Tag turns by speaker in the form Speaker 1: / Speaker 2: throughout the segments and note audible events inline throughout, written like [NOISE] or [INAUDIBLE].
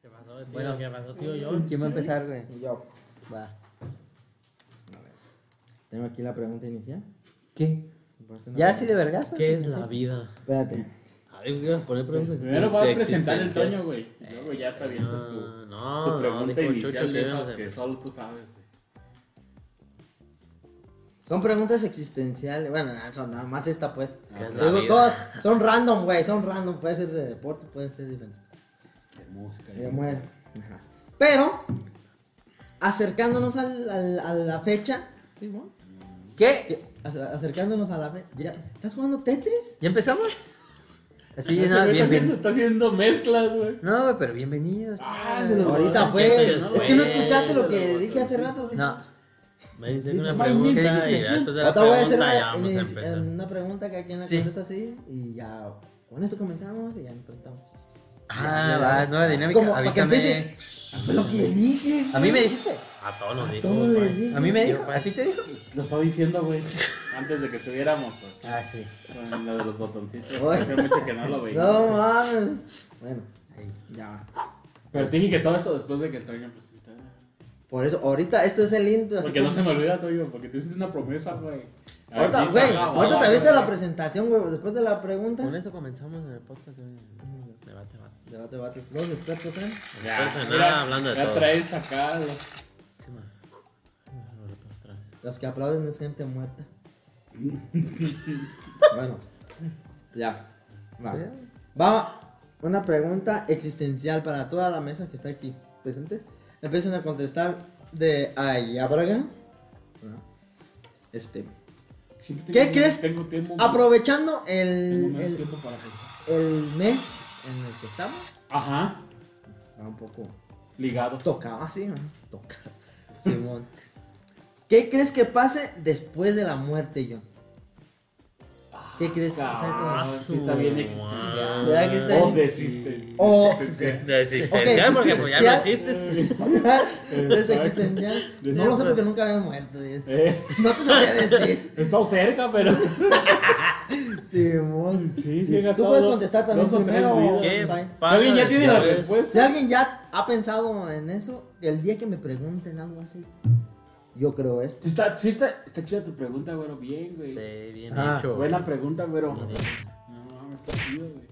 Speaker 1: tío,
Speaker 2: Bueno.
Speaker 1: ¿qué pasó, tío? Yo.
Speaker 2: ¿Quién va a empezar, güey?
Speaker 3: Y yo.
Speaker 2: Va.
Speaker 3: Tengo aquí la pregunta inicial.
Speaker 2: ¿Qué?
Speaker 3: Voy a hacer una
Speaker 2: ¿Ya
Speaker 3: pregunta.
Speaker 2: así de vergazo?
Speaker 1: ¿Qué es la vida?
Speaker 3: Espérate.
Speaker 1: Ay, ¿qué vas a poner preguntas?
Speaker 4: Pues Primero va
Speaker 1: de
Speaker 4: a presentar el
Speaker 1: existencia?
Speaker 4: sueño, güey. y Luego ya te avientas tu,
Speaker 1: Ah, no,
Speaker 4: tu
Speaker 1: no,
Speaker 4: pregunta
Speaker 1: dijo
Speaker 4: inicial
Speaker 1: Chucho
Speaker 4: de
Speaker 1: que
Speaker 4: esas
Speaker 1: íbamos a-
Speaker 4: que solo tú sabes. güey.
Speaker 3: Son preguntas existenciales. Bueno, nada, son nada más esta, pues.
Speaker 1: ¿Qué es la
Speaker 3: Digo,
Speaker 1: vida?
Speaker 3: todas son random, güey. Son random. Pueden ser de deporte, pueden ser diferentes.
Speaker 4: De música.
Speaker 3: Ya muero. Ajá. Pero, acercándonos al- al- a la fecha. Sí, ¿no?
Speaker 2: ¿Qué?
Speaker 3: Que- ac- Acercándonos a la fecha. ya- ¿Estás jugando Tetris?
Speaker 2: ¿Ya empezamos? Así,
Speaker 4: [LAUGHS] Este
Speaker 2: no,
Speaker 4: güey
Speaker 2: bien,
Speaker 4: está haciendo-
Speaker 2: bien.
Speaker 4: Está haciendo mezclas, güey.
Speaker 2: No, güey, pero bienvenidos.
Speaker 4: Ah,
Speaker 2: chavos.
Speaker 4: de los-
Speaker 3: Ahorita
Speaker 1: es que
Speaker 3: fue.
Speaker 1: eso ya
Speaker 3: es
Speaker 1: no,
Speaker 3: que no
Speaker 1: güey.
Speaker 3: escuchaste lo
Speaker 4: Eso
Speaker 3: que
Speaker 4: lo-
Speaker 3: dije hace rato, güey.
Speaker 2: No,
Speaker 1: Me dice una
Speaker 4: Mamita,
Speaker 1: pregunta
Speaker 4: ¿qué
Speaker 1: y
Speaker 4: dijiste?
Speaker 1: ya después de la
Speaker 3: Ahorita voy a hacer em,
Speaker 1: pregunta ya
Speaker 3: una,
Speaker 1: vamos a
Speaker 3: inici-
Speaker 1: empezar.
Speaker 3: una pregunta que aquí en la
Speaker 2: Sí.
Speaker 3: contesta así y ya. Con esto comenzamos y ya nos presentamos.
Speaker 2: Ah,
Speaker 3: Ya, ya,
Speaker 2: va,
Speaker 3: ya.
Speaker 2: nueva dinámica.
Speaker 3: Como para que
Speaker 2: Avísame.
Speaker 3: empiece. Fue lo que dije.
Speaker 2: A mí me dijiste.
Speaker 1: A todos nos dijo.
Speaker 3: Todo les
Speaker 1: güey.
Speaker 3: dije.
Speaker 2: A mí me dijo. ¿A ti te dijo?
Speaker 4: Lo estaba diciendo, güey. Antes de que estuviéramos, güey.
Speaker 2: Ah, sí.
Speaker 4: Con lo de los botoncitos.
Speaker 3: Oye.
Speaker 4: Hace mucho que no lo veía.
Speaker 3: No mames. Bueno,
Speaker 2: Ahí.
Speaker 3: ya.
Speaker 4: Pero te dije que todo eso después de que el traigan presentara.
Speaker 3: Por eso, ahorita esto es el intro. así
Speaker 4: Porque no
Speaker 3: como-
Speaker 4: se me olvida, te digo, porque tú hiciste una promesa, güey.
Speaker 3: Ahorita,
Speaker 4: Aquí
Speaker 3: güey,
Speaker 4: está,
Speaker 3: ahorita
Speaker 4: va,
Speaker 3: te viste
Speaker 4: va,
Speaker 3: la
Speaker 4: va.
Speaker 3: presentación, güey. Después de la pregunta.
Speaker 1: Con eso comenzamos en el podcast. güey. Debate, debate.
Speaker 3: Debate, debates. Los expertos, ¿eh?
Speaker 4: Ya,
Speaker 1: Entonces,
Speaker 4: mira,
Speaker 1: nada, hablando de
Speaker 4: ya
Speaker 1: todo.
Speaker 4: traes acá los...
Speaker 1: Sí, ma. Ahora para atrás.
Speaker 3: Los que aplauden es gente muerta. [LAUGHS] bueno, ya. Va.
Speaker 2: Ya.
Speaker 3: ¿Eh? Va una pregunta existencial para toda la mesa que está aquí presente. Empiecen a contestar de ahí acá. Este,
Speaker 4: Siempre
Speaker 3: ¿Qué
Speaker 4: tengo-
Speaker 3: crees?
Speaker 4: Tengo tiempo.
Speaker 3: aprovechando
Speaker 4: Tengo
Speaker 3: el,
Speaker 4: menos
Speaker 3: el,
Speaker 4: tiempo para hacer.
Speaker 3: el mes en el que estamos,
Speaker 4: Ajá,
Speaker 3: está un poco
Speaker 4: ligado.
Speaker 3: tocado así, ¿no? Toca. Simón. ¿Qué crees que pase después de la muerte, John? ¿Qué crees? O sea, como-
Speaker 4: Ah, sí está bien existencial. Oh.
Speaker 3: ¿Verdad que está
Speaker 4: O
Speaker 3: bien?
Speaker 4: desiste. [LAUGHS]
Speaker 3: O- [LAUGHS]
Speaker 4: Existencial.
Speaker 1: De existencial,
Speaker 3: Ok,
Speaker 1: porque pues ya no
Speaker 3: existencial. [LAUGHS]
Speaker 1: existes.
Speaker 3: Es existencial. No lo sé porque nunca había muerto. dice.
Speaker 4: Eh,
Speaker 3: No te sabría decir.
Speaker 4: he estado cerca, pero.
Speaker 3: Simón.
Speaker 4: Sí,
Speaker 3: Sí,
Speaker 4: sí, he
Speaker 3: Tú
Speaker 4: gastado
Speaker 3: puedes
Speaker 4: dos-
Speaker 3: contestar también
Speaker 4: dos o tres
Speaker 3: primero.
Speaker 4: días.
Speaker 3: o-
Speaker 1: ¿Qué
Speaker 3: bye.
Speaker 1: pasa
Speaker 4: [LAUGHS] ¿Alguien ya tiene la
Speaker 1: después?
Speaker 4: respuesta?
Speaker 3: Si alguien ya ha pensado en eso, el día que me pregunten algo así, yo creo esto.
Speaker 4: Sí Está, sí está, está chida tu pregunta, güero. Bien, güey.
Speaker 1: Sí, bien
Speaker 3: Ah,
Speaker 1: hecho. güey.
Speaker 4: Buena pregunta, güero.
Speaker 1: Bien
Speaker 4: No,
Speaker 1: hecho.
Speaker 4: mames, está chido, güey.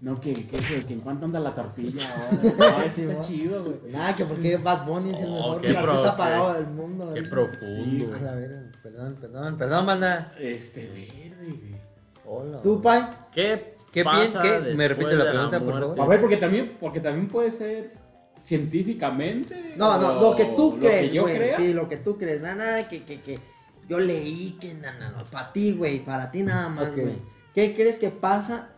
Speaker 4: No, que, que, que, que en cuánto anda la tortilla
Speaker 3: [LAUGHS]
Speaker 4: ahora. No,
Speaker 3: Sí,
Speaker 4: está
Speaker 3: va.
Speaker 4: chido, güey.
Speaker 3: Nada, Ah, que porque Bad Bunny es el
Speaker 1: Oh,
Speaker 3: mejor
Speaker 1: qué
Speaker 3: artista
Speaker 1: pro-
Speaker 3: pagado
Speaker 1: qué-
Speaker 3: del mundo.
Speaker 1: Qué
Speaker 3: ahorita.
Speaker 1: profundo.
Speaker 2: A
Speaker 1: güey.
Speaker 2: la verga, Perdón, perdón, perdón, banda.
Speaker 4: Este verde, güey.
Speaker 2: Hola.
Speaker 3: Tú, Pai.
Speaker 1: ¿Qué,
Speaker 2: ¿Qué
Speaker 1: pasa
Speaker 2: piensas? ¿Qué? ¿Me repite
Speaker 1: después
Speaker 2: la
Speaker 1: de
Speaker 2: pregunta, por
Speaker 1: muerte?
Speaker 4: A
Speaker 2: favor?
Speaker 4: ver, porque también, porque también puede ser científicamente.
Speaker 3: No, no,
Speaker 4: o
Speaker 3: lo que tú
Speaker 4: lo
Speaker 3: crees,
Speaker 4: que yo
Speaker 3: güey.
Speaker 4: crea.
Speaker 3: Sí, lo que tú crees. Nada, nada, que, que, que. Yo leí que nada, para ti, güey, para ti nada más,
Speaker 2: Ok.
Speaker 3: güey. ¿Qué crees que pasa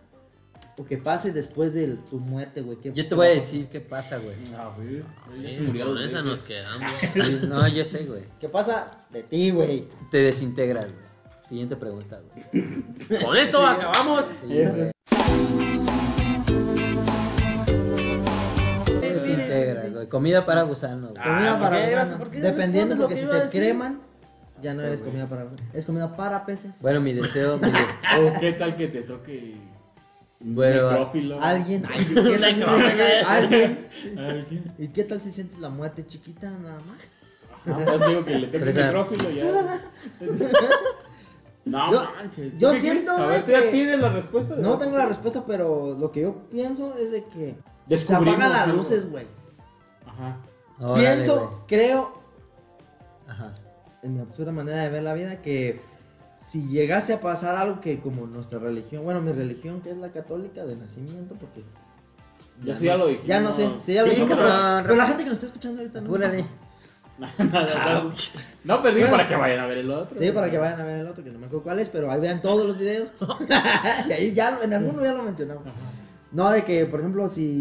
Speaker 3: o que pase después de tu muerte, güey? ¿Qué-
Speaker 2: Yo te voy a decir qué pasa, güey.
Speaker 4: A ver, ya se
Speaker 1: Eh,
Speaker 4: murió.
Speaker 1: Con
Speaker 4: dos
Speaker 1: esa nos
Speaker 4: veces. [LAUGHS]
Speaker 1: quedamos.
Speaker 2: No, yo sé, güey.
Speaker 3: ¿Qué pasa de ti, güey?
Speaker 2: Te desintegras, güey. Siguiente pregunta, güey.
Speaker 1: Con esto acabamos.
Speaker 2: Sí,
Speaker 4: Eso
Speaker 2: güey. Te desintegras, güey. Comida para gusanos, güey.
Speaker 1: Ah,
Speaker 3: Comida
Speaker 1: ¿por
Speaker 3: para
Speaker 1: qué?
Speaker 3: gusanos.
Speaker 1: ¿Por qué?
Speaker 3: Dependiendo,
Speaker 1: ¿Por qué?
Speaker 3: porque si
Speaker 1: ¿Lo que iba
Speaker 3: te
Speaker 1: a decir?
Speaker 3: creman, ya no eres comida para gusanos. Es comida para peces.
Speaker 2: Bueno, mi deseo, pues, mi de-
Speaker 4: O qué tal que te toque.
Speaker 2: Bueno,
Speaker 4: necrófilo.
Speaker 3: Alguien, ay, sí, ¿qué [LAUGHS] tal si
Speaker 1: No, güey.
Speaker 3: alguien.
Speaker 4: Alguien.
Speaker 3: ¿Y qué tal si sientes la muerte chiquita nada más?
Speaker 4: Ah, pues digo que le toque
Speaker 2: Presa.
Speaker 3: [LAUGHS]
Speaker 4: necrófilo ya. No
Speaker 3: Yo-
Speaker 4: manches. ¿Tú
Speaker 3: yo
Speaker 4: qué
Speaker 3: siento,
Speaker 4: crees? A ver,
Speaker 3: güey,
Speaker 4: ¿tú ya
Speaker 3: que-
Speaker 4: tienes la respuesta?
Speaker 3: No tengo la respuesta, pero lo que yo pienso es de que se
Speaker 4: Descubrimos
Speaker 3: apagan las
Speaker 4: algo.
Speaker 3: luces, güey.
Speaker 4: Ajá.
Speaker 2: órale,
Speaker 3: Pienso, creo,
Speaker 2: güey. Ajá.
Speaker 3: en mi absurda manera de ver la vida, que si llegase a pasar algo que como nuestra religión, bueno, mi religión que es la católica de nacimiento, porque
Speaker 4: Ya, sí, ya lo dijimos.
Speaker 3: ya no sé, sí, ya lo
Speaker 2: Sí,
Speaker 3: dije, pero, [LAUGHS]
Speaker 2: cabrón.
Speaker 3: pero la gente que nos está escuchando ahorita no.
Speaker 2: Apúrale.
Speaker 4: No, no, no, No, pero digo para que vayan a ver el otro.
Speaker 3: Sí, para que vayan a ver el otro, que no me acuerdo cuál es, pero ahí vean todos los videos. [LAUGHS] y ahí ya, lo- en alguno ya lo mencionamos. No, de que, por ejemplo, si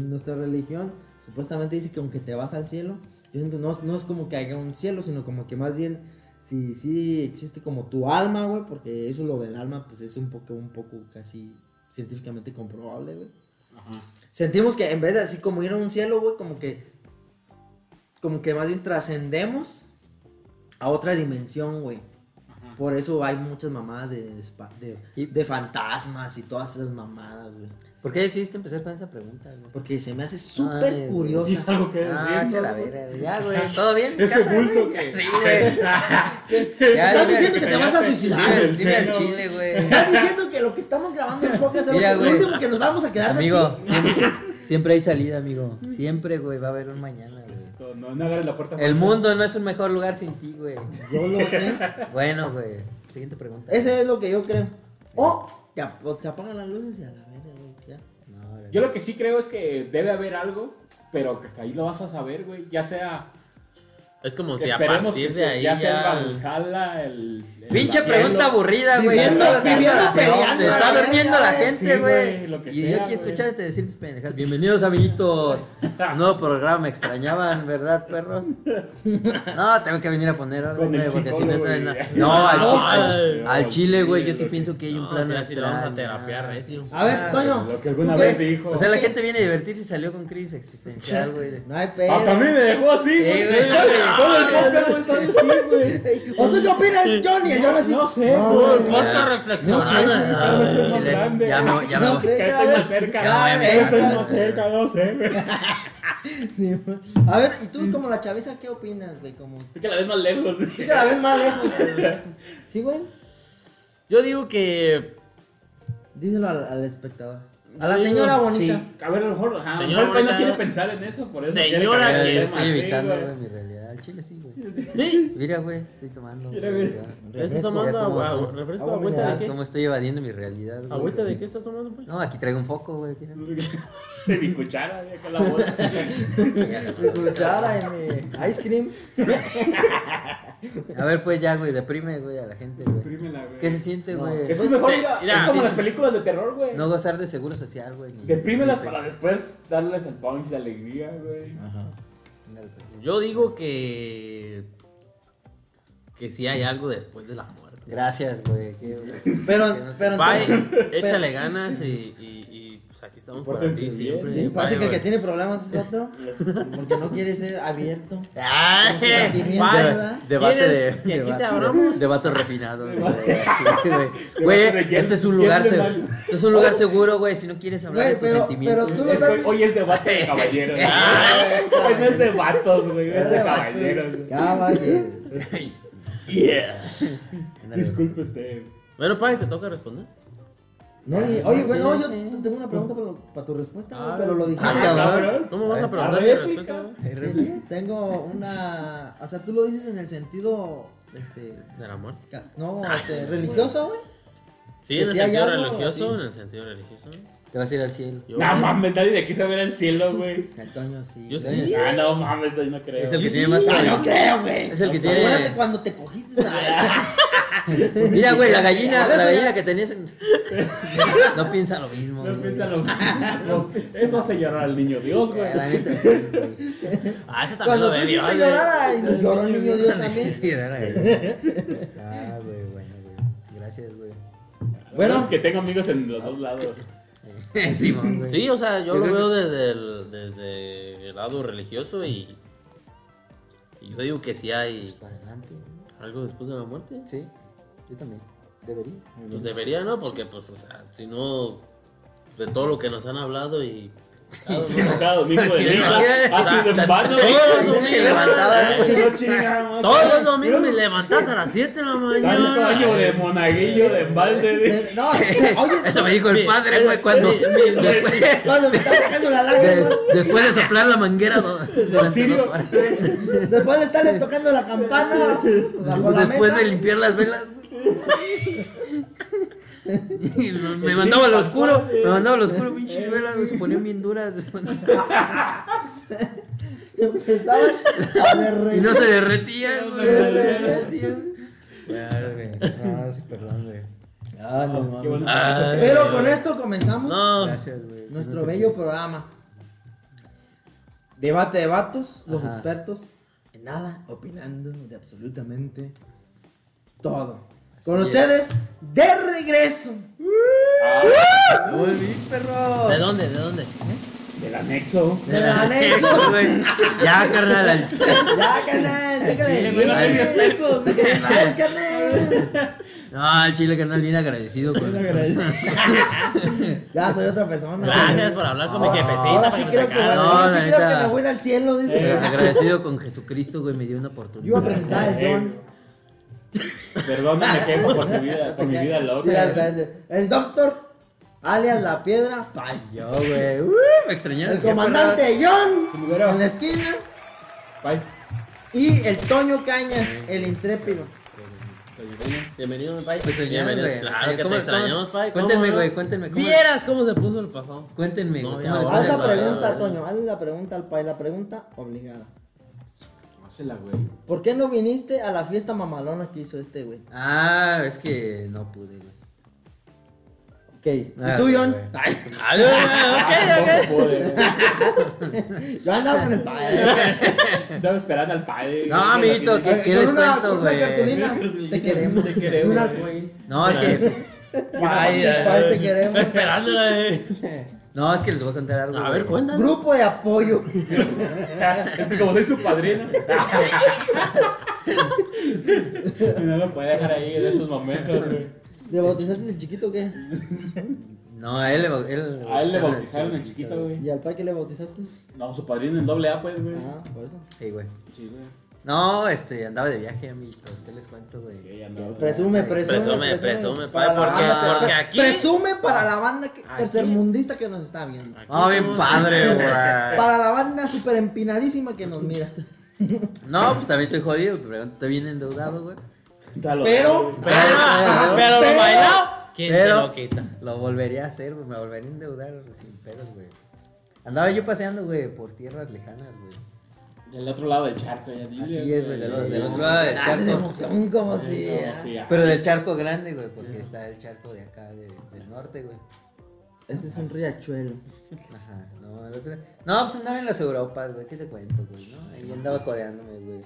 Speaker 3: nuestra religión supuestamente dice que aunque te vas al cielo, yo siento, no, es- no es como que haya un cielo, sino como que más bien, si sí existe como tu alma, güey, porque eso lo del alma, pues es un poco, un poco casi científicamente comprobable, güey.
Speaker 4: Ajá.
Speaker 3: Sentimos que en vez de así como ir a un cielo, güey, como que, como que más bien trascendemos a otra dimensión, güey.
Speaker 4: Ajá.
Speaker 3: Por eso hay muchas mamadas de, espa- de,
Speaker 2: Y-
Speaker 3: de fantasmas y todas esas mamadas, güey.
Speaker 2: ¿Por qué decidiste empezar con esa pregunta, güey?
Speaker 3: Porque se me hace
Speaker 2: Ay,
Speaker 3: súper
Speaker 4: [LAUGHS]
Speaker 2: güey.
Speaker 3: curiosa.
Speaker 4: Dice algo que
Speaker 2: Ah,
Speaker 4: decir,
Speaker 2: que
Speaker 4: ¿no? [LAUGHS]
Speaker 2: la verga. Ya, güey. ¿Todo bien? en
Speaker 4: Ese
Speaker 2: casa, güey?
Speaker 4: bulto que-
Speaker 2: Sí, güey. Ya,
Speaker 3: Estás
Speaker 2: dime-
Speaker 3: diciendo que te vas a
Speaker 2: dime-
Speaker 3: suicidar.
Speaker 4: el
Speaker 2: Dime al
Speaker 4: chino.
Speaker 2: chile, güey.
Speaker 3: Estás diciendo que lo que estamos grabando en podcast es lo
Speaker 2: Mira,
Speaker 3: que- lo
Speaker 2: güey.
Speaker 3: último que nos vamos a quedar de
Speaker 2: Amigo,
Speaker 3: aquí.
Speaker 2: siempre, siempre hay salida, amigo. Siempre, güey, va a haber un mañana, güey.
Speaker 4: No, no agarres la puerta.
Speaker 2: El mundo no es un mejor lugar sin ti, güey.
Speaker 3: Yo lo sé.
Speaker 2: Bueno, güey. Siguiente pregunta.
Speaker 3: Ese es lo que yo creo. O te, ap- o te apagan las luces y a la verga, güey. ya.
Speaker 2: No, güey.
Speaker 4: Yo lo que sí creo es que debe haber algo, pero que hasta ahí lo vas a saber, güey. Ya sea.
Speaker 1: Es como si a
Speaker 4: Esperemos
Speaker 1: partir
Speaker 4: que
Speaker 1: de
Speaker 4: sea-
Speaker 1: ahí
Speaker 4: ya
Speaker 1: ya...
Speaker 4: sea el Valhalla, el. el
Speaker 2: Pinche
Speaker 4: cielo.
Speaker 2: pregunta aburrida, güey.
Speaker 3: Viviendo-
Speaker 2: Está-
Speaker 3: viviendo
Speaker 2: está-
Speaker 3: peleando
Speaker 2: Se
Speaker 3: a
Speaker 2: está
Speaker 3: la
Speaker 2: durmiendo
Speaker 3: verga,
Speaker 2: la
Speaker 3: güey.
Speaker 2: gente,
Speaker 4: Sí,
Speaker 2: güey.
Speaker 4: güey, lo que
Speaker 2: y yo
Speaker 4: sea,
Speaker 2: aquí
Speaker 4: güey.
Speaker 2: escuchándote decir tus pendejadas. Bienvenidos, amiguitos. Nuevo programa, me extrañaban, ¿verdad, perros? No, tengo que venir a poner orden,
Speaker 4: Con el
Speaker 2: güey, porque si no
Speaker 4: psicólogo,
Speaker 2: está en la-
Speaker 4: güey.
Speaker 2: No, al, chi-
Speaker 1: No,
Speaker 2: al-
Speaker 4: no,
Speaker 2: al chile, güey, yo
Speaker 4: sí,
Speaker 2: sí
Speaker 4: lo
Speaker 2: pienso que hay un
Speaker 1: No,
Speaker 2: plano
Speaker 1: sí, así lo vamos a
Speaker 2: astral,
Speaker 1: terapear,
Speaker 2: ¿no?
Speaker 1: ¿eh?
Speaker 3: A ver, Toño.
Speaker 4: Ah, Lo que alguna
Speaker 3: ¿tú
Speaker 4: vez
Speaker 3: qué?
Speaker 4: dijo.
Speaker 2: O sea, la gente viene a divertirse y salió con crisis existencial, güey. de-
Speaker 3: No hay pedo.
Speaker 4: Hasta a mí Ah, me dejó así,
Speaker 2: Sí,
Speaker 4: güey.
Speaker 2: güey.
Speaker 4: Todo el podcast está así, güey.
Speaker 3: ¿O tú qué opinas, Johnny? Yo no sé.
Speaker 4: No sé,
Speaker 1: Todo
Speaker 4: güey.
Speaker 1: el podcast
Speaker 4: Ah, No sé,
Speaker 1: reflexionando.
Speaker 4: güey, tal vez
Speaker 1: ¿no?
Speaker 2: [LAUGHS]
Speaker 4: es más
Speaker 2: Chile,
Speaker 4: grande.
Speaker 2: ya me voy, ya me
Speaker 3: No
Speaker 2: voy.
Speaker 3: sé.
Speaker 4: Que
Speaker 3: Cada
Speaker 4: estoy más
Speaker 3: vez-
Speaker 4: cerca.
Speaker 3: cada
Speaker 4: güey,
Speaker 3: vez-
Speaker 4: que estoy más cerca, no sé, güey.
Speaker 3: A ver, ¿y tú como la chaviza qué opinas, güey? Como... Tú
Speaker 4: Es que la ves más lejos, güey.
Speaker 3: que la ves más lejos. güey. [LAUGHS] ¿Sí, güey?
Speaker 1: Yo digo que...
Speaker 3: Díselo al, al espectador. A la
Speaker 1: Digo,
Speaker 3: señora bonita.
Speaker 4: Sí, a ver, a lo mejor, ajá, a lo
Speaker 1: Señora
Speaker 4: mejor pues no
Speaker 1: bonita.
Speaker 4: quiere pensar en eso, por eso
Speaker 1: Señora
Speaker 4: quiere cambiar
Speaker 1: que
Speaker 4: el tema,
Speaker 2: Estoy
Speaker 4: sí,
Speaker 2: evitando,
Speaker 4: güey.
Speaker 2: güey, mi realidad. Al chile sí, güey.
Speaker 1: Sí,
Speaker 2: Mira, güey, estoy tomando.
Speaker 4: Mira,
Speaker 2: güey,
Speaker 4: güey.
Speaker 2: ya.
Speaker 1: estás
Speaker 2: Refresco,
Speaker 1: tomando
Speaker 2: ya como
Speaker 1: agua.
Speaker 2: todo.
Speaker 1: ¿Refresco?
Speaker 3: Agua
Speaker 1: ¿Agüita de
Speaker 2: Ah,
Speaker 1: qué?
Speaker 2: ¿Cómo estoy evadiendo mi realidad, güey?
Speaker 1: ¿Agüita de qué estás tomando, pues?
Speaker 2: No, aquí traigo un foco, güey.
Speaker 1: [LAUGHS]
Speaker 2: mira.
Speaker 4: [LAUGHS] De mi cuchara, de acá la bolsa.
Speaker 3: Mi cuchara y mi ice cream.
Speaker 2: A ver, pues ya, güey, deprime, güey, a la gente, güey.
Speaker 4: Imprímela, güey.
Speaker 2: ¿Qué se siente,
Speaker 3: No,
Speaker 2: güey?
Speaker 4: Es que mejor
Speaker 1: Sí,
Speaker 4: ir a-
Speaker 1: mira,
Speaker 4: es como
Speaker 1: sí.
Speaker 4: las películas de terror, güey.
Speaker 2: No gozar de seguro social, güey. ni-
Speaker 4: Deprímelas
Speaker 2: ni-
Speaker 4: para después darles el punch de alegría, güey.
Speaker 3: Ajá.
Speaker 2: Ándale, pues.
Speaker 1: Yo digo que. Que sí hay algo después de la muerte.
Speaker 2: Gracias, güey. qué-
Speaker 3: Pero, pero.
Speaker 1: Bye,
Speaker 3: [LAUGHS]
Speaker 1: échale ganas y, y, y, pues aquí estamos para
Speaker 4: Pórtense
Speaker 1: ti
Speaker 4: bien.
Speaker 1: siempre.
Speaker 3: Sí,
Speaker 1: Bye,
Speaker 3: parece que el
Speaker 1: güey.
Speaker 3: que tiene problemas es otro. Porque no quiere ser [LAUGHS] abierto.
Speaker 1: [LAUGHS]
Speaker 2: ¡Ay!
Speaker 3: Sentimientos,
Speaker 2: Deba-
Speaker 3: ¿verdad?
Speaker 2: Debate de.
Speaker 1: ¿Quieres que aquí te
Speaker 2: debate-
Speaker 1: abramos?
Speaker 2: Debate refinado. [LAUGHS] güey.
Speaker 4: de
Speaker 2: Güey,
Speaker 4: quién-
Speaker 2: este es un
Speaker 4: quién
Speaker 2: lugar
Speaker 4: es
Speaker 2: seguro.
Speaker 4: más-
Speaker 2: Este es un lugar seguro, güey. Si no quieres hablar
Speaker 3: Güey,
Speaker 2: de tus
Speaker 3: pero-
Speaker 2: sentimientos.
Speaker 3: pero tú
Speaker 2: güey.
Speaker 3: lo
Speaker 4: Es que
Speaker 3: sabes-
Speaker 4: hoy es debate de caballeros. güey. Hoy no es de vatos, güey. Es de caballeros. güey.
Speaker 3: Caballero.
Speaker 2: Ándale, güey.
Speaker 4: Disculpe usted.
Speaker 1: Bueno, Pai, te toca responder.
Speaker 3: No, y- oye, güey, no, yo t- tengo una pregunta para, para tu respuesta, güey, pero lo dije.
Speaker 2: Ah, cabrón.
Speaker 1: ¿Cómo vas a preguntar?
Speaker 4: Arrépica.
Speaker 1: respecto, güey?
Speaker 3: Sí, tengo una. O sea, tú lo dices en el sentido. Este.
Speaker 1: De la muerte.
Speaker 3: ca- No,
Speaker 2: [LAUGHS]
Speaker 3: este, religioso, güey.
Speaker 1: Sí,
Speaker 3: Que
Speaker 1: en el
Speaker 3: sí hay
Speaker 1: sentido
Speaker 3: algo,
Speaker 1: religioso.
Speaker 3: sí.
Speaker 1: En el sentido religioso.
Speaker 2: Te vas a ir al cielo.
Speaker 1: Yo,
Speaker 4: No mames, nadie de aquí se ve el cielo, güey.
Speaker 3: El Toño sí.
Speaker 1: Yo
Speaker 3: El
Speaker 1: sí.
Speaker 3: Toño
Speaker 4: Ah, no mames, yo no creo.
Speaker 2: Es el que
Speaker 1: Yo
Speaker 2: tiene
Speaker 1: sí.
Speaker 2: más
Speaker 3: Ah, no
Speaker 2: probabilidades.
Speaker 3: creo, güey.
Speaker 2: Es el que
Speaker 3: Acuérdate
Speaker 2: tiene. Ah,
Speaker 3: cuando te
Speaker 2: [LAUGHS]
Speaker 3: cogiste esa.
Speaker 2: Mira, güey, la gallina,
Speaker 3: Ahora
Speaker 2: la
Speaker 3: sí.
Speaker 2: gallina que tenías. en- No piensa lo
Speaker 4: [LAUGHS]
Speaker 2: mismo.
Speaker 4: No
Speaker 2: güey.
Speaker 4: piensa lo mismo. Eso hace llorar al niño Dios, güey.
Speaker 2: Eh, La neta, sí, güey.
Speaker 1: Ah, eso también lo
Speaker 3: Cuando tú
Speaker 1: ve Dios,
Speaker 3: hiciste
Speaker 1: güey.
Speaker 3: llorar, ay, lloró el niño Dios
Speaker 2: [LAUGHS] Sí,
Speaker 3: también.
Speaker 2: sí, era, güey. Ah, güey, bueno, güey. Gracias, güey.
Speaker 4: Bueno, es que tengo amigos en los dos lados.
Speaker 2: [LAUGHS] Eh, Simón, güey.
Speaker 1: Sí, o sea, yo
Speaker 4: Yo
Speaker 1: lo
Speaker 4: creo
Speaker 1: veo desde el, desde el lado religioso y, y yo digo que sí hay
Speaker 2: Pues Para adelante.
Speaker 1: algo después de la muerte.
Speaker 2: Sí, yo también. Debería.
Speaker 1: Pues debería, ¿no? Porque, pues, o sea, si no, de todo lo que nos han hablado y...
Speaker 4: Sí, cada domingo de Ah,
Speaker 2: Sí,
Speaker 4: misa.
Speaker 2: ¿qué?
Speaker 4: Ha sido en vano.
Speaker 1: Todos los
Speaker 2: Sí,
Speaker 1: domingos,
Speaker 2: levantada.
Speaker 4: Ah, No chingamos.
Speaker 1: todos los domingos me levantas a las 7 de la
Speaker 4: Tanto baño de
Speaker 1: mañana.
Speaker 4: monaguillo, de embalde. de-
Speaker 3: Te- No, oye.
Speaker 2: Eso me dijo el padre, güey, [LAUGHS] cuando. Después,
Speaker 3: Cuando me está sacando la lágrima.
Speaker 2: de- después de soplar la manguera do- durante
Speaker 4: Auxilio.
Speaker 2: dos horas.
Speaker 3: Después de estarle tocando la campana. Bajo la
Speaker 2: Después
Speaker 3: mesa.
Speaker 2: de limpiar las velas, [LAUGHS] güey. Me mandaba al oscuro, me mandaba al oscuro, pinche velas, güey, se ponían bien duras.
Speaker 3: Empezaban a
Speaker 2: Y
Speaker 3: derretir.
Speaker 2: no se derretía,
Speaker 4: No se
Speaker 2: güey.
Speaker 3: derretía.
Speaker 2: Ya, güey. No, sí, perdón, güey.
Speaker 3: Ah, no,
Speaker 4: Qué
Speaker 3: mames.
Speaker 4: bueno.
Speaker 1: Ay,
Speaker 3: Pero con esto comenzamos
Speaker 1: No,
Speaker 2: Gracias, güey.
Speaker 3: nuestro bello programa. Debate de vatos, los
Speaker 2: Ajá.
Speaker 3: expertos en nada, opinando de absolutamente todo. Con
Speaker 2: Así
Speaker 3: ustedes, de
Speaker 2: [LAUGHS]
Speaker 3: regreso.
Speaker 4: Ah,
Speaker 2: Volví, perro.
Speaker 1: ¿de dónde? ¿De dónde?
Speaker 3: De
Speaker 4: Del anexo.
Speaker 3: ¡Del
Speaker 2: [LAUGHS]
Speaker 3: anexo!
Speaker 2: güey. Ya, carnal. al-
Speaker 3: ¡Ya, carnal! ¡Sácale!
Speaker 4: Chile, güey, no hay diez pesos.
Speaker 3: ¡Sácale diez, carnal!
Speaker 2: No, el chile, carnal, bien agradecido con.
Speaker 3: Ya soy otra persona.
Speaker 1: Gracias
Speaker 3: güey.
Speaker 1: por hablar con mi jefecito.
Speaker 3: Ahora
Speaker 1: para
Speaker 3: sí
Speaker 1: me
Speaker 3: creo que,
Speaker 1: sacaran.
Speaker 2: No,
Speaker 3: ahora sí
Speaker 2: la
Speaker 3: creo que
Speaker 2: neta.
Speaker 3: me voy al cielo,
Speaker 2: Eh,
Speaker 3: dice.
Speaker 2: agradecido con Jesucristo, güey, me dio una
Speaker 3: Yo iba a
Speaker 2: oportunidad.
Speaker 3: presentar al John.
Speaker 4: Perdóname, jefe, por mi vida, por mi vida
Speaker 3: Sí, al
Speaker 4: loca. eh.
Speaker 3: parece. el doctor, alias la piedra, pay.
Speaker 2: Yo, güey. Uh, me extrañaron.
Speaker 3: El
Speaker 2: qué perra.
Speaker 3: comandante John
Speaker 4: Primero.
Speaker 3: en la esquina.
Speaker 4: Bye.
Speaker 3: Y el Toño Cañas, el intrépido.
Speaker 1: Bienvenido, mi pai.
Speaker 2: extrañaron,
Speaker 1: Bienvenido.
Speaker 2: güey.
Speaker 1: Claro que
Speaker 2: ¿Cómo-
Speaker 1: te extrañamos,
Speaker 2: cómo-
Speaker 1: pai.
Speaker 2: cuéntenme,
Speaker 1: ¿Cómo no?
Speaker 2: güey, cuéntenme, ¿cómo-
Speaker 1: Vieras cómo se puso el pasado.
Speaker 2: Cuéntenme,
Speaker 1: No,
Speaker 2: güey,
Speaker 1: ya
Speaker 2: ¿cómo les
Speaker 1: va,
Speaker 3: Haz
Speaker 2: fue?
Speaker 1: ya
Speaker 3: la
Speaker 1: va, ya
Speaker 3: pregunta,
Speaker 1: va.
Speaker 3: Toño. Haz la pregunta al pay. La pregunta obligada.
Speaker 4: Hazla, güey.
Speaker 3: ¿Por qué no viniste a la fiesta mamalona que hizo este güey?
Speaker 2: Ah, es que no pude, güey.
Speaker 3: Ok. ¿Y
Speaker 2: Ah,
Speaker 3: tú,
Speaker 2: sí,
Speaker 3: John?
Speaker 2: güey.
Speaker 3: Ay,
Speaker 1: Ah, ok, ok.
Speaker 4: Tampoco eh. pude.
Speaker 3: yo andaba con el pay.
Speaker 4: Estaba esperando al padre.
Speaker 2: No, amiguito,
Speaker 3: Ay,
Speaker 2: [LAUGHS] ¿qué, qué
Speaker 3: con
Speaker 2: les
Speaker 3: una-
Speaker 2: cuento,
Speaker 3: con una
Speaker 2: güey?
Speaker 3: cartulina. Te queremos.
Speaker 4: Te queremos.
Speaker 3: Un arcoíris.
Speaker 2: No, es que.
Speaker 3: Ay, ay, eh, te queremos.
Speaker 1: Esperándola, eh.
Speaker 2: No, es que les voy a contar algo.
Speaker 1: A
Speaker 2: güey.
Speaker 1: ver, cuéntanos.
Speaker 3: Grupo de apoyo.
Speaker 4: Es que como soy su padrino. [LAUGHS] No lo puede dejar ahí en estos momentos, güey.
Speaker 2: Este-
Speaker 3: ¿De bautizaste el chiquito o qué?
Speaker 2: No, a él le bau- él-
Speaker 4: A él le bautizaron el chiquito, güey.
Speaker 3: ¿Y al pay que le bautizaste?
Speaker 4: No, su padrino en doble A, pues, güey.
Speaker 3: Ah, por eso.
Speaker 2: Sí, güey.
Speaker 4: Sí, güey.
Speaker 2: No, este, andaba de viaje, amiguito. ¿Qué les cuento, güey?
Speaker 4: Sí, ya no.
Speaker 3: Presume, presume.
Speaker 1: Presume, presume,
Speaker 3: para
Speaker 1: pai,
Speaker 3: la
Speaker 1: porque-
Speaker 3: banda,
Speaker 1: porque
Speaker 3: pre-
Speaker 1: aquí-
Speaker 3: Presume para la banda que-
Speaker 1: Aquí.
Speaker 3: tercermundista que nos está viendo.
Speaker 2: Ah, bien padre,
Speaker 3: [LAUGHS]
Speaker 2: güey.
Speaker 3: Para la banda super empinadísima que nos mira.
Speaker 2: No, pues también estoy jodido, pero estoy bien endeudado, güey.
Speaker 4: Dalo,
Speaker 3: Pero-
Speaker 4: dalo, güey.
Speaker 1: Pero,
Speaker 2: Pero-
Speaker 1: pero
Speaker 3: pero-
Speaker 1: lo bailado. ¿Quién te
Speaker 2: pero-
Speaker 1: lo quita?
Speaker 2: Lo volvería a hacer, güey. Me volvería a endeudar sin pedos, güey. Andaba yo paseando, güey, por tierras lejanas, güey.
Speaker 4: Del otro lado del charco, ya dile.
Speaker 2: Así es, güey, del,
Speaker 4: Sí,
Speaker 2: del otro lado del
Speaker 3: Hace de
Speaker 2: charco.
Speaker 3: emoción como si. ¿eh?
Speaker 4: Sí,
Speaker 3: era.
Speaker 4: sí, ya.
Speaker 2: Pero del charco grande, güey, porque está el charco de acá, de- del norte, güey.
Speaker 3: Ese es un riachuelo.
Speaker 2: Ajá, no, el otro. No, pues andaba en las Europas, güey, ¿qué te cuento, güey? ¿no? Ahí andaba codeándome, güey.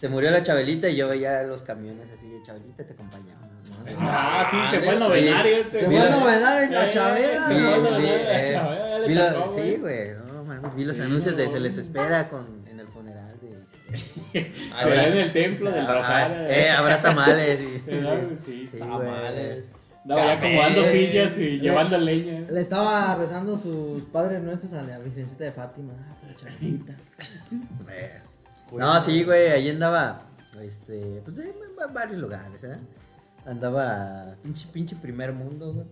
Speaker 2: Se murió la Chabelita y yo veía los camiones así de Chabelita, te acompañaba. ¿no?
Speaker 4: Ah, sí, se fue el novenario. este.
Speaker 3: Se fue
Speaker 2: Mira.
Speaker 3: a novedad en la
Speaker 4: Eh,
Speaker 3: chavera.
Speaker 2: Vi,
Speaker 4: No, no, no,
Speaker 2: vi,
Speaker 4: la
Speaker 2: eh,
Speaker 4: Chabela ya le
Speaker 2: vi lo-
Speaker 4: tocó,
Speaker 2: sí,
Speaker 4: güey.
Speaker 2: güey, no mames, vi los
Speaker 4: Sí,
Speaker 2: anuncios de
Speaker 4: no,
Speaker 2: Se les
Speaker 4: güey.
Speaker 2: espera con, en el funeral de...
Speaker 4: [LAUGHS] A ver, en el templo del
Speaker 2: Ah,
Speaker 4: Rosario.
Speaker 2: eh, habrá
Speaker 4: [LAUGHS]
Speaker 2: tamales y...
Speaker 4: Eh, Sí,
Speaker 2: Sí,
Speaker 4: tamales.
Speaker 2: güey.
Speaker 4: Andaba ya
Speaker 1: Café.
Speaker 4: acomodando sillas
Speaker 3: Eh,
Speaker 4: y llevando leña.
Speaker 3: Le estaba rezando sus padres nuestros a la Virgencita de Fátima. Ah, pero chavita.
Speaker 2: Eh. No, sí, güey, ahí andaba, este, pues en va- varios lugares, ¿eh? Andaba pinche, pinche primer mundo, güey.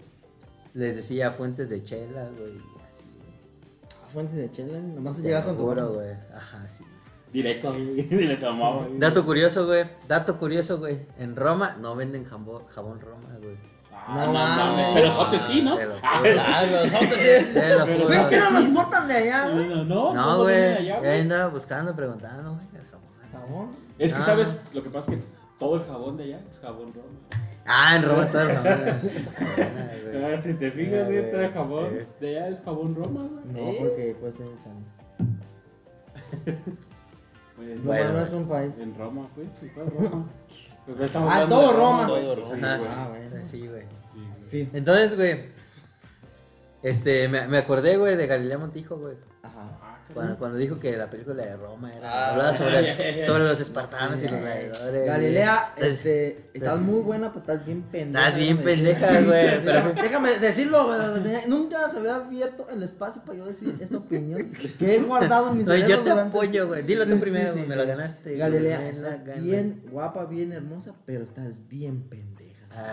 Speaker 2: Les decía fuentes de chela, güey, y así, güey.
Speaker 3: A Fuentes de chela, nomás
Speaker 2: Te
Speaker 3: llegas
Speaker 2: lo
Speaker 3: con tu
Speaker 2: juro, güey. Ajá, sí.
Speaker 4: Directo ahí, [LAUGHS] directo a mamá.
Speaker 2: Dato curioso, güey, dato curioso, güey. En Roma no venden jambón- jabón Roma, güey.
Speaker 4: Ah,
Speaker 3: No
Speaker 4: no,
Speaker 3: mames.
Speaker 4: mames. Pero sote sí, ¿no? [LAUGHS]
Speaker 2: Te lo
Speaker 4: Ah,
Speaker 2: juro. Te lo
Speaker 4: Pero
Speaker 2: juro,
Speaker 3: Güey,
Speaker 2: güey.
Speaker 3: ¿qué no nos portan de allá?
Speaker 4: No,
Speaker 3: güey?
Speaker 4: no, no.
Speaker 2: No,
Speaker 4: ¿cómo viene
Speaker 2: güey. Eh,
Speaker 4: allá,
Speaker 2: Yo andaba buscando, preguntando, güey, el jabón.
Speaker 3: Jabón.
Speaker 4: Es que,
Speaker 2: Ah.
Speaker 4: ¿sabes? Lo que pasa es que todo el jabón de allá es jabón roma.
Speaker 2: Ah, en Roma todo el jabón. güey.
Speaker 4: Ah, si te
Speaker 2: Ah,
Speaker 4: fijas,
Speaker 2: güey.
Speaker 4: eh, todo el jabón de allá es jabón roma, güey.
Speaker 3: No, porque pues en,
Speaker 4: Pues,
Speaker 3: Roma
Speaker 2: Bueno,
Speaker 3: no es un país.
Speaker 4: En Roma, pues, sí, todo
Speaker 3: [LAUGHS]
Speaker 4: Roma. Pues, pero estamos
Speaker 3: Ah,
Speaker 4: hablando
Speaker 3: todo
Speaker 4: de
Speaker 3: Roma.
Speaker 4: güey.
Speaker 1: Todo Roma.
Speaker 4: Sí,
Speaker 2: Ajá.
Speaker 4: güey.
Speaker 3: Ah, bueno.
Speaker 2: Sí, güey.
Speaker 4: Sí, güey.
Speaker 3: Sí.
Speaker 2: Entonces, güey. Este, me, me acordé, güey, de Galilea Montijo, güey.
Speaker 3: Ajá.
Speaker 4: Ah, cabrón.
Speaker 2: Cuando, cuando dijo que la película de Roma era.
Speaker 1: Ah,
Speaker 2: hablaba sobre,
Speaker 1: ya, ya, ya.
Speaker 2: sobre los espartanos y Ah, los gladiadores. güey.
Speaker 3: Galilea,
Speaker 2: Entonces,
Speaker 3: este, estás muy buena, pero estás bien pendeja.
Speaker 2: Estás bien
Speaker 3: déjame decirte. [LAUGHS]
Speaker 2: pendeja, güey. Pero, pues
Speaker 3: Déjame, déjame decirlo, güey, lo tenía- nunca se había abierto el espacio para yo decir esta opinión que he guardado en mi
Speaker 2: No,
Speaker 3: cerebro.
Speaker 2: yo te
Speaker 3: durante-
Speaker 2: apoyo, güey. Dilo
Speaker 3: Sí,
Speaker 2: tú primero,
Speaker 3: sí,
Speaker 2: güey.
Speaker 3: sí.
Speaker 2: Me lo ganaste. güey.
Speaker 3: Galilea,
Speaker 2: Me la
Speaker 3: estás
Speaker 2: ganaste.
Speaker 3: bien guapa, bien hermosa, pero estás bien pendeja.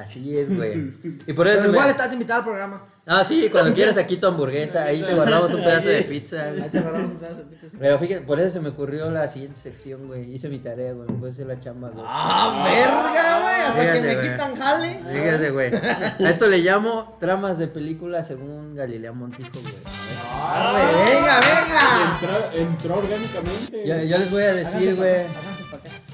Speaker 2: Así es, güey. Y por eso.
Speaker 3: Pero
Speaker 2: me-
Speaker 3: igual estás invitada al programa.
Speaker 2: Ah, sí, cuando quieras aquí tu hamburguesa. Ahí te guardamos un pedazo de pizza, güey.
Speaker 3: Ahí te agarramos un pedazo de pizza,
Speaker 2: [LAUGHS]
Speaker 3: sí.
Speaker 2: Pero fíjate, por eso se me ocurrió la siguiente sección, güey. Hice mi tarea, güey. Me puse la chamba, güey.
Speaker 3: Ah, verga, güey. Hasta
Speaker 2: Fíjate,
Speaker 3: que me
Speaker 2: güey.
Speaker 3: quitan jale.
Speaker 2: Fíjate, güey. A esto le llamo tramas de película según Galilea Montijo, güey.
Speaker 3: Arre,
Speaker 2: Ah,
Speaker 3: venga, venga.
Speaker 4: Entró, entró orgánicamente.
Speaker 2: Yo, yo les voy a decir, güey.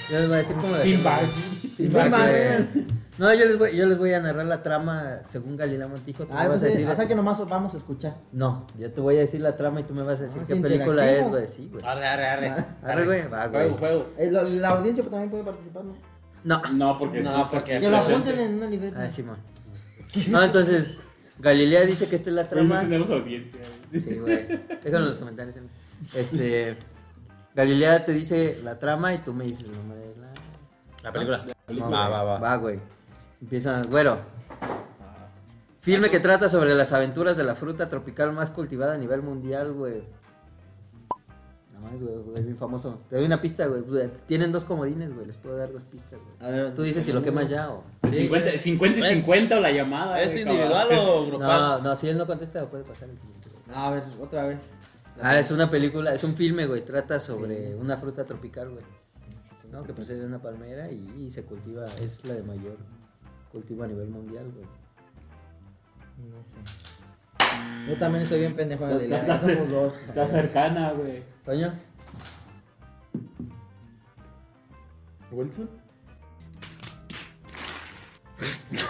Speaker 2: Yo les voy a decir cómo
Speaker 4: Tim
Speaker 2: de.
Speaker 4: Bag.
Speaker 2: Tim
Speaker 3: Tim
Speaker 2: Bag,
Speaker 3: Bag.
Speaker 2: güey. No, yo les, voy, yo les voy a narrar la trama según Galilea Montijo. Tú
Speaker 3: Ah,
Speaker 2: me
Speaker 3: pues,
Speaker 2: vas a
Speaker 3: eh,
Speaker 2: decir.
Speaker 3: o sea que nomás vamos a escuchar.
Speaker 2: No, yo te voy a decir la trama y tú me vas a decir
Speaker 3: Ah,
Speaker 2: qué
Speaker 3: es
Speaker 2: película es,
Speaker 3: interactivo.
Speaker 2: güey. Sí, güey.
Speaker 1: Arre, arre, arre.
Speaker 2: Arre, güey. Va,
Speaker 4: Juego,
Speaker 2: güey.
Speaker 4: juego.
Speaker 3: Eh, lo- la audiencia pues, también puede participar, ¿no?
Speaker 2: No.
Speaker 4: No, porque
Speaker 1: No,
Speaker 4: tú estás
Speaker 1: porque-
Speaker 4: aquí
Speaker 2: pues,
Speaker 3: Que lo
Speaker 4: presente.
Speaker 3: apunten en una libreta.
Speaker 2: Ah, Simón. Ah, No, entonces, Galilea dice que esta es la
Speaker 4: Hoy no
Speaker 2: trama.
Speaker 4: tenemos audiencia. güey.
Speaker 2: Sí, güey. Eso en los comentarios. em. Este. Galilea te dice la trama y tú me dices el nombre de la.
Speaker 5: La película.
Speaker 4: película.
Speaker 5: Va,
Speaker 2: güey.
Speaker 5: va, va.
Speaker 2: Va, güey. Empieza. Güero. Filme que trata sobre las aventuras de la fruta tropical más cultivada a nivel mundial, güey. Nada más, güey, güey, es bien famoso. Te doy una pista, güey. Güey, Tienen dos comodines, güey. Les puedo dar dos pistas, güey.
Speaker 3: A ver,
Speaker 2: Tú dices si lo quemas ya o.
Speaker 4: El 50, 50 y
Speaker 3: Pues,
Speaker 5: Es-
Speaker 4: 50 o la llamada.
Speaker 5: ¿Es
Speaker 4: güey,
Speaker 5: individual
Speaker 4: Ah, cabrón.
Speaker 5: o grupal?
Speaker 2: No, no, si él no contesta, puede pasar el siguiente. güey.
Speaker 3: No, a ver, otra vez.
Speaker 2: Ah, es una película, es un filme, güey. Trata sobre una fruta tropical, güey. ¿No? Que procede de una palmera y, y se cultiva, es la de mayor cultivo a nivel mundial, güey.
Speaker 3: No sé. Yo también estoy bien pendejo de la
Speaker 4: Está- está-
Speaker 3: somos dos.
Speaker 4: Está cercana, güey.
Speaker 2: ¿Toño?
Speaker 4: ¿Wilson?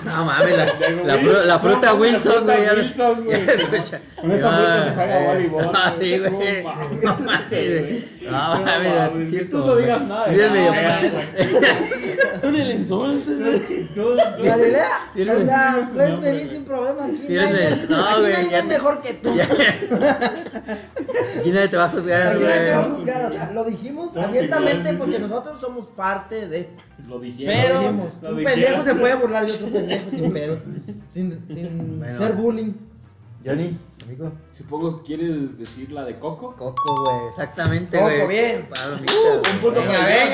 Speaker 2: No
Speaker 4: [LAUGHS]
Speaker 2: mames, la,
Speaker 4: Digo,
Speaker 2: la,
Speaker 4: Wil-
Speaker 2: fru- la fruta
Speaker 4: no, la
Speaker 2: Wilson,
Speaker 4: fruta
Speaker 2: güey. ya lo-
Speaker 4: Wilson, güey.
Speaker 2: ya lo escucha.
Speaker 4: Con esa fruta se
Speaker 2: Ah,
Speaker 4: juega
Speaker 2: eh,
Speaker 4: voleibol.
Speaker 2: ah, sí,
Speaker 4: No
Speaker 2: güey.
Speaker 4: mames,
Speaker 2: No mames.
Speaker 4: güey.
Speaker 2: No
Speaker 4: No
Speaker 2: mames,
Speaker 4: mames,
Speaker 2: Ah, sí
Speaker 4: que
Speaker 2: es
Speaker 4: tú
Speaker 2: como-
Speaker 4: no digas nada de
Speaker 2: sí es
Speaker 4: nada,
Speaker 2: medio-
Speaker 4: Tú ni le insultes, güey. Tú- tú-
Speaker 3: Galilea,
Speaker 2: Sí,
Speaker 3: o sea,
Speaker 4: eres-
Speaker 3: puedes
Speaker 4: no,
Speaker 3: venir
Speaker 4: güey.
Speaker 3: sin problema aquí.
Speaker 2: Sí,
Speaker 3: no hay, nadie-
Speaker 2: eres- no,
Speaker 3: aquí
Speaker 2: güey,
Speaker 3: no hay
Speaker 2: ya
Speaker 3: nadie
Speaker 2: te-
Speaker 3: mejor que tú.
Speaker 2: [LAUGHS] Ya. Aquí nadie te va a juzgar,
Speaker 3: Aquí nadie te va a
Speaker 2: güey.
Speaker 3: juzgar, o sea, lo dijimos
Speaker 4: No,
Speaker 3: abiertamente
Speaker 4: sí, ya.
Speaker 3: porque nosotros somos parte de.
Speaker 4: Lo dijeron.
Speaker 3: Pero
Speaker 4: lo
Speaker 3: dijimos,
Speaker 4: dijimos, lo
Speaker 3: un
Speaker 4: dijeron.
Speaker 3: pendejo se puede burlar de otro pendejo sin pedos, sin, sin
Speaker 2: Bueno.
Speaker 3: ser bullying.
Speaker 2: Johnny, amigo.
Speaker 4: Supongo que quieres decir la de Coco.
Speaker 2: Coco, güey. Exactamente,
Speaker 3: Coco,
Speaker 2: güey.
Speaker 3: bien.
Speaker 2: Palomita,
Speaker 4: un
Speaker 2: güey.
Speaker 4: punto Ah, para el Johnny.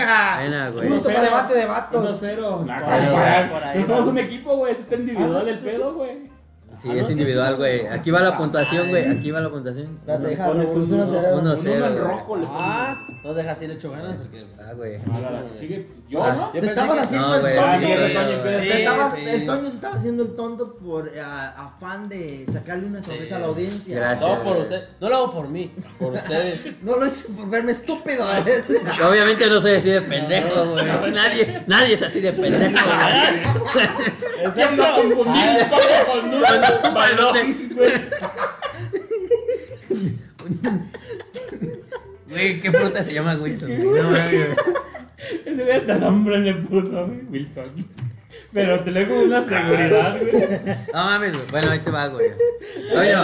Speaker 2: Buena, güey.
Speaker 3: Punto para debate de vatos.
Speaker 4: 1-0. Nah,
Speaker 2: Por ahí, por
Speaker 3: ahí,
Speaker 4: cabrón.
Speaker 3: por ahí,
Speaker 4: No somos
Speaker 3: va.
Speaker 4: un equipo, güey. Este Está individual el pedo, güey.
Speaker 2: Sí, es individual, güey. Aquí va
Speaker 3: Ah,
Speaker 2: la puntuación, güey. Aquí va la puntuación.
Speaker 3: La
Speaker 4: Uno,
Speaker 3: deja,
Speaker 4: pones un
Speaker 3: revoluciona el
Speaker 4: uno,
Speaker 3: cerebro.
Speaker 2: uno,
Speaker 4: Un
Speaker 2: cero,
Speaker 4: uno en
Speaker 2: güey.
Speaker 4: rojo le pones.
Speaker 1: Entonces dejas ir ocho ganas porque.
Speaker 2: Ah, güey.
Speaker 4: Ah, la- la- Sigue. Yo,
Speaker 2: Ah,
Speaker 4: ¿no?
Speaker 1: yo
Speaker 3: Te
Speaker 1: pensé
Speaker 3: estaban
Speaker 1: que-
Speaker 3: haciendo
Speaker 2: No,
Speaker 3: el
Speaker 2: güey.
Speaker 4: Ah,
Speaker 3: tonto.
Speaker 2: sí,
Speaker 4: mierda,
Speaker 2: güey,
Speaker 4: Toño,
Speaker 2: güey.
Speaker 4: espérate.
Speaker 3: Te
Speaker 1: Sí,
Speaker 3: estabas-
Speaker 1: sí.
Speaker 3: El Toño se estaba haciendo el tonto por eh, afán de sacarle una sorpresa a la audiencia.
Speaker 2: Gracias.
Speaker 1: No, por usted. No lo hago por mí, por ustedes.
Speaker 3: No lo hice por verme estúpido.
Speaker 2: Obviamente no soy así de pendejo, güey. Nadie, nadie es así de pendejo,
Speaker 4: [LAUGHS]
Speaker 2: güey.
Speaker 4: Ya me confundí, Coco [LAUGHS] con uno. Balón, güey.
Speaker 2: Güey, ¿qué fruta se llama Wilson? güey? No mames, güey.
Speaker 4: Ese güey hasta nombre le puso, güey, Wilson. Pero te le con una seguridad, güey.
Speaker 2: No mames, güey. Bueno, ahí te va, güey. Toño,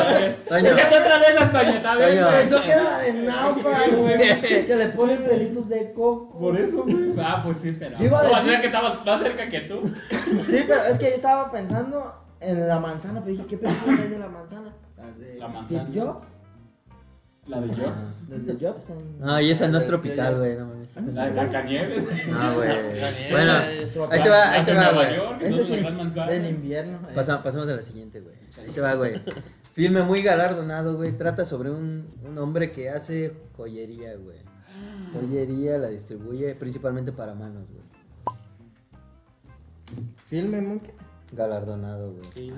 Speaker 2: Toño.
Speaker 4: Échate otra vez hasta que está bien,
Speaker 2: Toño.
Speaker 3: [LAUGHS]
Speaker 4: güey.
Speaker 3: Pensó que era
Speaker 2: [LAUGHS]
Speaker 3: de náufrago.
Speaker 4: güey.
Speaker 3: Que le ponen pelitos de coco.
Speaker 4: Por eso, güey. Ah, pues sí, pero.
Speaker 3: Yo iba a
Speaker 4: No, o
Speaker 3: decir-
Speaker 4: sea que estabas más cerca que tú.
Speaker 3: Sí, pero es que yo estaba pensando en la manzana, pero dije, ¿qué película hay de la manzana? Las de
Speaker 4: La manzana.
Speaker 3: Steve Jobs,
Speaker 4: La de yo.
Speaker 3: las de Jobs. en-
Speaker 2: No, y esa no es tropical, güey. No mames.
Speaker 3: Ah,
Speaker 4: La de Cacanieves.
Speaker 2: No, güey. Bueno, ahí te va, ahí te va, güey.
Speaker 3: Ese sí,
Speaker 4: gran manzana.
Speaker 3: en invierno. eh.
Speaker 2: Pasa- pasemos a la siguiente, güey. Ahí te va, güey. Filme muy galardonado, güey. Trata sobre un, un hombre que hace joyería, güey. Joyería la distribuye principalmente para manos, güey.
Speaker 3: Filme, Monkey.
Speaker 2: Galardonado, güey.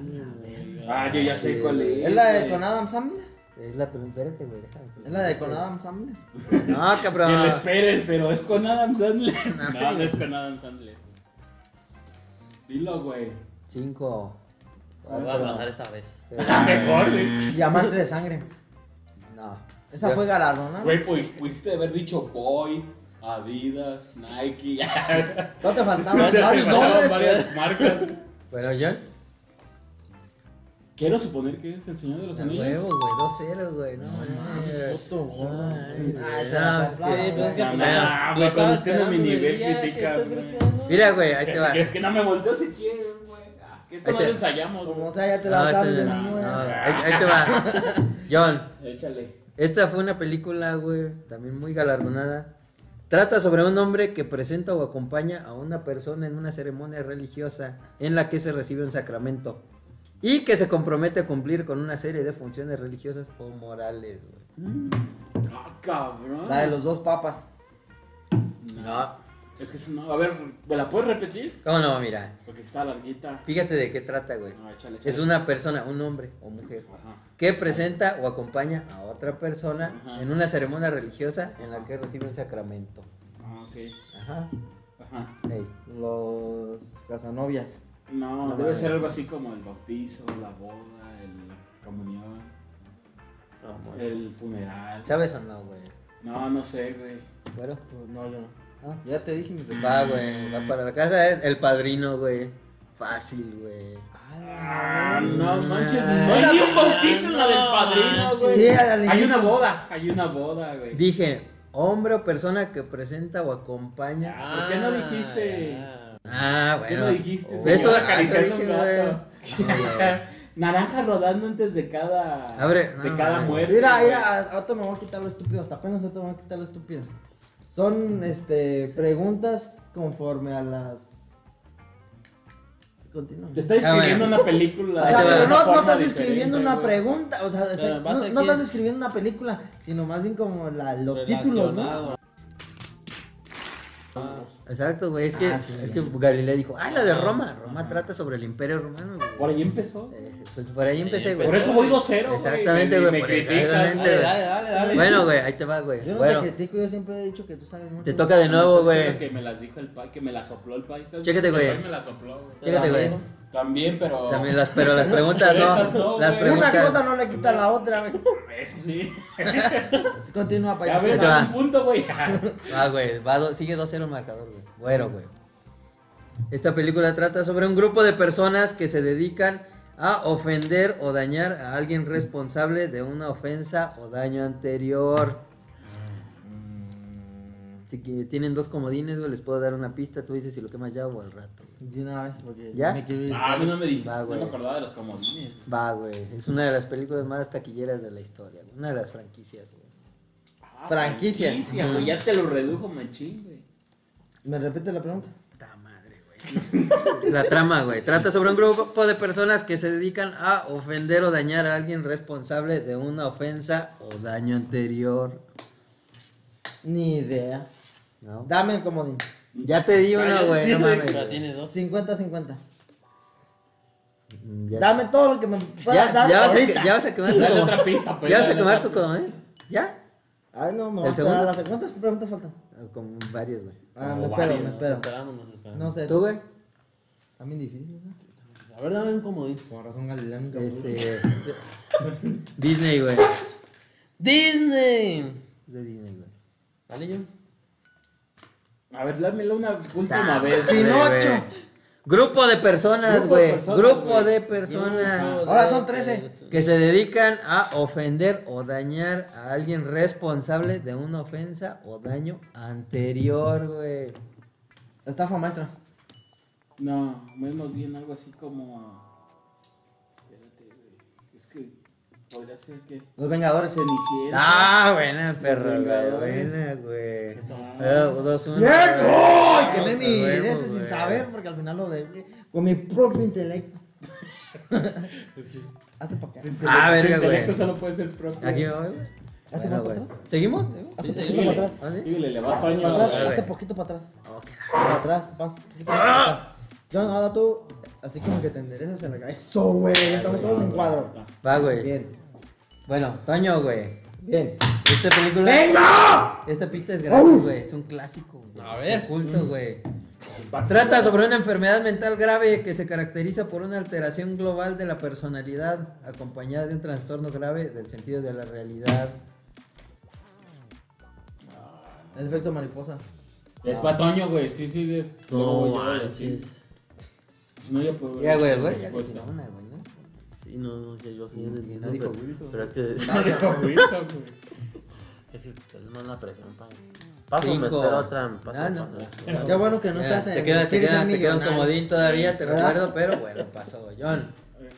Speaker 4: Ah, yo ya sé cuál es.
Speaker 3: ¿Es la de con Adam Sandler?
Speaker 2: Es la película. Espérate, güey. déjame.
Speaker 3: ¿Es la de con
Speaker 2: Este.
Speaker 3: Adam Sandler?
Speaker 2: No,
Speaker 4: Que
Speaker 2: cabrón.
Speaker 4: le esperes, pero es con Adam Sandler. No, no es con Adam Sandler. Dilo, güey.
Speaker 2: Cinco.
Speaker 1: No voy a pasar esta vez.
Speaker 2: tres.
Speaker 4: Ah, mejor, güey.
Speaker 3: Diamante de sangre.
Speaker 2: No.
Speaker 3: Esa fue galardonada.
Speaker 4: Güey, pues pudiste haber dicho Boyd, Adidas, Nike.
Speaker 3: No te
Speaker 4: No
Speaker 3: faltaban
Speaker 4: [LAUGHS] te
Speaker 3: varios
Speaker 4: faltaron
Speaker 3: nombres.
Speaker 4: varias marcas.
Speaker 2: Bueno, John.
Speaker 4: Quiero suponer que es el Señor de los
Speaker 2: A
Speaker 4: Anillos.
Speaker 2: huevo, güey. 2-0, güey. No, mames. Ah,
Speaker 3: Ay, se la
Speaker 2: No,
Speaker 3: soplaron,
Speaker 2: sí,
Speaker 1: pues es que-
Speaker 4: Ah,
Speaker 2: Bueno,
Speaker 4: güey,
Speaker 1: Estaba
Speaker 4: cuando usted no me
Speaker 1: esperando
Speaker 4: ni
Speaker 1: del
Speaker 4: ve
Speaker 1: viaje,
Speaker 4: crítica,
Speaker 1: ¿tú
Speaker 4: güey.
Speaker 1: crees que no?
Speaker 2: Mira, güey, ahí te va.
Speaker 4: Que es que no me volteo si quieren, güey. Ah, Que esto
Speaker 2: Ahí
Speaker 4: no
Speaker 2: te-
Speaker 4: lo ensayamos,
Speaker 3: Como
Speaker 4: güey.
Speaker 3: sea, ya te
Speaker 2: No,
Speaker 3: la
Speaker 2: este-
Speaker 3: sabes de
Speaker 2: no,
Speaker 3: memoria.
Speaker 2: ahí, ahí te va. [LAUGHS] John,
Speaker 4: Échale.
Speaker 2: esta fue una película, güey, también muy galardonada. Trata sobre un hombre que presenta o acompaña a una persona en una ceremonia religiosa en la que se recibe un sacramento y que se compromete a cumplir con una serie de funciones religiosas o morales, güey.
Speaker 4: Ah, cabrón.
Speaker 3: La de los dos papas.
Speaker 4: No. Es que si no, a ver, ¿me la puedes repetir?
Speaker 2: ¿Cómo no? Mira,
Speaker 4: Porque está larguita.
Speaker 2: fíjate de qué trata, güey.
Speaker 4: No, échale, échale.
Speaker 2: Es una persona, un hombre o mujer,
Speaker 4: Ajá.
Speaker 2: que presenta o acompaña a otra persona
Speaker 4: Ajá.
Speaker 2: en una ceremonia religiosa en la que recibe un sacramento.
Speaker 4: Ah, ok.
Speaker 2: Ajá.
Speaker 4: Ajá.
Speaker 2: Ey.
Speaker 3: Los casanovias.
Speaker 4: No,
Speaker 2: No,
Speaker 4: debe
Speaker 2: no,
Speaker 4: ser
Speaker 2: no.
Speaker 4: algo así como el bautizo, la boda, el comunión,
Speaker 1: Pues.
Speaker 4: el funeral.
Speaker 2: ¿Sabes o no, güey?
Speaker 4: No, no sé, güey.
Speaker 2: Bueno,
Speaker 3: Pues No, yo no.
Speaker 2: Ah.
Speaker 3: Ya te dije mi respuesta.
Speaker 2: va, güey, va para la casa, es el padrino, güey. fácil, güey.
Speaker 4: Ah, no manches,
Speaker 2: Ah,
Speaker 4: no hay ni un
Speaker 2: no
Speaker 4: bautizo en la del padrino, güey.
Speaker 3: Sí, al
Speaker 4: hay
Speaker 3: inicio.
Speaker 4: una boda, hay una boda, güey.
Speaker 2: Dije, hombre o persona que presenta o acompaña.
Speaker 4: ¿Por qué no dijiste?
Speaker 6: Ah,
Speaker 2: Ah,
Speaker 4: ¿Qué
Speaker 2: bueno.
Speaker 4: no dijiste?
Speaker 2: Eso,
Speaker 4: señor?
Speaker 2: eso
Speaker 4: Acariciando
Speaker 2: dije,
Speaker 4: un gato.
Speaker 2: güey.
Speaker 4: [LAUGHS] Naranja rodando antes de cada.
Speaker 2: Abre,
Speaker 4: de
Speaker 2: no,
Speaker 4: cada
Speaker 2: no,
Speaker 4: muerte.
Speaker 3: Mira,
Speaker 4: güey.
Speaker 3: mira, ahorita me voy a quitar lo estúpido, hasta apenas ahorita me voy a quitar lo estúpido. Son, este, preguntas conforme a las... Continúa.
Speaker 4: Te
Speaker 2: Ah,
Speaker 4: está describiendo una película.
Speaker 3: O sea,
Speaker 4: de
Speaker 3: pero
Speaker 4: una
Speaker 3: no, no
Speaker 4: forma
Speaker 3: estás
Speaker 4: diferente,
Speaker 3: describiendo una
Speaker 4: güey.
Speaker 3: pregunta, o sea,
Speaker 6: Pero en
Speaker 3: no,
Speaker 6: base a
Speaker 3: no
Speaker 6: quién.
Speaker 3: estás describiendo una película, sino más bien como la- los títulos, ¿no?
Speaker 6: relacionado.
Speaker 2: Exacto, güey. Es que,
Speaker 3: Ah, sí.
Speaker 2: es que Galilea dijo, ah, la de Roma. Roma trata sobre el imperio romano, güey.
Speaker 4: Por ahí empezó.
Speaker 2: Eh, pues por ahí empecé, güey.
Speaker 4: Por eso voy 2-0. güey.
Speaker 2: Exactamente,
Speaker 4: Me-
Speaker 2: güey,
Speaker 4: Me,
Speaker 2: por eso,
Speaker 4: criticas.
Speaker 2: obviamente.
Speaker 6: Dale, dale, dale, dale.
Speaker 2: Bueno, güey, ahí te va, güey.
Speaker 3: Yo no
Speaker 2: Bueno,
Speaker 3: te critico, yo siempre he dicho que tú sabes mucho.
Speaker 2: te toca de nuevo,
Speaker 4: Eso es lo
Speaker 2: güey.
Speaker 4: pues, Que me las dijo el pai, que me las sopló el pai.
Speaker 2: Chécate,
Speaker 4: El
Speaker 2: güey.
Speaker 4: pai me las sopló, güey.
Speaker 2: Chécate, güey.
Speaker 4: También, pero.
Speaker 2: También las, pero las preguntas
Speaker 4: Estas
Speaker 2: no.
Speaker 4: no,
Speaker 2: Las
Speaker 4: güey.
Speaker 3: Una
Speaker 2: preguntas.
Speaker 3: cosa no le quita la otra, güey.
Speaker 4: Eso sí.
Speaker 3: Continúa,
Speaker 2: Pues
Speaker 4: Ya
Speaker 3: payaso.
Speaker 4: ves,
Speaker 2: va.
Speaker 4: a un punto,
Speaker 2: [LAUGHS]
Speaker 4: güey.
Speaker 2: Ah, güey, va do- sigue 2-0 el marcador, güey. Bueno, güey. Esta película trata sobre un grupo de personas que se dedican a ofender o dañar a alguien responsable de una ofensa o daño anterior. Así que tienen dos comodines, güey. Les puedo dar una pista. Tú dices si lo quemas ya o al rato.
Speaker 3: De una vez, porque
Speaker 2: ¿Ya?
Speaker 3: me quiero ir.
Speaker 4: Ah, a mí no me dijiste.
Speaker 2: Va,
Speaker 4: No
Speaker 2: güey.
Speaker 4: me acordaba de los comodines.
Speaker 2: Va, güey. Es una de las películas más taquilleras de la historia, güey. Una de las franquicias, güey.
Speaker 4: Ah,
Speaker 3: Franquicias.
Speaker 4: franquicia, güey. Ya te lo redujo, machín, güey.
Speaker 3: ¿Me repite la pregunta?
Speaker 2: Puta madre, güey. [LAUGHS] La trama, güey. Trata sobre un grupo de personas que se dedican a ofender o dañar a alguien responsable de una ofensa o daño anterior.
Speaker 3: Ni idea.
Speaker 2: ¿no?
Speaker 3: Dame el comodín.
Speaker 2: Ya te di una, güey. No mames.
Speaker 6: Pero tiene dos.
Speaker 3: 50-50.
Speaker 2: Mm, Ya,
Speaker 3: Dame todo lo que me
Speaker 2: ya,
Speaker 3: puedas
Speaker 2: ya
Speaker 3: dar
Speaker 2: vas a, que-
Speaker 3: ahorita.
Speaker 2: ya vas a quemar tu
Speaker 4: Dale
Speaker 2: como-
Speaker 4: otra pista, pues.
Speaker 2: Ya vas a
Speaker 4: dale
Speaker 2: quemar
Speaker 4: otra
Speaker 2: tu
Speaker 4: pista.
Speaker 2: como, ¿eh? ¿Ya?
Speaker 3: Ay, no, me
Speaker 2: ¿El
Speaker 3: vas a
Speaker 2: segundo?
Speaker 3: dar las ¿Cuántas preguntas faltan?
Speaker 2: Ah, Con varios, güey.
Speaker 3: Ah,
Speaker 4: Como
Speaker 3: me espero,
Speaker 4: varios,
Speaker 3: me
Speaker 6: Nos
Speaker 3: espero.
Speaker 6: esperamos, nos esperamos.
Speaker 3: No sé.
Speaker 2: ¿Tú, güey?
Speaker 3: También difícil, ¿no?
Speaker 6: A ver, dame un comodín.
Speaker 3: Con razón Galilea nunca
Speaker 2: Este. [LAUGHS] Disney, güey.
Speaker 6: Disney.
Speaker 2: Es de Disney, güey.
Speaker 6: ¿Vale, yo?
Speaker 4: A ver, dámelo una
Speaker 2: Ah.
Speaker 4: última vez. güey.
Speaker 3: Ah, Pinocho.
Speaker 2: Güey, güey. Grupo de personas,
Speaker 4: Grupo de
Speaker 2: güey.
Speaker 4: personas,
Speaker 2: Grupo
Speaker 4: güey.
Speaker 2: de
Speaker 1: ah,
Speaker 2: personas.
Speaker 4: Grupo
Speaker 3: Ahora son 13.
Speaker 2: que se dedican a ofender o dañar a alguien responsable de una ofensa o daño anterior, güey.
Speaker 3: Estafa maestra.
Speaker 4: No, menos bien algo así como. Espérate, güey. Es que podría ser que.
Speaker 3: Los Vengadores.
Speaker 4: Cenicienta.
Speaker 2: Ah, buena perro, güey.
Speaker 4: Vengadores.
Speaker 2: Buena, güey.
Speaker 4: Ah.
Speaker 2: Ah, dos, uno.
Speaker 3: ¡Bien! ¡Ay! Quemé mi
Speaker 2: Huevo,
Speaker 3: ese sin
Speaker 2: güey.
Speaker 3: saber porque al final lo de con mi propio intelecto. Hazte pa' acá.
Speaker 2: Ah,
Speaker 4: Tu
Speaker 2: verga,
Speaker 4: intelecto
Speaker 2: güey.
Speaker 4: solo puede ser propio.
Speaker 2: Aquí va, güey.
Speaker 3: ¿Hace cuánto
Speaker 2: Bueno, güey.
Speaker 3: atrás?
Speaker 2: ¿Seguimos?
Speaker 3: Hazte
Speaker 6: Sí,
Speaker 3: poquito
Speaker 6: sí.
Speaker 3: para atrás.
Speaker 2: ¿Ah, sí?
Speaker 4: Sí, le levanto año.
Speaker 3: Para atrás,
Speaker 2: güey.
Speaker 3: hazte poquito para atrás.
Speaker 2: Ok.
Speaker 3: Para atrás, vas. poquito para atrás. John, ahora tú, así como que te enderezas en la cabeza. Eso, güey. ya Estamos todos en cuadro.
Speaker 2: Va, güey.
Speaker 3: Bien,
Speaker 2: Bueno, Toño, güey.
Speaker 3: bien.
Speaker 2: Esta película. ¡Venga! Esta pista es grande, güey. Es un clásico, güey.
Speaker 6: A ver.
Speaker 2: Culto, güey. Trata sobre una enfermedad mental grave que se caracteriza por una alteración global de la personalidad, acompañada de un trastorno grave del sentido de la realidad.
Speaker 3: El efecto mariposa.
Speaker 4: Es patoño, güey. Sí, sí, güey.
Speaker 1: No
Speaker 4: güey,
Speaker 1: manches.
Speaker 4: sí. No, yo puedo. Pues,
Speaker 2: Ya, güey, el güey, ya le tiró una, güey, ¿no?
Speaker 1: Sí, no, no, ya yo sí no entiendo,
Speaker 2: no dijo
Speaker 1: pero-
Speaker 2: Wilson.
Speaker 1: Pero es que es,
Speaker 4: [LAUGHS]
Speaker 1: que ustedes mandan la presión para. Paso, me
Speaker 2: Cinco.
Speaker 1: espero otra. Paso,
Speaker 2: Ah, no.
Speaker 1: paso.
Speaker 3: Qué bueno que no
Speaker 2: Mira,
Speaker 3: estás en.
Speaker 2: te queda, te
Speaker 3: quieres
Speaker 2: queda,
Speaker 3: ser
Speaker 2: te queda un
Speaker 3: millonario.
Speaker 2: comodín todavía, te
Speaker 3: ¿Verdad?
Speaker 2: recuerdo, pero bueno, pasó, John.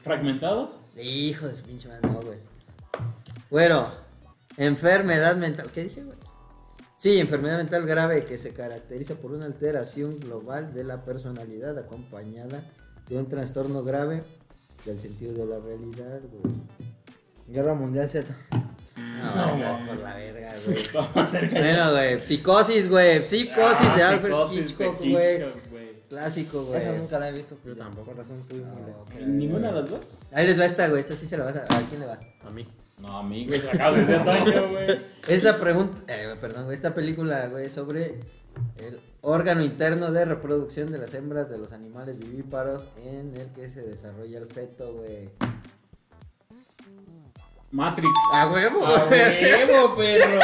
Speaker 4: ¿Fragmentado?
Speaker 2: Hijo de su pinche madre, no, güey. Bueno, enfermedad mental. ¿Qué dije, güey? Sí, enfermedad mental grave que se caracteriza por una alteración global de la personalidad acompañada de un trastorno grave del sentido de la realidad, güey.
Speaker 3: Guerra Mundial Z.
Speaker 2: No, estás por la verga, güey. Bueno, güey, psicosis, güey. Psicosis de
Speaker 4: Ah,
Speaker 2: Alfred
Speaker 4: psicosis de
Speaker 2: Hitchcock, güey.
Speaker 4: Hitchcock, güey.
Speaker 2: Clásico, güey.
Speaker 3: Esa nunca la he visto.
Speaker 1: Yo tampoco.
Speaker 3: Por razón, fui muy lejos.
Speaker 4: ¿Ninguna de las dos?
Speaker 2: Ahí les va esta, güey. Esta sí se la vas a... ¿A quién le va?
Speaker 1: A mí.
Speaker 4: No, amigo, se acaba de decir [LAUGHS] Toño, güey.
Speaker 2: Esta pregunta, eh, perdón, güey, esta película, güey, es sobre el órgano interno de reproducción de las hembras de los animales vivíparos en el que se desarrolla el feto, güey.
Speaker 4: Matrix.
Speaker 2: ¡A huevo, [LAUGHS]
Speaker 4: ¡A
Speaker 2: Ah, güey!
Speaker 4: [LAUGHS] huevo, perro!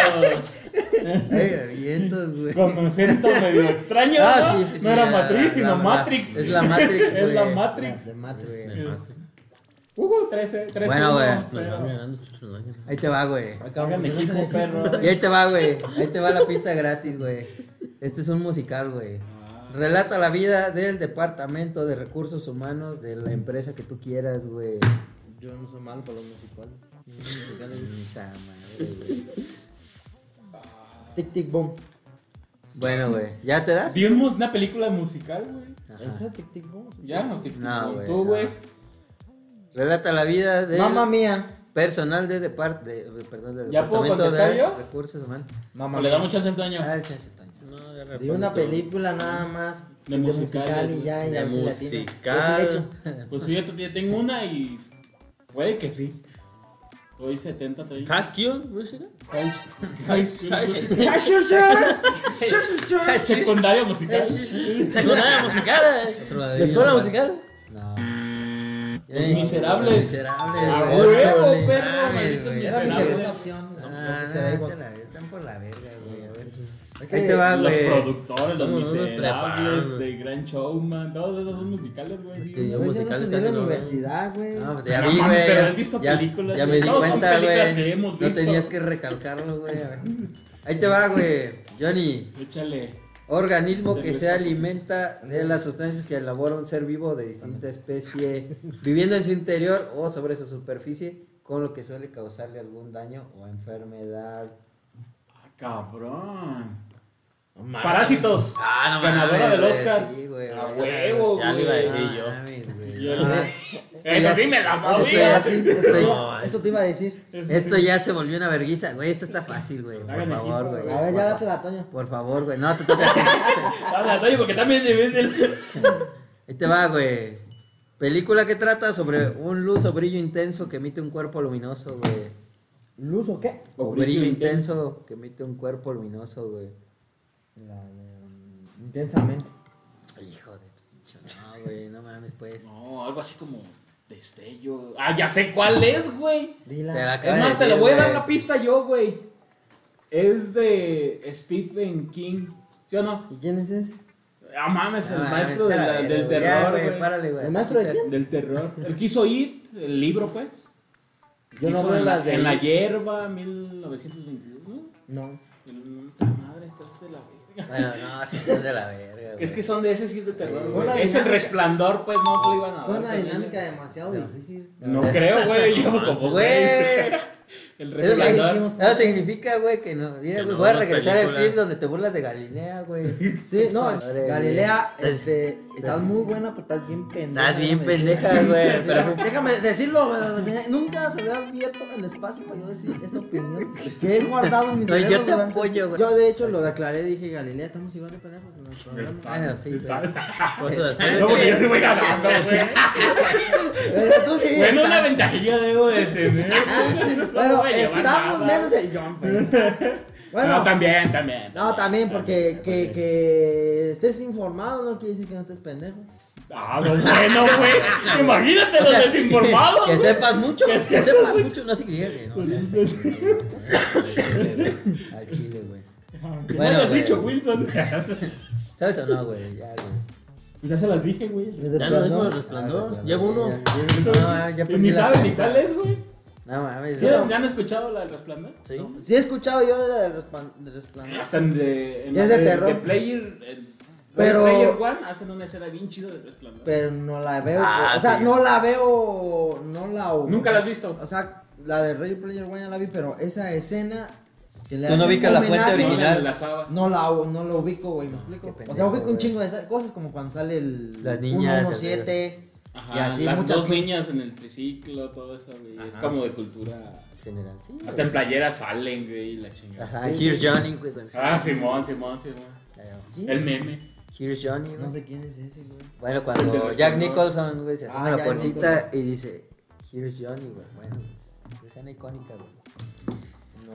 Speaker 2: Ay, vientos, güey.
Speaker 4: Con concepto medio extraño. ¿no?
Speaker 2: Ah, sí, sí, sí,
Speaker 4: No era
Speaker 2: la-
Speaker 4: Matriz,
Speaker 2: la-
Speaker 4: sino
Speaker 2: la-
Speaker 4: Matrix.
Speaker 2: es la Matrix,
Speaker 4: [LAUGHS] es la
Speaker 2: güey.
Speaker 4: Matrix.
Speaker 3: De Matrix.
Speaker 2: Güey.
Speaker 7: Matrix.
Speaker 4: Hugo, 13, 13.
Speaker 2: Bueno, güey,
Speaker 4: pues,
Speaker 2: pues,
Speaker 7: Nos van ganando, nos van ganando.
Speaker 2: Ahí te va, güey.
Speaker 4: Hagan equipo, perro.
Speaker 2: [LAUGHS] Y ahí te va, güey. Ahí te va la pista gratis, güey. Este es un musical, güey. Relata la vida del departamento de recursos humanos de la empresa que tú quieras, güey.
Speaker 3: Yo no soy malo para los musicales.
Speaker 2: Puta madre, güey.
Speaker 3: Tic Tic Boom.
Speaker 2: Bueno, güey. ¿Ya te das?
Speaker 4: Vi un mu- una película musical, güey.
Speaker 2: Ajá.
Speaker 3: ¿Esa Tic Tic Boom?
Speaker 4: Ya, no te
Speaker 2: No, güey,
Speaker 4: Tú, güey.
Speaker 2: no. Relata la vida del
Speaker 3: Mamma mía.
Speaker 2: personal de depart de- perdón, del
Speaker 4: ¿Ya puedo
Speaker 2: departamento
Speaker 4: contestar
Speaker 2: de
Speaker 4: yo?
Speaker 2: recursos humanos.
Speaker 3: Mamma
Speaker 4: O le damos chance al Toño.
Speaker 2: Ah, el chance, Toño.
Speaker 7: No, ya
Speaker 3: De una película nada más.
Speaker 4: De
Speaker 3: De,
Speaker 4: musical,
Speaker 3: musical,
Speaker 4: güey.
Speaker 3: y ya. y
Speaker 7: De
Speaker 3: a ver si la tiene.
Speaker 7: musical.
Speaker 3: Yo sí le echo.
Speaker 4: Pues sí, yo todavía tengo una y. Puede que sí. Estoy 70, estoy.
Speaker 7: Haskell, ¿no
Speaker 1: [LAUGHS]
Speaker 7: es ella?
Speaker 3: [LAUGHS] Cha, cha, cha. Cha, cha, cha.
Speaker 4: [LAUGHS] Secundaria musical.
Speaker 7: Secundaria musical. eh.
Speaker 2: Otro lado de
Speaker 7: La
Speaker 2: ella,
Speaker 7: escuela
Speaker 2: ¿no?
Speaker 7: musical.
Speaker 2: No.
Speaker 4: Los
Speaker 2: Eh,
Speaker 4: Miserables.
Speaker 2: Los miserables.
Speaker 4: A
Speaker 2: güey.
Speaker 4: huevo,
Speaker 2: Chole,
Speaker 4: perro,
Speaker 2: sabes,
Speaker 4: maldito pues,
Speaker 2: güey.
Speaker 3: Era mi
Speaker 4: miserable.
Speaker 3: segunda opción.
Speaker 2: Ah,
Speaker 3: Lo que sea,
Speaker 2: ahí
Speaker 3: igual.
Speaker 2: te la ves, están por la verga, güey. a ver.
Speaker 3: que
Speaker 2: Ahí te va,
Speaker 4: Los
Speaker 2: güey.
Speaker 4: productores, los
Speaker 7: No, no los
Speaker 4: miserables,
Speaker 7: preparan.
Speaker 4: de Gran Showman, todos esos son musicales, güey.
Speaker 7: que
Speaker 4: sí.
Speaker 7: yo-
Speaker 3: Güey, yo no
Speaker 7: musicales
Speaker 3: estudié en la
Speaker 7: casi no veo.
Speaker 3: universidad, güey.
Speaker 2: No, pues ya
Speaker 4: No
Speaker 2: vi,
Speaker 4: mames,
Speaker 2: güey.
Speaker 4: pero
Speaker 2: ya-
Speaker 4: has visto
Speaker 2: ya-
Speaker 4: películas,
Speaker 2: Ya
Speaker 4: sí.
Speaker 2: me di
Speaker 4: Todos son
Speaker 2: cuenta,
Speaker 4: películas que
Speaker 2: güey.
Speaker 4: hemos
Speaker 2: No
Speaker 4: visto.
Speaker 2: tenías que recalcarlo,
Speaker 4: [LAUGHS]
Speaker 2: güey. Ahí te va, güey. Johnny.
Speaker 4: Échale.
Speaker 2: Organismo que se alimenta de las sustancias que elabora un ser vivo de distinta especie, viviendo en su interior o sobre su superficie, con lo que suele causarle algún daño o enfermedad.
Speaker 4: Ah, cabrón. Parásitos.
Speaker 7: Ah, no
Speaker 4: Ganadora
Speaker 2: mames,
Speaker 4: del Oscar.
Speaker 2: sí, güey,
Speaker 4: A
Speaker 2: güey. Ah,
Speaker 4: huevo,
Speaker 7: Ya le iba a
Speaker 4: güey.
Speaker 7: decir. Este Sí, yo.
Speaker 2: mames, güey.
Speaker 4: Yo-
Speaker 2: Ah,
Speaker 4: Eso sí me
Speaker 7: este
Speaker 4: la
Speaker 2: esto
Speaker 4: sabía.
Speaker 2: ya,
Speaker 3: Así, esto-
Speaker 2: esto-
Speaker 7: No,
Speaker 3: Eso te iba a decir.
Speaker 2: esto
Speaker 7: este
Speaker 2: ya se volvió una verguiza, güey. Esto está fácil, güey. Por
Speaker 4: Hagan
Speaker 2: favor,
Speaker 4: equipo,
Speaker 2: güey.
Speaker 3: A ver, ya dásela, Toño.
Speaker 2: Por favor, güey. No, te toca.
Speaker 4: Dale, Toño, porque también debes el.
Speaker 2: Ahí te va, güey. Película que trata sobre un luz o brillo intenso que emite un cuerpo luminoso, güey.
Speaker 3: ¿Luz o qué?
Speaker 4: O
Speaker 2: O,
Speaker 4: brillo [LAUGHS]
Speaker 2: brillo, intenso. que emite un cuerpo luminoso, güey.
Speaker 3: La de, um, Intensamente.
Speaker 2: Hijo de tu pinche- No, güey, no mames, pues.
Speaker 4: No, algo así como destello. Ah, ya sé cuál es, güey.
Speaker 3: Dila.
Speaker 2: Te la acabo
Speaker 4: Es
Speaker 2: de
Speaker 4: más, te
Speaker 2: decir,
Speaker 4: le voy a dar
Speaker 2: güey.
Speaker 4: la pista yo, güey. Es de Stephen King. ¿Sí o no?
Speaker 3: ¿Y quién es ese?
Speaker 4: Ah, mames,
Speaker 2: No
Speaker 4: el
Speaker 2: mames,
Speaker 4: maestro
Speaker 2: te
Speaker 4: de
Speaker 2: la
Speaker 4: la-
Speaker 2: verga,
Speaker 4: del
Speaker 2: güey. Ya,
Speaker 4: terror,
Speaker 2: güey.
Speaker 4: güey.
Speaker 2: Párale, güey.
Speaker 3: ¿El maestro de quién?
Speaker 4: Del terror. El que hizo It, el libro, pues.
Speaker 3: Yo no
Speaker 4: Hizo
Speaker 3: veo
Speaker 4: en,
Speaker 3: las de
Speaker 4: En la
Speaker 3: It.
Speaker 4: hierba, 1921.
Speaker 3: No.
Speaker 4: Puta madre, estás de la verga.
Speaker 2: Bueno, no, así estás de la verga, güey.
Speaker 4: Es que son de ese sí es de terror,
Speaker 3: Fue
Speaker 4: güey.
Speaker 3: una
Speaker 4: Es el
Speaker 3: dinámica-
Speaker 4: resplandor, pues no te lo iban a dar.
Speaker 3: Fue una
Speaker 4: también.
Speaker 3: dinámica demasiado difícil.
Speaker 4: No creo,
Speaker 3: [LAUGHS]
Speaker 4: güey. Yo como seis.
Speaker 2: Güey.
Speaker 4: El
Speaker 2: Eso,
Speaker 3: Recuerda que
Speaker 4: resplandor.
Speaker 2: significa,
Speaker 3: dijimos-
Speaker 2: eso significa, güey, que no. Mira,
Speaker 7: Que
Speaker 2: güey,
Speaker 7: no
Speaker 2: voy a
Speaker 7: vemos
Speaker 2: regresar al
Speaker 7: películas.
Speaker 2: clip donde te burlas de Galilea, güey.
Speaker 3: Sí, no,
Speaker 2: Madre
Speaker 3: Galilea,
Speaker 2: mía.
Speaker 3: este, estás
Speaker 2: estás-
Speaker 3: muy buena, pero estás bien pendeja.
Speaker 2: Estás bien
Speaker 3: déjame decir.
Speaker 2: pendeja,
Speaker 3: [LAUGHS]
Speaker 2: güey. Pero
Speaker 3: Déjame- Déjame decirlo, güey, tenía- nunca se había abierto el espacio para yo decir esta opinión que he guardado en mis
Speaker 2: No, yo
Speaker 3: cerebros
Speaker 2: te
Speaker 3: durante-
Speaker 2: apoyo, güey.
Speaker 3: Yo de hecho lo declaré, dije, Galilea, estamos igual de pendejos. en el programa".
Speaker 2: Bueno, sí, pero-
Speaker 1: [LAUGHS]
Speaker 7: ¿Cuánto de
Speaker 4: No, porque yo sí voy ganando, güey.
Speaker 3: Pero tú sí,
Speaker 4: Bueno, una
Speaker 3: está-
Speaker 4: ventaja yo debo de tener. güey. No
Speaker 3: pero
Speaker 4: voy a llevar
Speaker 3: estamos
Speaker 4: nada.
Speaker 3: menos el John, pues.
Speaker 4: [LAUGHS]
Speaker 3: Bueno,
Speaker 4: No, también, también.
Speaker 3: no, también, porque que, que estés informado no quiere decir que no estés pendejo.
Speaker 4: Ah, no, bueno, güey. Imagínate
Speaker 2: O sea,
Speaker 4: los desinformados.
Speaker 2: [LAUGHS] Que
Speaker 4: güey.
Speaker 2: sepas mucho, que sepas mucho. No significa que no. seas pendejo, güey. Al chile, güey.
Speaker 4: Aunque
Speaker 2: Bueno,
Speaker 4: no hayas
Speaker 2: güey.
Speaker 4: dicho, Wilson. [LAUGHS]
Speaker 2: ¿Sabes o no, güey? Ya, güey.
Speaker 4: Ya se las dije, güey.
Speaker 7: Ya lo dijo el resplandor. Llevo uno.
Speaker 2: No, ya
Speaker 4: Y
Speaker 2: perdí
Speaker 4: ni
Speaker 2: la
Speaker 4: sabes ni
Speaker 2: cuenta.
Speaker 4: cuál es, güey.
Speaker 2: No mames.
Speaker 4: ¿Sí, ¿Ya han escuchado la del resplandor?
Speaker 7: Sí.
Speaker 3: Sí he escuchado yo de la del respan- del resplandor.
Speaker 4: Hasta en de, en
Speaker 3: Ya es
Speaker 4: la
Speaker 3: de terror.
Speaker 4: de Player, en
Speaker 3: Pero-
Speaker 4: Player One hacen una escena bien chida de Resplandor.
Speaker 3: Pero no la veo.
Speaker 7: Ah,
Speaker 3: güey. o sea,
Speaker 7: sí.
Speaker 3: no la veo. No la oigo.
Speaker 4: Nunca la has visto.
Speaker 3: O sea, la de Ray Player One ya la vi, pero esa escena que le
Speaker 2: Tú no
Speaker 3: hacen
Speaker 2: ubicas la
Speaker 3: homenaje,
Speaker 2: fuente
Speaker 4: Ponen
Speaker 2: original.
Speaker 4: las habas.
Speaker 3: No la, o- no la ubico, güey, me
Speaker 2: qué
Speaker 3: explico.
Speaker 2: pendejo,
Speaker 3: o sea, ubico
Speaker 2: güey.
Speaker 3: un chingo de esas cosas como cuando sale el
Speaker 2: Las niñas,
Speaker 3: 117
Speaker 4: Ajá,
Speaker 3: y así
Speaker 4: las
Speaker 3: muchas
Speaker 4: dos
Speaker 3: cosas.
Speaker 4: niñas en el triciclo, todo eso, güey. Es
Speaker 7: Ajá.
Speaker 4: como de cultura.
Speaker 2: General, sí.
Speaker 4: Hasta en playera salen, güey, y la chingada.
Speaker 2: Ajá, Here's Johnny, güey. con su-
Speaker 4: Ah, Simón, Simón, Simón.
Speaker 3: ¿Quién?
Speaker 4: El meme.
Speaker 2: Here's Johnny,
Speaker 3: No
Speaker 2: güey.
Speaker 3: sé quién es ese, güey.
Speaker 2: Bueno,
Speaker 4: El de
Speaker 2: cuando
Speaker 4: los
Speaker 2: Jack
Speaker 4: tambores.
Speaker 2: Nicholson, güey, se asoma
Speaker 3: Ah,
Speaker 2: a la
Speaker 3: Jack
Speaker 2: puertita y dice, Here's Johnny, güey. Bueno, es escena icónica, güey.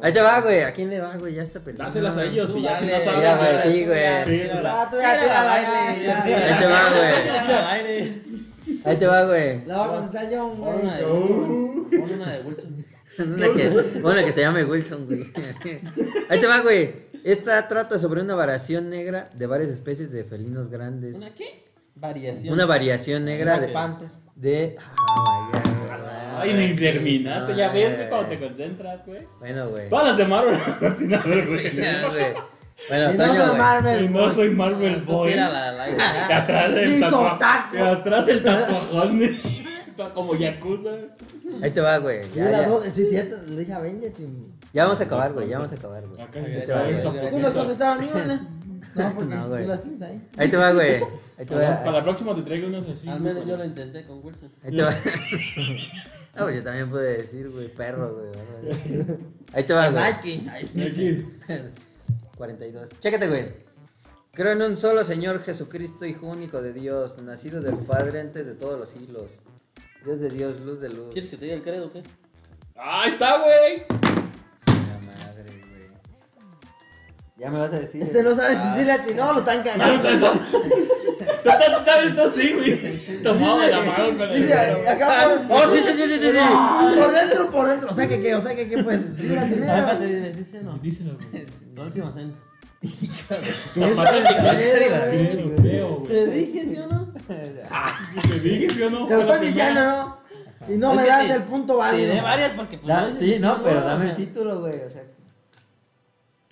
Speaker 2: Ahí te va, güey. ¿A quién le va, güey? Ya está perdido.
Speaker 4: Dáselas a ellos y ya si no
Speaker 2: dale,
Speaker 4: saben.
Speaker 2: ya,
Speaker 4: ya-
Speaker 2: sí, güey.
Speaker 4: Sí,
Speaker 3: Ah, tú ya tírala, ya.
Speaker 2: Ahí te va, güey. Ahí te va, güey. [LAUGHS]
Speaker 3: La va a contestar John, güey.
Speaker 1: Una de Wilson. Pon una de Wilson.
Speaker 2: Una que, una que se llame Wilson, güey. [LAUGHS] Ahí te va, güey. Esta trata sobre una variación negra de varias especies de felinos grandes.
Speaker 1: ¿Una qué? Variación.
Speaker 2: Una variación negra
Speaker 1: Una
Speaker 2: de
Speaker 1: panther.
Speaker 2: de. Ah, my God, güey.
Speaker 4: Ay, ni terminaste.
Speaker 2: Ay,
Speaker 4: Ya ves,
Speaker 2: güey.
Speaker 4: güey, cuando te concentras, güey.
Speaker 2: Bueno, güey.
Speaker 4: Todas las de Marvel [LAUGHS] las atinado el güey.
Speaker 2: Sí, ya, güey. Bueno,
Speaker 3: Y no
Speaker 2: Toño,
Speaker 3: soy
Speaker 2: güey.
Speaker 3: Marvel.
Speaker 4: Y no soy Marvel Boy.
Speaker 1: Mira la- la-
Speaker 4: De atrás
Speaker 3: Ni
Speaker 4: el
Speaker 3: sotaco.
Speaker 4: tatuaje. De atrás el tatuajón. [LAUGHS] Está como Yakuza.
Speaker 2: Ahí te va, güey.
Speaker 3: Y
Speaker 2: Ya,
Speaker 3: la
Speaker 2: ya.
Speaker 3: dos- sí, cierto, le dije Avengers y-
Speaker 2: Ya vamos a acabar, güey. Ya vamos a acabar, güey.
Speaker 4: Acá
Speaker 1: Ahí
Speaker 4: se
Speaker 1: está,
Speaker 4: trae
Speaker 1: ahí
Speaker 4: esta
Speaker 1: está.
Speaker 3: Tú no has
Speaker 4: potencia.
Speaker 3: contestado ni una. No, porque
Speaker 2: [LAUGHS] No, güey.
Speaker 3: tú las tienes ahí.
Speaker 2: Ahí te va, güey. Ahí te
Speaker 4: Para para
Speaker 2: va.
Speaker 4: la próxima te traigo unos así.
Speaker 1: Al
Speaker 4: güey,
Speaker 1: menos yo
Speaker 4: con-
Speaker 1: lo intenté con Wilson.
Speaker 2: Ahí te va. [LAUGHS] Ah, pues yo también pude decir, güey, perro, güey. güey. Ahí te va, güey.
Speaker 3: Nike. Ahí está.
Speaker 4: Aquí.
Speaker 2: 42. Chécate, güey. Creo en un solo Señor Jesucristo, Hijo único de Dios, nacido del Padre antes de todos los siglos. Dios de Dios, luz de luz.
Speaker 1: ¿Quieres que te diga el credo o qué?
Speaker 4: ¡Ah, está, güey!
Speaker 2: La madre, güey. Ya me vas a decir.
Speaker 3: Este no sabe si sí le atinó, lo
Speaker 4: Ah,
Speaker 3: están cagando.
Speaker 4: Está está- está así, güey. Tomado de la mano con el.
Speaker 3: [LAUGHS] Dice, acá por,
Speaker 2: Oh, sí, sí, sí, sí, sí. sí.
Speaker 3: [LAUGHS] por dentro, por dentro. O sea que qué, o sea que qué, pues sí la atiné.
Speaker 1: Ay, espérate, ¿sí, sí o no?
Speaker 4: Díselo, güey.
Speaker 1: La última cena.
Speaker 4: Pinche
Speaker 3: Te
Speaker 4: europeo, güey.
Speaker 1: ¿Te dije sí o no?
Speaker 4: Ah, Te dije, ¿sí o no?
Speaker 3: lo
Speaker 4: pues, Fue la
Speaker 3: estoy diciendo,
Speaker 4: primera.
Speaker 3: ¿no? Y no
Speaker 1: Es
Speaker 3: me
Speaker 1: que
Speaker 3: das
Speaker 1: te-
Speaker 3: el punto
Speaker 1: Te
Speaker 3: válido.
Speaker 1: dé varias porque pues,
Speaker 2: Da-
Speaker 1: veces
Speaker 2: sí,
Speaker 1: Ah, sí,
Speaker 2: no, pero dame el
Speaker 1: o sea.
Speaker 2: título, güey. O sea,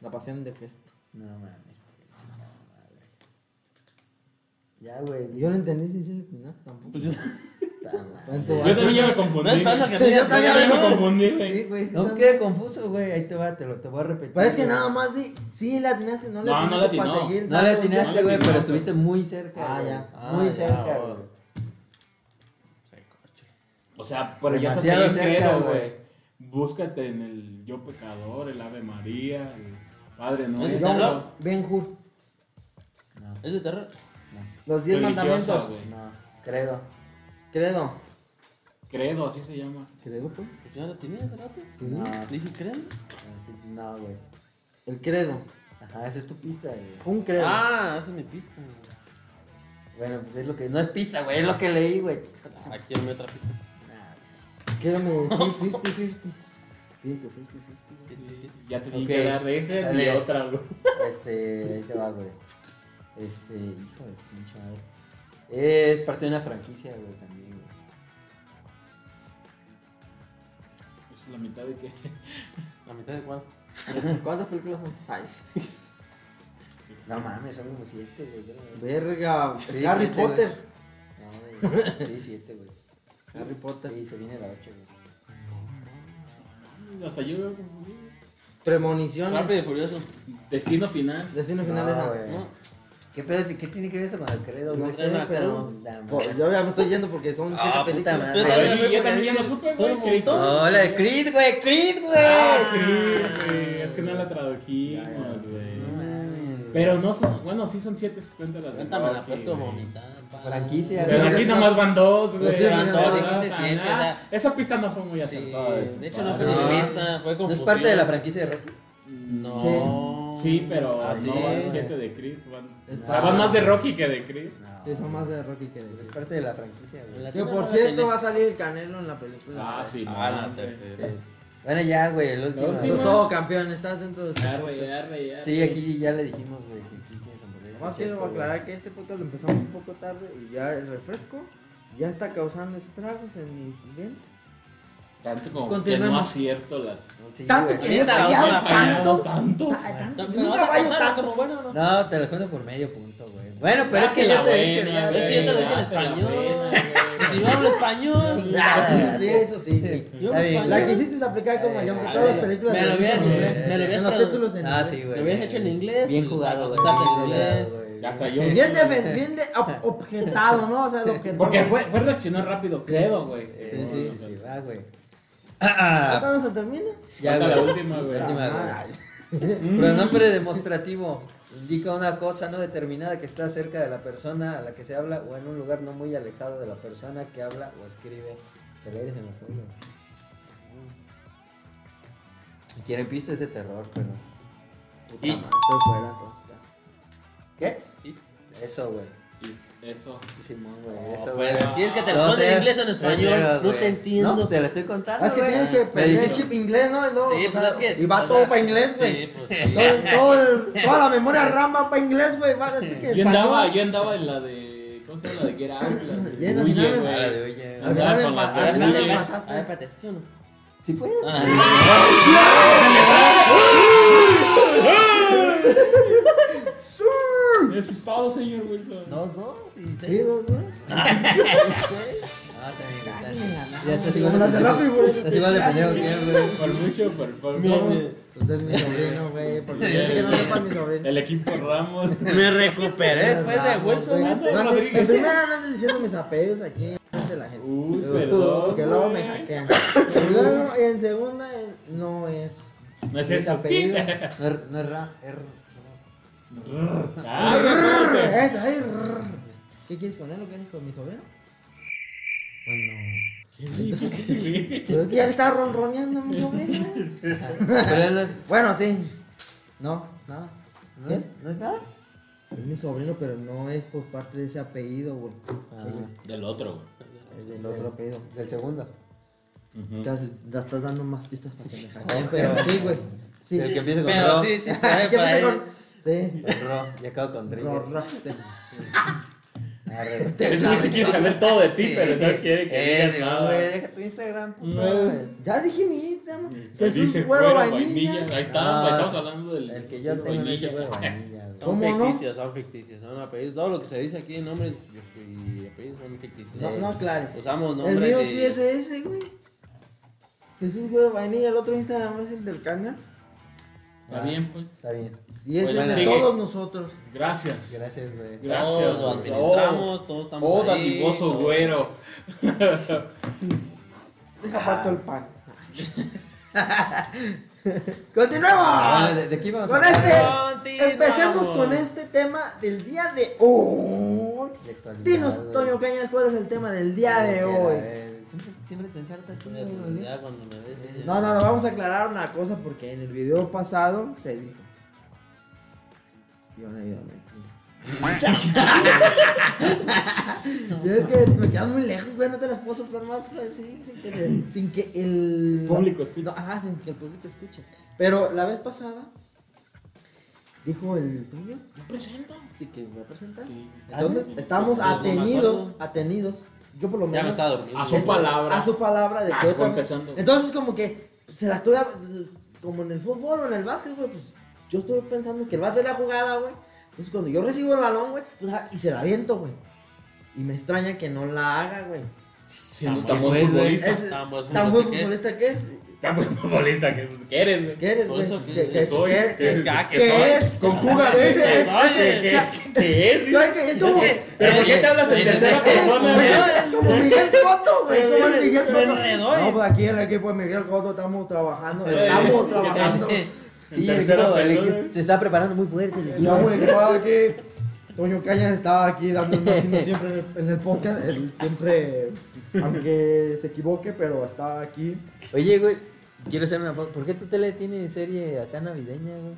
Speaker 3: La pasión de Cristo.
Speaker 2: no mames. chingada madre. Ya, güey.
Speaker 3: Yo no entendí si sí le atinaste tampoco.
Speaker 4: Pues yo-
Speaker 2: puta madre.
Speaker 3: Tanto
Speaker 4: Yo también
Speaker 3: válido.
Speaker 4: ya me confundí.
Speaker 1: No es tanto que te
Speaker 3: Yo
Speaker 1: digas
Speaker 3: también
Speaker 1: que
Speaker 4: Ya
Speaker 3: vengo
Speaker 4: me
Speaker 1: no.
Speaker 4: confundí, güey.
Speaker 3: Sí, güey. es que
Speaker 2: No
Speaker 3: tan-
Speaker 2: quede confuso, güey. Ahí te va, te lo te voy a repetir.
Speaker 3: Pues es que
Speaker 2: güey.
Speaker 3: nada más di, sí le atinaste, no le
Speaker 4: No, no le
Speaker 3: atinaste para
Speaker 4: atinó.
Speaker 3: seguir.
Speaker 2: No le
Speaker 3: dando un
Speaker 2: atinaste,
Speaker 3: gesto.
Speaker 2: güey, pero
Speaker 4: güey.
Speaker 2: estuviste muy cerca.
Speaker 3: Ah,
Speaker 2: güey.
Speaker 3: ya.
Speaker 2: Muy
Speaker 3: Ah,
Speaker 2: cerca,
Speaker 4: ya,
Speaker 2: güey.
Speaker 4: güey. O sea, pero ya estás
Speaker 2: Demasiado
Speaker 4: ahí en
Speaker 2: cerca,
Speaker 4: credo,
Speaker 2: güey.
Speaker 4: güey. Búscate en el Yo Pecador, el Ave María, el Padre
Speaker 1: Oye,
Speaker 3: John
Speaker 4: Nuestro.
Speaker 1: Sandro.
Speaker 3: Ben Hur,
Speaker 1: ¿Es de terror?
Speaker 3: los diez
Speaker 4: Religiosa,
Speaker 3: mandamientos.
Speaker 4: güey.
Speaker 2: No, credo.
Speaker 3: Credo.
Speaker 4: Credo, así se llama.
Speaker 3: Credo, pues.
Speaker 1: Pues ya lo tenía hace rato. Ah,
Speaker 3: Sí.
Speaker 2: No,
Speaker 1: Dije credo.
Speaker 2: Ah, sí, no, güey.
Speaker 3: El credo.
Speaker 2: Ajá, esa es tu pista, güey.
Speaker 3: Un credo.
Speaker 1: Ah, esa es mi pista.
Speaker 2: Bueno, pues es lo que. No es pista, güey, es lo que leí, güey.
Speaker 1: Aquí hay otra pista.
Speaker 2: Nah, güey.
Speaker 3: Quiero mi [LAUGHS] 50-50. 50-50.
Speaker 4: Sí, Ya te dije
Speaker 2: Ok.
Speaker 4: que dar ese y
Speaker 2: Dale.
Speaker 4: otra, güey.
Speaker 2: Este, ahí te va, güey. Este, hijo de su pinche madre. Es parte de una franquicia, güey, también, güey.
Speaker 4: Es la mitad de que.
Speaker 1: La mitad de cuál.
Speaker 3: Mm, ¿Cuántas películas son? Ay,
Speaker 2: No mames, son como siete, güey. yo la verdad.
Speaker 3: verga.
Speaker 2: Sí,
Speaker 3: Harry
Speaker 2: siete,
Speaker 3: Potter.
Speaker 2: No, güey. Sí, siete, güey.
Speaker 3: Harry Potter.
Speaker 2: Sí, se viene la ocho, güey.
Speaker 4: Hasta yo veo confundido.
Speaker 3: Premoniciones.
Speaker 1: Rápido y furioso.
Speaker 4: Destino final.
Speaker 3: Destino final
Speaker 2: No,
Speaker 3: esa.
Speaker 2: güey.
Speaker 1: No.
Speaker 2: ¿Qué pedo? ¿Qué tiene que ver eso con el credo,
Speaker 3: No
Speaker 2: güey?
Speaker 1: sé,
Speaker 3: sé, pero.
Speaker 2: Puta madre.
Speaker 3: Por- Pues, Yo ya me estoy yendo porque son siete
Speaker 2: Ah, puta
Speaker 3: películas.
Speaker 2: madre.
Speaker 4: Yo
Speaker 2: A ver,
Speaker 4: también- yo también ya no supe,
Speaker 1: Son
Speaker 4: güey.
Speaker 1: un
Speaker 4: Creí-
Speaker 1: montón.
Speaker 2: No, la de Creed, güey. Creed, güey.
Speaker 4: Ah, Creed, güey. Es que no la tradujimos, güey. Pero no son. Bueno, sí son siete. Cuéntalas.
Speaker 1: Cuéntamela,
Speaker 4: Ok,
Speaker 1: pues
Speaker 4: güey.
Speaker 1: como mitad. pa.
Speaker 2: Franquicia.
Speaker 4: Pero aquí nomás van dos, güey.
Speaker 1: Pues sí,
Speaker 4: Van
Speaker 1: no,
Speaker 4: dos,
Speaker 1: dijiste
Speaker 4: ah,
Speaker 1: siete,
Speaker 4: ah.
Speaker 1: o sea.
Speaker 4: Esa pista no fue muy
Speaker 1: Sí,
Speaker 4: acertada.
Speaker 1: De hecho, no
Speaker 4: Ah,
Speaker 1: fue
Speaker 2: No.
Speaker 1: mi pista. Fue Ah,
Speaker 2: ¿No
Speaker 1: como.
Speaker 2: es parte de la franquicia de Rocky?
Speaker 1: No.
Speaker 3: Sí.
Speaker 4: Sí, pero
Speaker 1: Ah, sí.
Speaker 4: no van siete de Creed. Van,
Speaker 3: Es-
Speaker 4: o sea, van más de Rocky que de Creed.
Speaker 2: No.
Speaker 3: Sí, son más de Rocky que
Speaker 2: Pero
Speaker 3: de.
Speaker 2: es parte de la franquicia, güey.
Speaker 1: La
Speaker 3: Que
Speaker 1: tiene
Speaker 3: por
Speaker 1: la
Speaker 3: cierto
Speaker 1: tele.
Speaker 3: va a salir el Canelo en la película.
Speaker 4: Ah, sí,
Speaker 1: Ah, la
Speaker 4: no,
Speaker 1: tercera.
Speaker 2: Ok. Bueno, ya, güey, el último.
Speaker 4: última.
Speaker 3: Pues todo campeón, estás dentro de su.
Speaker 4: Arre, arre, arre.
Speaker 2: Sí, aquí ya le dijimos, güey, que aquí tienes hamburguesas.
Speaker 3: Nomás quiero
Speaker 2: Chesco, güey.
Speaker 3: aclarar que este podcast lo empezamos un poco tarde y ya el refresco ya está causando estragos en mis bien.
Speaker 4: Tanto como que
Speaker 3: Continuemos.
Speaker 4: no acierto las.
Speaker 2: Sí,
Speaker 3: Tanto
Speaker 2: güey.
Speaker 3: que he fallado,
Speaker 4: Fallado
Speaker 3: tanto.
Speaker 4: tanto.
Speaker 3: ta- tanto,
Speaker 1: ¿Me vas
Speaker 3: Nunca
Speaker 1: a
Speaker 3: fallo
Speaker 1: contar
Speaker 3: tanto.
Speaker 1: como bueno o no?
Speaker 2: No, te lo cuento por medio punto, güey. Bueno, pero es que
Speaker 4: Hazla
Speaker 2: yo te dije.
Speaker 4: buena,
Speaker 2: nada,
Speaker 1: Es que yo te lo
Speaker 4: güey,
Speaker 1: dije en
Speaker 4: hazla
Speaker 1: español.
Speaker 4: buena,
Speaker 1: Pues Si no hablo español.
Speaker 2: Chingada.
Speaker 3: Sí, eso sí.
Speaker 1: Yo
Speaker 2: Está bien,
Speaker 3: La
Speaker 2: güey.
Speaker 3: quisiste aplicar como yo, que
Speaker 1: Ay,
Speaker 3: todas las
Speaker 1: me-
Speaker 3: películas
Speaker 1: me lo
Speaker 3: las hice en
Speaker 1: hubieras-
Speaker 3: inglés.
Speaker 1: me lo hubieras
Speaker 3: En los
Speaker 1: traducido.
Speaker 3: títulos en
Speaker 2: Ah,
Speaker 3: inglés.
Speaker 2: sí, güey.
Speaker 1: Lo hubieras hecho en inglés,
Speaker 2: Bien
Speaker 1: pues,
Speaker 2: jugado, güey.
Speaker 1: para contarte en
Speaker 2: bien
Speaker 1: inglés.
Speaker 2: jugado, güey.
Speaker 4: Ya hasta yo.
Speaker 3: Bien, defen- bien de ob- objetado, ¿no? O sea, lo objetado.
Speaker 4: Porque fue, fue reaccionó rápido, creo, güey.
Speaker 2: Sí, sí, sí, sí, va, güey.
Speaker 3: ¿Ya todavía se termina?
Speaker 2: Ya,
Speaker 4: Hasta la
Speaker 2: güey.
Speaker 4: última, güey.
Speaker 2: Última.
Speaker 3: Ah,
Speaker 2: Pronombre demostrativo. Indica una cosa no determinada que está cerca de la persona a la que se habla o en un lugar no muy alejado de la persona que habla o escribe. Te la eres en la foto. Si Quieren pistas de terror, pero.
Speaker 3: puta madre, Estoy fuera, entonces, casi.
Speaker 2: ¿Qué? Eso, güey.
Speaker 4: Sí. Eso.
Speaker 2: Simón, güey. Eso,
Speaker 1: No,
Speaker 2: güey.
Speaker 1: pues, tienes que te lo
Speaker 2: No
Speaker 1: pongo en
Speaker 2: sé,
Speaker 1: inglés o en español,
Speaker 2: cero,
Speaker 1: no
Speaker 2: güey.
Speaker 1: te entiendo.
Speaker 2: No, pues, te lo estoy contando.
Speaker 3: Ah, es que
Speaker 2: güey.
Speaker 3: tienes que
Speaker 2: Me
Speaker 3: perder el
Speaker 2: dijeron.
Speaker 3: chip inglés, ¿no? Y, luego,
Speaker 1: Sí,
Speaker 3: o
Speaker 1: pues
Speaker 3: sea,
Speaker 1: es que.
Speaker 3: y va
Speaker 1: o
Speaker 3: todo
Speaker 1: sea,
Speaker 3: para inglés, güey.
Speaker 1: Sí, pues sí.
Speaker 3: [LAUGHS] Todo- todo el- toda la memoria RAM va para inglés, güey. Va a decir que
Speaker 4: Yo andaba,
Speaker 3: español.
Speaker 4: yo andaba en la de. ¿Cómo se llama? La de Get Out. La
Speaker 3: Ya
Speaker 4: de
Speaker 3: no
Speaker 4: Huye,
Speaker 3: me-
Speaker 2: A la de
Speaker 4: güey.
Speaker 2: oye.
Speaker 3: Al final
Speaker 4: Andaba
Speaker 3: me
Speaker 4: con las
Speaker 3: empataste,
Speaker 4: de
Speaker 3: al final me
Speaker 4: Huye.
Speaker 1: A ver,
Speaker 3: empataste.
Speaker 1: espérate, ¿sí o no?
Speaker 3: Sí, pues.
Speaker 4: Eso es todo, señor Wilson.
Speaker 1: Dos, dos y
Speaker 3: Sí,
Speaker 1: seis.
Speaker 3: dos, dos.
Speaker 2: Ah, también,
Speaker 3: Casi
Speaker 2: también.
Speaker 3: me la gano,
Speaker 2: Ya estás
Speaker 3: güey.
Speaker 2: igual de
Speaker 3: Como las de
Speaker 2: pendejo.
Speaker 3: Rappi, güey.
Speaker 2: Estás igual de pendejo que él, güey.
Speaker 4: Por mucho, por, por
Speaker 3: Somos- Pues es mi sobrino, güey. Porque yo sé que no sepa mi sobrino.
Speaker 4: El equipo Ramos.
Speaker 1: Me recuperé después de Wilson.
Speaker 3: No,
Speaker 4: Wilson
Speaker 3: no,
Speaker 4: Rodríguez.
Speaker 3: En primera no andes diciendo mis apellidos aquí ante la gente.
Speaker 4: Uy,
Speaker 2: Uh,
Speaker 4: perdón.
Speaker 3: Porque luego me
Speaker 4: güey.
Speaker 3: hackean. Y luego en segunda eh, no es.
Speaker 4: No es
Speaker 3: mis
Speaker 4: eso.
Speaker 3: apellidos.
Speaker 2: No es- No es ra-
Speaker 3: er,
Speaker 2: es
Speaker 4: Ah, güey,
Speaker 3: Rrr,
Speaker 4: güey.
Speaker 3: Es ahí. rrr. ¿Qué quieres con él o qué quieres con mi sobrino? Bueno. Pero es que ya le estaba ronroneando a mi sobrino.
Speaker 2: Pero él no es.
Speaker 3: Bueno, sí. No, nada.
Speaker 2: ¿No es, no es nada?
Speaker 3: Es mi sobrino, pero no es por parte de ese apellido, güey. Eh,
Speaker 4: Del otro, güey.
Speaker 3: Es del otro apellido.
Speaker 2: Del segundo.
Speaker 3: Te has- te estás dando más pistas para que me hackeen, pero sí, güey. Sí.
Speaker 2: El que empieza con
Speaker 1: Pero
Speaker 2: ro.
Speaker 1: sí,
Speaker 2: [LAUGHS]
Speaker 1: sí, por ahí,
Speaker 3: [LAUGHS] ¿Qué
Speaker 1: por
Speaker 3: pasa
Speaker 1: ahí.
Speaker 3: con...? Sí.
Speaker 2: Ro. Y acabo con
Speaker 3: Ro-
Speaker 2: Rodríguez.
Speaker 3: ro- sí.
Speaker 2: Arre.
Speaker 3: [LAUGHS]
Speaker 4: Es muy si quiere saber todo de ti, pero no quiere que
Speaker 2: Eh,
Speaker 4: digas
Speaker 2: no, güey,
Speaker 4: nada.
Speaker 2: deja tu Instagram, puto,
Speaker 4: No.
Speaker 2: güey.
Speaker 3: Ya dije mi Instagram.
Speaker 4: Dice
Speaker 3: Jesús
Speaker 4: cuero
Speaker 3: Güero
Speaker 4: vainilla.
Speaker 3: Vainilla.
Speaker 4: Ahí
Speaker 2: No,
Speaker 4: está, ahí estamos hablando del.
Speaker 2: El que yo
Speaker 4: del
Speaker 2: tengo no es
Speaker 4: vainilla.
Speaker 2: el güey vainilla, güey.
Speaker 1: Son
Speaker 3: ¿Cómo no?
Speaker 1: ficticios, son ficticios, son apellidos. Todo lo que se dice aquí, nombres y apellidos son ficticios.
Speaker 3: No, no aclares.
Speaker 1: Usamos
Speaker 3: el
Speaker 1: nombres.
Speaker 3: mío
Speaker 1: Pues, de-
Speaker 3: sí es ese, güey. Jesús Güero Vainilla, el otro Instagram es el del canal.
Speaker 4: Está bien, pues.
Speaker 2: Está bien.
Speaker 3: Y ese
Speaker 1: Pues,
Speaker 3: es de
Speaker 4: sigue.
Speaker 3: todos nosotros.
Speaker 4: Gracias.
Speaker 2: Gracias, güey.
Speaker 4: Gracias.
Speaker 1: Todos
Speaker 4: güey.
Speaker 1: administramos, todos estamos.
Speaker 4: Oh,
Speaker 1: ahí,
Speaker 4: dativoso
Speaker 1: todos-
Speaker 4: güero.
Speaker 3: Deja aparto el [LAUGHS] pan. ¡Continuemos!
Speaker 2: Bueno, ¿de, de qué íbamos a
Speaker 3: Con
Speaker 2: hablar?
Speaker 3: este-
Speaker 1: Continuamos.
Speaker 3: Empecemos con este tema del día de hoy.
Speaker 2: De actualidad,
Speaker 3: Dinos,
Speaker 2: güey.
Speaker 3: Toño Cañas, cuál es el tema del día de
Speaker 2: Era,
Speaker 3: hoy.
Speaker 2: eh, Siempre, siempre pensarte aquí,
Speaker 1: Ya,
Speaker 2: güey.
Speaker 1: pues, ya cuando me ves, eh,
Speaker 3: No, no, no, vamos a aclarar una cosa porque en el video pasado se dijo. Iván, ayúdame aquí. Y es que me quedan muy lejos, güey, no te las puedo soplar más así sin que, se- sin que el
Speaker 4: [LAUGHS] Público escuche.
Speaker 3: No, ajá, sin que el público escuche. Pero la vez pasada dijo el Toño
Speaker 4: ¿Lo presento?
Speaker 3: Sí, que me va a presentar.
Speaker 4: Sí.
Speaker 3: Entonces, estamos
Speaker 4: Ah, sí.
Speaker 3: atenidos, atenidos. Yo por lo
Speaker 1: Ya me
Speaker 3: menos.
Speaker 1: estaba dormido.
Speaker 4: A su
Speaker 3: esto-
Speaker 4: palabra.
Speaker 3: A su palabra de
Speaker 4: Ah,
Speaker 3: que
Speaker 4: se
Speaker 3: otra-
Speaker 4: fue empezando.
Speaker 3: Entonces, como que pues, se la estoy. Como en el fútbol o en el básquet, güey, pues yo estoy pensando que él va a hacer la jugada, güey. Entonces, cuando yo recibo el balón, güey, pues, ah, y se la aviento, güey. Y me extraña que no la haga, güey.
Speaker 4: Tan buen futbolista.
Speaker 3: Es
Speaker 1: tan
Speaker 4: Pues,
Speaker 1: buen
Speaker 3: tan buen
Speaker 1: futbolista que es.
Speaker 3: futbolista que es.
Speaker 4: Tan buen futbolista que que eres, güey.
Speaker 3: ¿Qué eres, güey?
Speaker 1: Sonso que-
Speaker 3: ¿Qué-
Speaker 1: que
Speaker 3: qué-
Speaker 4: soy,
Speaker 3: qué-
Speaker 4: que-
Speaker 3: qué-
Speaker 4: ah, que
Speaker 3: qué
Speaker 4: soy.
Speaker 3: es?
Speaker 4: Conjuga,
Speaker 3: ¿Qué es?
Speaker 4: que
Speaker 3: Es-
Speaker 4: soy,
Speaker 3: es-
Speaker 4: que-
Speaker 3: o sea,
Speaker 4: que es,
Speaker 3: yo- es que- es como-
Speaker 4: ¿Pero por qué te hablas en
Speaker 2: Sí, sí,
Speaker 4: tercera
Speaker 2: sí.
Speaker 4: persona, güey?
Speaker 3: Como Miguel Cotto, güey. Como el Miguel
Speaker 1: Me
Speaker 3: Cotto.
Speaker 1: enredó, eh.
Speaker 3: No, pues aquí en el equipo de Miguel Cotto estamos trabajando.
Speaker 1: [LAUGHS]
Speaker 3: Estamos [LAUGHS] trabajando.
Speaker 2: Sí, el
Speaker 4: Tercera
Speaker 2: equipo, el
Speaker 4: persona.
Speaker 2: equipo- se está preparando muy fuerte el equipo.
Speaker 3: Estamos equipados aquí. Toño Cañas estaba aquí dando el
Speaker 2: [LAUGHS]
Speaker 3: máximo siempre en el- en el podcast. Él siempre, aunque se equivoque, pero está aquí.
Speaker 2: Oye, güey, quiero hacer una pausa. ¿Por qué tu tele tiene serie acá navideña, güey?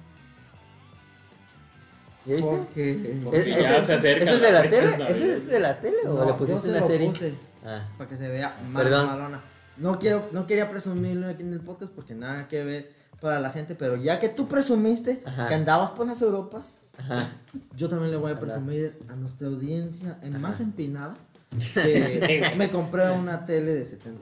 Speaker 2: ¿Ya viste?
Speaker 3: Porque.
Speaker 4: Porque
Speaker 2: ¿Es-
Speaker 4: ya
Speaker 2: ¿Eso
Speaker 4: se acercan
Speaker 2: eso es de
Speaker 4: las
Speaker 2: la
Speaker 4: fechas
Speaker 2: tele? ¿Eso es de la tele o
Speaker 3: No,
Speaker 2: le
Speaker 3: yo
Speaker 2: pusiste
Speaker 3: se
Speaker 2: una
Speaker 3: lo
Speaker 2: serie?
Speaker 3: puse
Speaker 2: Ah,
Speaker 3: Para que se vea más
Speaker 2: Perdón.
Speaker 3: malona. No, quiero, no quería presumirlo aquí en el podcast porque nada que ver para la gente, pero ya que tú presumiste
Speaker 2: Ajá.
Speaker 3: que andabas por las Europas,
Speaker 2: ajá.
Speaker 3: Yo también le voy a
Speaker 2: Ajá.
Speaker 3: presumir a nuestra audiencia en más
Speaker 2: [LAUGHS]
Speaker 3: empinada que me compré una tele de 70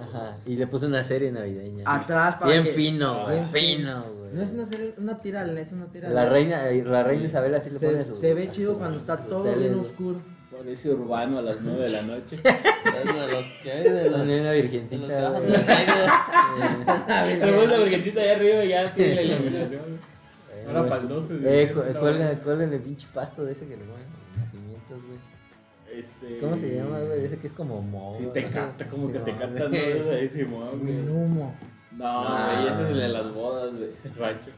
Speaker 2: Ajá, y le puse una serie navideña.
Speaker 3: Atrás Ah, para
Speaker 2: Bien
Speaker 3: que- Ah,
Speaker 2: fino, güey.
Speaker 3: Bien
Speaker 2: Fino, güey.
Speaker 3: No es una serie, una tira, LED, es una tira.
Speaker 2: La
Speaker 3: LED.
Speaker 2: reina, eh, la reina Isabel así le pone a
Speaker 3: se,
Speaker 2: su-
Speaker 3: se ve
Speaker 2: a
Speaker 3: chido
Speaker 2: su-
Speaker 3: cuando está
Speaker 2: a sus
Speaker 3: todo
Speaker 2: teles,
Speaker 3: bien
Speaker 2: güey. [LAUGHS]
Speaker 3: oscuro.
Speaker 4: Parece urbano a las 9 de la noche.
Speaker 1: Es de los que hay, de los.
Speaker 2: Donde hay una
Speaker 1: de los
Speaker 2: virgencita,
Speaker 1: que-
Speaker 2: [LAUGHS] güey. [LAUGHS]
Speaker 4: Pero pues la vergüencita de arriba ya tiene la iluminación. Ahora
Speaker 2: güey.
Speaker 4: para el 12 de
Speaker 2: Eh, cu-
Speaker 4: diciembre,
Speaker 2: cuelga, cuélgale el pinche pasto de ese que le ponen en los nacimientos, güey.
Speaker 4: [LAUGHS] Este...
Speaker 2: ¿Cómo se llama, güey? Ese que es como moho.
Speaker 4: Sí, te
Speaker 2: güey.
Speaker 4: capta, como que te
Speaker 2: Simón,
Speaker 4: capta, ¿no? De
Speaker 2: güey.
Speaker 4: Simón, güey.
Speaker 3: Un humo.
Speaker 4: No, güey, ese es el de las bodas de [LAUGHS] rancho.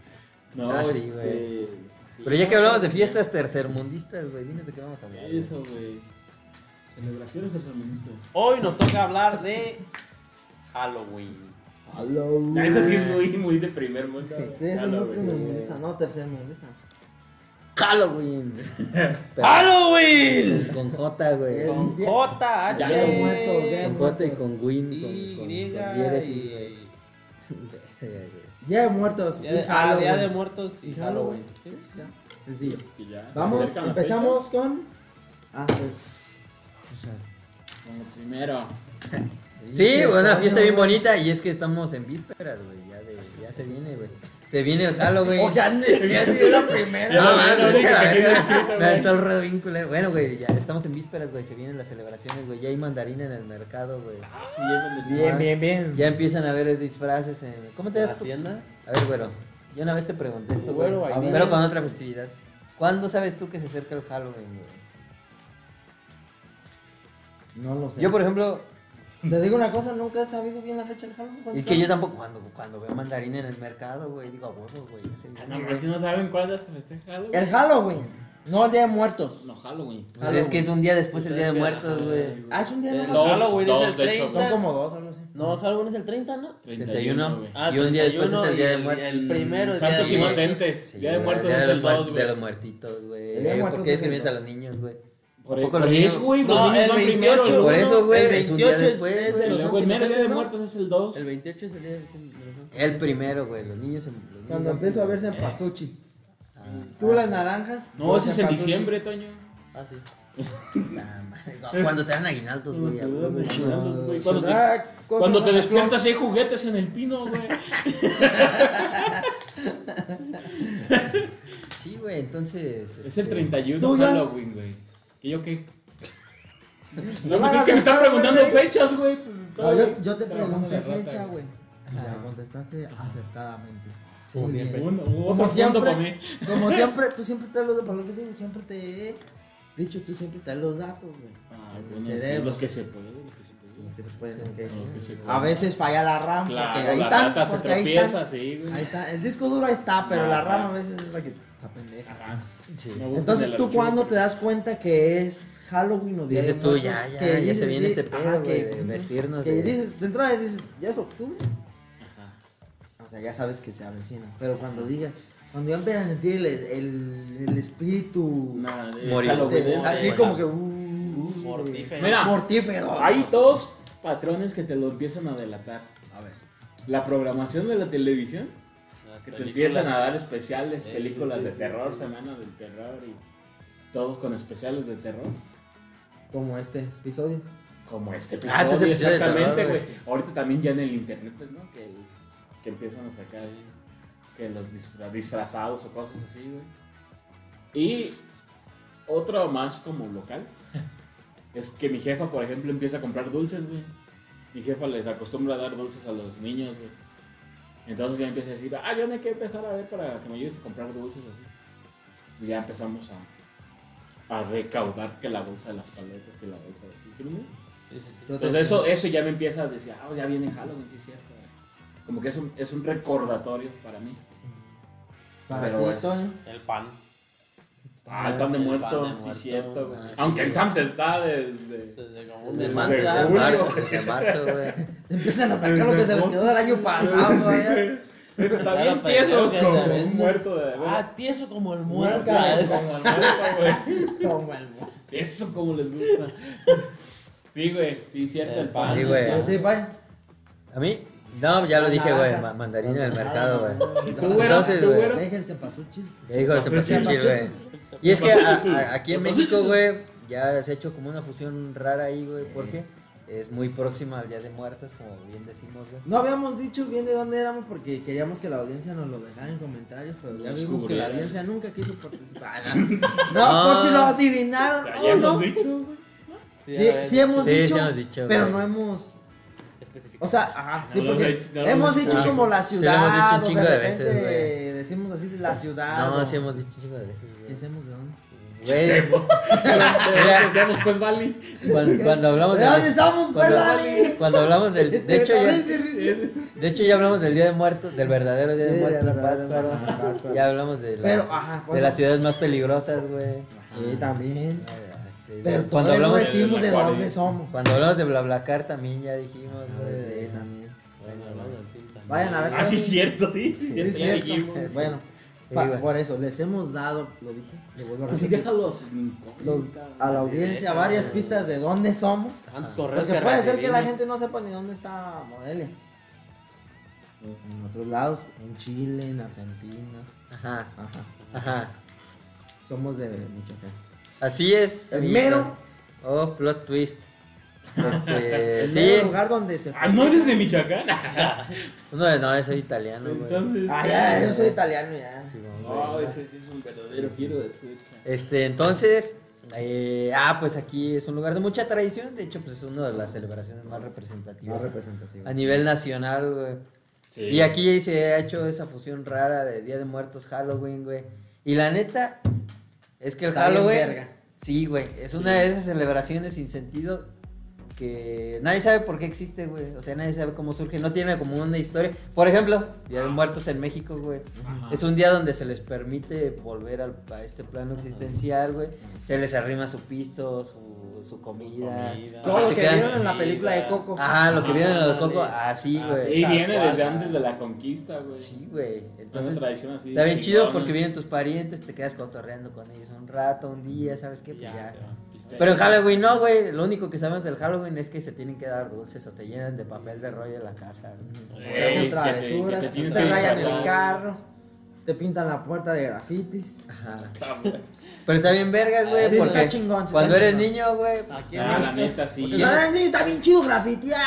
Speaker 4: No,
Speaker 2: Ah, sí,
Speaker 4: este... sí.
Speaker 2: Pero ya que hablamos de fiestas tercermundistas, güey, dinos de qué vamos a hablar. güey.
Speaker 4: Eso, güey. Celebraciones del feminista.
Speaker 1: Hoy nos toca hablar de Halloween.
Speaker 3: Hello.
Speaker 4: Ah, Eso sí es muy, muy de primer mundo.
Speaker 3: Sí, sí, ese
Speaker 4: Ya
Speaker 3: es
Speaker 4: lo
Speaker 3: muy
Speaker 4: ves.
Speaker 3: primermundista, no tercermundista.
Speaker 4: [LAUGHS]
Speaker 2: Halloween. Pero
Speaker 1: ¡Halloween!
Speaker 2: Con J, güey.
Speaker 3: Con
Speaker 1: Con
Speaker 2: Con
Speaker 1: J,
Speaker 3: Ya
Speaker 1: H.
Speaker 3: lo muerto, ya lo
Speaker 2: J y con Win. Con,
Speaker 1: Y,
Speaker 2: con, con [LAUGHS] diéresis, güey.
Speaker 1: y...
Speaker 2: Verga, güey.
Speaker 3: Día de muertos.
Speaker 1: Día
Speaker 3: y
Speaker 1: de- ah,
Speaker 3: Halloween.
Speaker 1: Día de Muertos y
Speaker 3: Y
Speaker 1: Halloween.
Speaker 3: Halloween.
Speaker 1: Sí, sí.
Speaker 3: Ya, Sencillo.
Speaker 4: que ya.
Speaker 3: Vamos,
Speaker 4: ¿Cerca la
Speaker 3: empezamos con. Ah, pues.
Speaker 4: fecha? Con lo primero.
Speaker 2: Sí,
Speaker 3: Pinche
Speaker 2: una fiesta bien
Speaker 3: coño.
Speaker 2: bonita y es que estamos en vísperas, güey. Ya, de- ya se viene, güey. Se viene el
Speaker 3: [LAUGHS]
Speaker 2: Halloween.
Speaker 3: Oh, ya, ni- ya ni la primera.
Speaker 8: Ya
Speaker 2: No,
Speaker 8: lo vi,
Speaker 4: Ah,
Speaker 2: mames,
Speaker 8: lo vi,
Speaker 2: vete a la
Speaker 8: que
Speaker 2: verga.
Speaker 8: tiene escrito, güey.
Speaker 2: Me aventó el ruedo bien culero. Bueno, güey, ya estamos en vísperas, güey. Se vienen las celebraciones, güey. Ya hay mandarina en el mercado, güey.
Speaker 4: Ah, sí, llevan el
Speaker 2: Bien, bien,
Speaker 3: bien.
Speaker 2: Ya empiezan a ver disfraces. En... ¿Cómo te das
Speaker 1: ¿Las
Speaker 2: tu...
Speaker 1: tiendas?
Speaker 2: A ver, güero. Yo una vez te pregunté esto, güey.
Speaker 1: Güero,
Speaker 2: A
Speaker 1: vainilla.
Speaker 2: ver, Pero con otra festividad. ¿Cuándo sabes tú que se acerca el Halloween, güey?
Speaker 3: No lo sé.
Speaker 2: Yo, por ejemplo,
Speaker 3: Te digo una cosa, nunca he sabido bien la fecha del Halloween. ¿cuándo
Speaker 2: es que yo
Speaker 3: está?
Speaker 2: tampoco. Cuando, cuando veo mandarina en el mercado, güey, digo, a huevo, güey. ya se
Speaker 8: Ah,
Speaker 2: viene,
Speaker 8: No,
Speaker 2: güey".
Speaker 8: manches, no saben cuándo se festeja Halloween.
Speaker 3: El Halloween. No el Día de Muertos.
Speaker 4: No, Halloween.
Speaker 2: Pues es que es un día después el
Speaker 1: Ustedes
Speaker 2: Día de
Speaker 1: quedan-
Speaker 2: Muertos,
Speaker 1: ajá,
Speaker 2: güey.
Speaker 1: sí, güey.
Speaker 3: Ah, es un día
Speaker 1: El
Speaker 3: nada más.
Speaker 1: Eh, Halloween
Speaker 4: dos,
Speaker 1: es el
Speaker 4: de hecho.
Speaker 1: 30.
Speaker 4: Son
Speaker 3: Son como dos, algo así.
Speaker 1: No, Halloween es el 30, ¿no?
Speaker 2: 31,
Speaker 4: güey.
Speaker 1: Ah,
Speaker 2: y un día
Speaker 1: 31
Speaker 2: después es el
Speaker 1: y
Speaker 2: Día de
Speaker 1: el-
Speaker 2: Muertos.
Speaker 1: El primero es Día
Speaker 8: Santos
Speaker 1: de Muertos.
Speaker 8: inocentes.
Speaker 2: Sí,
Speaker 8: Día de
Speaker 2: güey,
Speaker 8: muertos
Speaker 2: Día
Speaker 8: es el
Speaker 2: de los muer-
Speaker 8: 2,
Speaker 2: De
Speaker 8: güey.
Speaker 2: los muertitos,
Speaker 3: El Día de
Speaker 2: güey. ¿Por
Speaker 3: Muertos
Speaker 2: qué
Speaker 3: es el
Speaker 2: escribes a
Speaker 3: dos.
Speaker 2: los niños, güey?
Speaker 8: Por,
Speaker 2: Tampoco
Speaker 8: por
Speaker 2: los niños-
Speaker 8: eso, güey, los
Speaker 1: No,
Speaker 8: niños
Speaker 1: el
Speaker 8: van
Speaker 1: 28.
Speaker 8: primero.
Speaker 2: Por
Speaker 8: güey.
Speaker 2: eso, güey,
Speaker 1: El
Speaker 2: es un día
Speaker 1: 28 es
Speaker 2: después,
Speaker 1: de los
Speaker 4: Luego
Speaker 2: güey.
Speaker 4: el
Speaker 1: once, ¿no
Speaker 4: mero
Speaker 1: sale,
Speaker 4: día de
Speaker 1: no?
Speaker 4: muertos es el 2.
Speaker 1: El 28 es el día de los once.
Speaker 2: El primero, güey. Los niños. en- los niños
Speaker 3: Cuando
Speaker 2: van
Speaker 3: empiezo a ver
Speaker 2: primero.
Speaker 3: cempasuchi.
Speaker 2: Ah.
Speaker 3: Tú las naranjas.
Speaker 8: No,
Speaker 3: tú
Speaker 8: ese es en
Speaker 3: cempasúchil.
Speaker 8: diciembre, Toño.
Speaker 1: Ah, sí.
Speaker 2: Nah, madre, [LAUGHS] Cuando te dan aguinaldos, güey. a huevo.
Speaker 3: Ah,
Speaker 8: güey. Cuando te-
Speaker 3: ¿será cosa
Speaker 8: Cuando te
Speaker 3: Santa
Speaker 8: despiertas y hay juguetes en el pino, güey.
Speaker 2: Sí, güey, entonces.
Speaker 8: Es
Speaker 2: este,
Speaker 8: el 31
Speaker 3: ¿Tú ya?
Speaker 8: Halloween, güey. ¿Que yo qué? No,
Speaker 3: No,
Speaker 8: pues es
Speaker 3: no,
Speaker 8: que me
Speaker 3: no,
Speaker 8: están
Speaker 3: no,
Speaker 8: preguntando
Speaker 3: no, no.
Speaker 8: fechas, güey. pues,
Speaker 3: No,
Speaker 8: todo,
Speaker 3: yo,
Speaker 8: güey.
Speaker 3: yo te
Speaker 8: Trabajando
Speaker 3: pregunté
Speaker 8: la rata,
Speaker 3: fecha, güey. Y la contestaste acertadamente.
Speaker 2: Sí,
Speaker 3: Muy bien.
Speaker 8: Uno, otro
Speaker 3: Como siempre.
Speaker 8: punto para mí.
Speaker 3: Como siempre, tú siempre traes los datos. Por lo que te digo, siempre te he dicho, tú siempre traes los datos, güey.
Speaker 4: Ah,
Speaker 3: El
Speaker 4: bueno, sí,
Speaker 3: cerebro.
Speaker 4: los que se pueden, los que se pueden.
Speaker 3: Los que se pueden, ok.
Speaker 4: Los que se pueden.
Speaker 3: A veces falla la RAM, porque
Speaker 8: Claro,
Speaker 3: ahí
Speaker 8: la
Speaker 3: está.
Speaker 8: rata se
Speaker 3: porque ahí
Speaker 8: tropieza,
Speaker 3: está.
Speaker 8: sí, güey.
Speaker 3: Ahí está. El disco duro ahí está, pero
Speaker 8: No,
Speaker 3: la RAM
Speaker 8: ajá.
Speaker 3: a veces es la que se apendeja.
Speaker 8: Ajá.
Speaker 2: sí.
Speaker 8: No busques
Speaker 3: Entonces,
Speaker 8: el
Speaker 3: ¿tú
Speaker 8: archivo,
Speaker 3: cuándo
Speaker 8: güey.
Speaker 3: te das cuenta que es Halloween o día de
Speaker 2: Dices tú, ya,
Speaker 3: Muertos?
Speaker 2: ya,
Speaker 3: Que
Speaker 2: ya se
Speaker 3: dices,
Speaker 2: viene
Speaker 3: di-
Speaker 2: este
Speaker 3: ajá,
Speaker 2: pedo, güey,
Speaker 3: que-
Speaker 2: de vestirnos.
Speaker 3: Que
Speaker 2: de-
Speaker 3: dices, de entrada dices, ya es octubre.
Speaker 4: Ajá.
Speaker 3: O sea, ya sabes que se avecina. Pero cuando digas, cuando ya empiezas a sentir el, el, el espíritu.
Speaker 4: Nada, de
Speaker 2: Morir.
Speaker 3: este,
Speaker 4: Halloween, ¿no?
Speaker 3: así
Speaker 4: Sí,
Speaker 3: como
Speaker 4: güey.
Speaker 3: que. uh, uh,
Speaker 1: Mortífero.
Speaker 3: uh,
Speaker 4: Mira,
Speaker 3: mortífero.
Speaker 4: Hay dos patrones que te lo empiezan a delatar.
Speaker 3: A ver.
Speaker 4: La programación de la televisión, que te empiezan a dar especiales,
Speaker 3: Eh,
Speaker 1: Sí,
Speaker 4: películas
Speaker 1: sí,
Speaker 4: de
Speaker 1: sí,
Speaker 4: terror,
Speaker 1: sí.
Speaker 4: Semana del Terror y todo con especiales de terror.
Speaker 3: Como este episodio.
Speaker 4: Como este episodio,
Speaker 2: Ah, este es el episodio de
Speaker 4: exactamente,
Speaker 2: terror,
Speaker 4: güey.
Speaker 2: güey.
Speaker 4: Ahorita también ya en el internet, pues, ¿no? Que, que empiezan a sacar eh, que los disfra- disfrazados o cosas así, güey. Y otro más como
Speaker 2: [LAUGHS]
Speaker 4: local es que mi jefa, por ejemplo, empieza a comprar dulces, güey. Mi jefa les acostumbra a dar dulces a los niños, güey. Entonces ya empieza a decir, ah, yo no hay que empezar a ver para que me ayudes a comprar dulces así. Y ya empezamos a, a recaudar que la bolsa de las paletas, que la bolsa de... ¿Sí, no?
Speaker 1: Sí, sí, sí.
Speaker 3: Yo te-
Speaker 8: Pues
Speaker 4: Entonces eso, eso ya me empieza a decir, ah, ya viene Halloween, sí es cierto. güey". Como que es un, es un recordatorio para mí.
Speaker 3: Para
Speaker 4: Pero
Speaker 3: ti,
Speaker 4: bueno.
Speaker 3: Toño.
Speaker 1: El pan.
Speaker 4: Ah, el pan de
Speaker 1: El pan
Speaker 4: muerto,
Speaker 1: de
Speaker 4: sí
Speaker 1: muerto.
Speaker 4: es cierto. güey.
Speaker 2: Ah, sí,
Speaker 4: Aunque en
Speaker 2: güey.
Speaker 4: Sam's está desde...
Speaker 1: Desde Este como un
Speaker 2: Desde
Speaker 1: desmadre.
Speaker 2: marzo, desde
Speaker 4: julio.
Speaker 2: marzo, desde marzo, güey.
Speaker 3: [LAUGHS] Empiezan a sacar lo que se les quedó del año
Speaker 4: [LAUGHS]
Speaker 3: pasado. ¿eh?
Speaker 1: Ya
Speaker 4: Está bien
Speaker 1: lo pensaron
Speaker 4: tieso
Speaker 1: que
Speaker 4: como
Speaker 1: se venden.
Speaker 4: un muerto de...
Speaker 1: Ah, tieso como el muerto.
Speaker 3: Muerto.
Speaker 4: como el muerto, güey.
Speaker 3: Como el muerto.
Speaker 4: Eso como les gusta. Sí, güey, sí es cierto.
Speaker 1: El
Speaker 4: El pan,
Speaker 1: pan,
Speaker 4: sí,
Speaker 2: güey.
Speaker 4: es
Speaker 3: ¿A
Speaker 4: cierto.
Speaker 3: ti, pai?
Speaker 2: ¿A mí? No, ya lo dije, güey.
Speaker 3: Naranjas.
Speaker 2: ma- Mandarina
Speaker 3: Ah,
Speaker 2: del mercado, güey.
Speaker 4: ¿Y tú, güero?
Speaker 2: Entonces,
Speaker 4: ¿Tú,
Speaker 2: güey,
Speaker 4: güero?
Speaker 3: Déjense para su chiste.
Speaker 2: Ya dijo el Cepasuchi, güey. Y es que a- a- aquí en México, güey, ya se ha hecho como una fusión rara ahí, güey, porque es muy próxima al Día de Muertos, como bien decimos, güey.
Speaker 3: No habíamos dicho bien de dónde éramos porque queríamos que la audiencia nos lo dejara en comentarios, pero ya vimos que la
Speaker 4: Descubrieron.
Speaker 3: audiencia nunca quiso participar.
Speaker 4: [LAUGHS]
Speaker 3: No, por si lo adivinaron.
Speaker 4: Ah. Ya
Speaker 3: oh,
Speaker 4: hemos
Speaker 3: no.
Speaker 4: dicho, güey.
Speaker 3: Sí, sí hemos
Speaker 2: Sí, sí
Speaker 3: dicho,
Speaker 2: hemos dicho,
Speaker 3: pero
Speaker 2: güey.
Speaker 3: no hemos.
Speaker 1: especificado.
Speaker 3: O sea, ajá, sí,
Speaker 4: No lo
Speaker 3: porque
Speaker 4: hemos dicho, no lo
Speaker 3: hemos
Speaker 4: hemos
Speaker 3: dicho
Speaker 2: dicho.
Speaker 3: como la
Speaker 2: Sí, lo hemos dicho
Speaker 3: ciudad,
Speaker 2: un
Speaker 3: o
Speaker 2: chingo
Speaker 3: de
Speaker 2: de
Speaker 3: repente
Speaker 2: veces, güey.
Speaker 3: decimos así de la ciudad.
Speaker 2: No,
Speaker 3: o-
Speaker 2: sí hemos dicho un chingo de veces,
Speaker 3: ¿Qué
Speaker 2: güey.
Speaker 3: hacemos de dónde?
Speaker 2: Güey,
Speaker 4: Hacemos. Pero Hacemos pues, Bali.
Speaker 2: cuando, cuando hablamos
Speaker 3: ¿De dónde
Speaker 2: del,
Speaker 3: somos, pues,
Speaker 2: cuando-
Speaker 3: Dani?
Speaker 2: cuando hablamos del, de hecho
Speaker 3: Este,
Speaker 2: ya,
Speaker 3: risa y risa.
Speaker 2: de hecho ya hablamos del Día de Muertos, del verdadero Día
Speaker 3: Sí,
Speaker 2: de Muertos
Speaker 3: del
Speaker 2: en
Speaker 3: verdadero Día
Speaker 2: Pascua,
Speaker 3: de
Speaker 2: güey.
Speaker 3: Pascua.
Speaker 2: ya hablamos de, las-
Speaker 3: Pero, ajá,
Speaker 2: de
Speaker 3: ¿cuándo?
Speaker 2: las ciudades más peligrosas, güey.
Speaker 3: Sí, también.
Speaker 2: Este,
Speaker 3: Pero
Speaker 2: cuando
Speaker 3: todavía no
Speaker 2: hablamos,
Speaker 3: decimos de
Speaker 4: del acuario.
Speaker 3: dónde somos.
Speaker 2: cuando hablamos de BlaBlaCar también ya dijimos, güey.
Speaker 3: Ah, Sí, también.
Speaker 1: Bueno, hermano, sí, también.
Speaker 3: Vayan a ver.
Speaker 4: Ah, sí, es cierto, sí.
Speaker 3: Sí,
Speaker 4: Ya
Speaker 3: es
Speaker 4: tenía
Speaker 3: cierto. Eh,
Speaker 4: equipo.
Speaker 2: Sí.
Speaker 3: Bueno,
Speaker 2: Sí,
Speaker 3: Pa-
Speaker 2: güey.
Speaker 3: por eso, les hemos dado, lo dije, lo vuelvo a
Speaker 9: Así
Speaker 3: repetir,
Speaker 9: déjalos.
Speaker 3: los- a la audiencia varias pistas de dónde somos.
Speaker 1: Tantos correos
Speaker 3: Porque
Speaker 1: que
Speaker 3: puede ser que la
Speaker 1: recibimos.
Speaker 3: gente no sepa ni dónde está Morelia. En otros lados, en Chile, en Argentina.
Speaker 2: Ajá,
Speaker 3: Ajá.
Speaker 2: ajá.
Speaker 3: Somos de Michoacán.
Speaker 2: Así es.
Speaker 3: El
Speaker 2: amiguitos.
Speaker 3: mero.
Speaker 2: Oh, plot twist. Este,
Speaker 3: [LAUGHS] El
Speaker 2: sí.
Speaker 3: mero lugar donde se
Speaker 4: Ah, no
Speaker 3: festeja.
Speaker 4: eres de Michoacán.
Speaker 2: No, no, soy italiano, güey.
Speaker 4: Entonces.
Speaker 3: Ah, ya, yo soy italiano ya.
Speaker 2: Sí, vamos,
Speaker 9: No,
Speaker 2: güey.
Speaker 9: ese sí es un verdadero giro de Twitter.
Speaker 2: Este, entonces, eh, ah, pues aquí es un lugar de mucha tradición. De hecho, pues es una de las celebraciones más representativas
Speaker 3: Más representativo.
Speaker 2: a nivel nacional, güey.
Speaker 9: Sí.
Speaker 2: Y aquí se ha hecho esa fusión rara de Día de Muertos, Halloween, güey. Y la neta, es que el
Speaker 3: Está bien
Speaker 2: Halloween.
Speaker 3: verga.
Speaker 2: Sí, güey. Es una de esas celebraciones sin sentido que nadie sabe por qué existe, güey. O sea, nadie sabe cómo surge. No tiene como una historia. Por ejemplo, Día de Muertos en México, güey. Es un día donde se les permite volver al- a este plano existencial, güey. Se les arrima su pisto, su, su comida.
Speaker 4: comida.
Speaker 2: Ajá,
Speaker 3: Todo lo
Speaker 2: se
Speaker 3: que
Speaker 2: quedan-
Speaker 3: vieron en la película de Coco.
Speaker 2: Ajá, lo que vieron en los
Speaker 4: Ah,
Speaker 2: cocos.
Speaker 4: sí.
Speaker 2: Así,
Speaker 4: Ah,
Speaker 2: güey.
Speaker 4: sí, Y viene desde antes de la conquista, güey.
Speaker 2: Sí, güey.
Speaker 4: Es una
Speaker 2: Entonces,
Speaker 4: tradición así.
Speaker 2: Está bien chido
Speaker 4: chingona.
Speaker 2: porque vienen tus parientes, te quedas cotorreando con ellos un rato, un día, ¿sabes qué?
Speaker 4: Y
Speaker 2: Pues
Speaker 4: Ya.
Speaker 2: ya.
Speaker 4: se van. Piste-
Speaker 2: Pero en Halloween no, güey. Lo único que sabemos del Halloween es que se tienen que dar dulces o te llenan de papel de rollo la casa. güey.
Speaker 4: Ey,
Speaker 3: Te hacen
Speaker 4: que te-
Speaker 3: travesuras, te,
Speaker 4: que te tienes que
Speaker 3: rayan
Speaker 4: disfrazar.
Speaker 3: el carro, te pintan la puerta de grafitis.
Speaker 2: Ajá.
Speaker 9: Ah, güey.
Speaker 2: Pero está bien vergas, güey.
Speaker 3: Sí,
Speaker 2: porque
Speaker 3: está chingón, sí
Speaker 2: cuando
Speaker 3: está
Speaker 2: eres
Speaker 3: chingón.
Speaker 2: niño, güey. pues,
Speaker 1: Aquí
Speaker 2: ¿quién
Speaker 9: Ah,
Speaker 2: no-
Speaker 9: la neta, sí.
Speaker 3: Porque la niña está bien chido grafitear.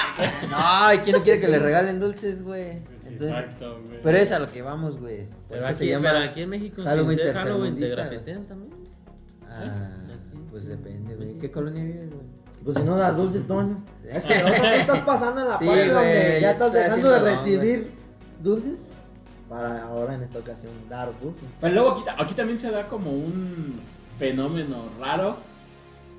Speaker 2: No, ¿y quién no quiere
Speaker 3: [LAUGHS]
Speaker 2: que le regalen dulces, güey?
Speaker 4: Pues,
Speaker 2: Entonces,
Speaker 4: exacto, güey.
Speaker 2: pero es a lo que vamos, güey. Por
Speaker 7: Pero
Speaker 2: eso
Speaker 7: aquí,
Speaker 2: se llama.
Speaker 7: pero aquí en México, Halloween,
Speaker 2: Halloween
Speaker 7: sin ser Halloween te
Speaker 2: tercermundista.
Speaker 7: grafitean también.
Speaker 2: Ah,
Speaker 4: ¿Eh?
Speaker 2: pues depende, güey. ¿En ¿Qué colonia vives, güey?
Speaker 3: Pues si no das dulces, Toño. Es que no te estás pasando en la
Speaker 2: Sí,
Speaker 3: parte
Speaker 2: güey,
Speaker 3: donde ya
Speaker 2: ya
Speaker 3: estás
Speaker 2: está
Speaker 3: dejando de
Speaker 2: haciendo ron,
Speaker 3: recibir dulces. Para ahora en esta ocasión dar dulces.
Speaker 4: Pero luego aquí, ta- aquí también se da como un fenómeno raro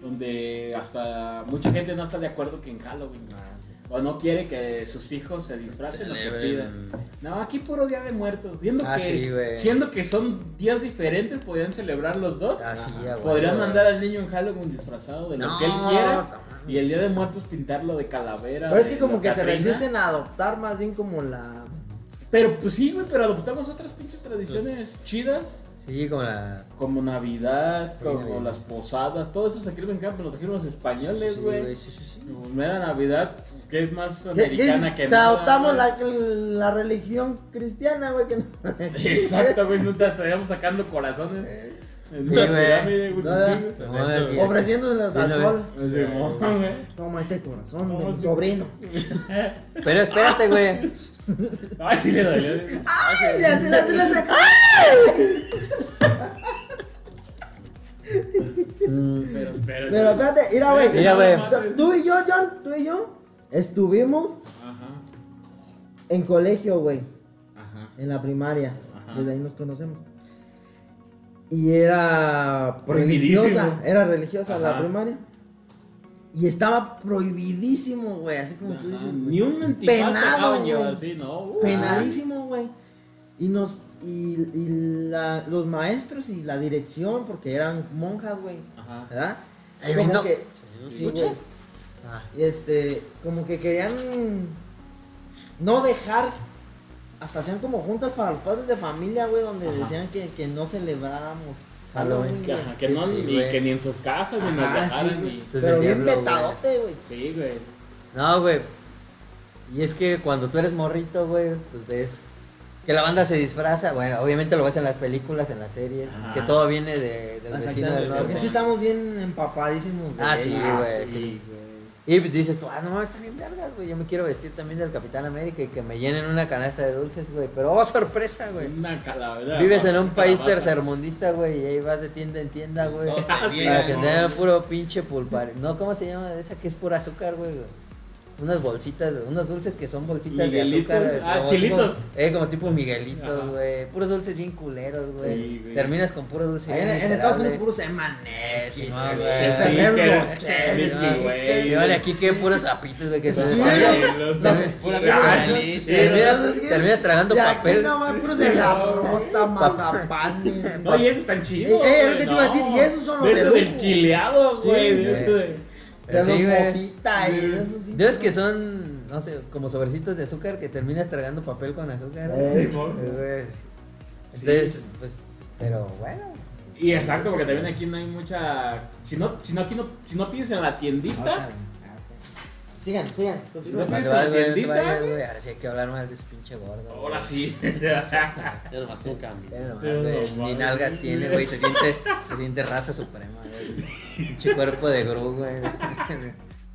Speaker 4: donde hasta mucha gente no está de acuerdo que en Halloween
Speaker 2: Ah,
Speaker 4: o no quiere que sus hijos se disfracen o que pidan.
Speaker 7: Celebren.
Speaker 4: No, aquí puro día de muertos. Siendo,
Speaker 2: Ah,
Speaker 4: que,
Speaker 2: sí, güey.
Speaker 4: siendo que son días diferentes, podrían celebrar los dos.
Speaker 3: Ah,
Speaker 2: Así, Ah, ya, güey.
Speaker 4: Podrían mandar al niño en Halloween disfrazado de lo que él quiera
Speaker 2: tamán.
Speaker 4: y el día de muertos pintarlo de calavera.
Speaker 3: Pero es
Speaker 4: de
Speaker 3: que como
Speaker 4: la
Speaker 3: que se
Speaker 4: Catrina.
Speaker 3: resisten a adoptar más bien como la...
Speaker 4: Pero pues sí, güey, pero adoptamos otras pinches tradiciones
Speaker 3: Pues
Speaker 4: chidas.
Speaker 2: Sí, como la.
Speaker 4: Como Navidad,
Speaker 2: Sí,
Speaker 4: como
Speaker 2: Navidad.
Speaker 4: las posadas, todo eso se escribe en campo, lo trajeron los españoles,
Speaker 2: Sí,
Speaker 4: güey. Pues,
Speaker 2: Sí, sí, sí.
Speaker 4: Mera Navidad, que es más
Speaker 3: ¿Qué- qué dices?
Speaker 4: americana que
Speaker 3: O sea,
Speaker 4: nada,
Speaker 3: adoptamos
Speaker 4: güey.
Speaker 3: la, la religión cristiana, güey, que no...
Speaker 4: Exacto, güey, no te estaríamos sacando corazones. En
Speaker 2: Sí,
Speaker 4: una
Speaker 2: güey.
Speaker 4: pirámide, güey,
Speaker 3: No,
Speaker 4: sí, güey.
Speaker 2: No, de que-
Speaker 3: Ofreciéndoselos al
Speaker 2: Sí, no,
Speaker 3: sol.
Speaker 4: No sé, mo, güey.
Speaker 3: Toma este corazón de
Speaker 4: Toma
Speaker 3: mi
Speaker 4: tu-
Speaker 3: sobrino.
Speaker 2: Pero
Speaker 4: [LAUGHS]
Speaker 2: espérate, güey.
Speaker 4: Ay, sí le dolió.
Speaker 3: ¡Ay! Le hace, le hace, le hace.
Speaker 2: Mm,
Speaker 4: Pero espérate.
Speaker 3: Pero espérate, mira, güey.
Speaker 2: Mira, güey.
Speaker 3: Tú- Tú y yo, John, tú y yo, estuvimos
Speaker 4: Ajá,
Speaker 3: en colegio, güey.
Speaker 4: ajá.
Speaker 3: En la primaria.
Speaker 4: Ajá.
Speaker 3: Desde ahí nos conocemos. Y era
Speaker 4: Prohibidísimo.
Speaker 3: religiosa. Era religiosa la
Speaker 4: Ajá.
Speaker 3: primaria. Y estaba prohibidísimo, güey. Así como tú
Speaker 4: Ajá,
Speaker 3: dices, güey.
Speaker 4: Ni un antifaz
Speaker 3: Penado,
Speaker 4: tocaban yo
Speaker 3: güey.
Speaker 4: así, ¿no? Uh,
Speaker 3: penadísimo, güey. Y nos y, y la- los maestros y la dirección, porque eran monjas, güey,
Speaker 4: Ajá.
Speaker 3: ¿verdad?
Speaker 2: Ahí
Speaker 3: como
Speaker 2: vino.
Speaker 3: que sí, güey.
Speaker 2: ¿Escuchas? Ah.
Speaker 3: Y este, como que querían no dejar hasta hacían como juntas para los padres de familia, güey, donde
Speaker 4: Ajá.
Speaker 3: decían que, que no celebráramos
Speaker 2: Halloween.
Speaker 4: Que,
Speaker 3: güey.
Speaker 4: ajá, que no,
Speaker 2: Sí,
Speaker 4: ni
Speaker 2: güey.
Speaker 4: que ni en sus casas, ni nos
Speaker 3: Ajá,
Speaker 4: dejaran,
Speaker 3: sí, güey.
Speaker 4: ni-
Speaker 2: Eso es
Speaker 3: Pero
Speaker 2: el
Speaker 3: bien
Speaker 2: diablo, güey.
Speaker 3: vetadote, güey.
Speaker 4: Sí, güey.
Speaker 2: No, güey. Y es que cuando tú eres morrito, güey, pues ves que la banda se disfraza. Bueno, obviamente lo ves en las películas, en las series.
Speaker 4: Ajá.
Speaker 2: Que todo viene de, del vecino
Speaker 3: Exactamente,
Speaker 2: del
Speaker 3: Porque sí
Speaker 2: norte.
Speaker 3: estamos bien empapadísimos de
Speaker 2: Ah, sí,
Speaker 3: ella.
Speaker 2: güey,
Speaker 4: sí,
Speaker 2: sí.
Speaker 4: güey.
Speaker 2: Y pues dices tú, ah, no mames, está bien vergas, güey. Yo me quiero vestir también del Capitán América y que me llenen una canasta de dulces, güey. Pero, oh, sorpresa, güey.
Speaker 4: Una calavera.
Speaker 2: Vives en un país
Speaker 4: Calabaza.
Speaker 2: tercermundista, güey, y ahí vas de tienda en tienda, güey.
Speaker 7: Todo te
Speaker 2: Para
Speaker 7: llegan,
Speaker 2: que
Speaker 7: ¿no?
Speaker 2: te den puro pinche pulpar. No, ¿cómo se llama esa que es pura azúcar, güey? güey? Unas bolsitas, unos dulces que son bolsitas
Speaker 4: Miguelitos.
Speaker 2: de azúcar.
Speaker 4: Ah,
Speaker 2: como
Speaker 4: chilitos.
Speaker 2: tipo- eh, como tipo
Speaker 4: Ajá.
Speaker 2: Miguelitos, güey. Puros dulces bien culeros, güey.
Speaker 4: Sí, güey.
Speaker 2: Terminas con puro dulce.
Speaker 3: Ahí En,
Speaker 2: bien
Speaker 3: en Estados Unidos
Speaker 2: miserable.
Speaker 3: puros emanés,
Speaker 2: Sí,
Speaker 3: que
Speaker 2: no,
Speaker 3: sí,
Speaker 2: güey.
Speaker 3: que
Speaker 4: Snickers,
Speaker 3: Ferrero
Speaker 4: Snickers,
Speaker 3: Rocher,
Speaker 4: güey.
Speaker 2: Y ahora aquí que puros zapitos, güey, que se
Speaker 4: Sí, los-
Speaker 2: Entonces,
Speaker 1: Pura
Speaker 3: Ay,
Speaker 1: pinche
Speaker 3: Dios.
Speaker 1: salita.
Speaker 2: Terminas, terminas tragando
Speaker 3: Y aquí
Speaker 2: papel.
Speaker 3: nada más puros de la rosa, mazapanes.
Speaker 4: No, y esos están
Speaker 3: Eh,
Speaker 4: chidos.
Speaker 3: eh, es lo que
Speaker 4: güey,
Speaker 3: te iba a
Speaker 4: no.
Speaker 3: decir, y esos son los
Speaker 4: de
Speaker 3: de
Speaker 4: esos del
Speaker 3: lujo.
Speaker 4: quileado, güey.
Speaker 3: Sí,
Speaker 4: de
Speaker 3: sí.
Speaker 4: esos de-
Speaker 3: De
Speaker 2: Sí,
Speaker 3: los
Speaker 2: güey.
Speaker 3: motita y de esos
Speaker 2: Dios que son, no sé, como sobrecitos de azúcar que terminas tragando papel con azúcar.
Speaker 3: Eh,
Speaker 2: Pues, Entonces, pues, pero bueno.
Speaker 4: Y exacto, porque también aquí no hay mucha. Si no, si no, aquí no, si no pides en la
Speaker 3: Ah,
Speaker 4: tiendita,
Speaker 3: Sigan, sigan. continúen.
Speaker 4: ¿Ves
Speaker 2: Cuando
Speaker 4: la
Speaker 2: vaya, güey,
Speaker 4: tiendita,
Speaker 2: vaya, güey, Ahora sí hay que hablar mal de ese pinche gordo. güey.
Speaker 4: ahora sí. [LAUGHS] Pero
Speaker 1: Ya nomás con cambio.
Speaker 2: Ya nomás, güey, Ni nalgas tiene, güey. Se siente, se siente raza suprema, güey. Pinche cuerpo de Gru, güey.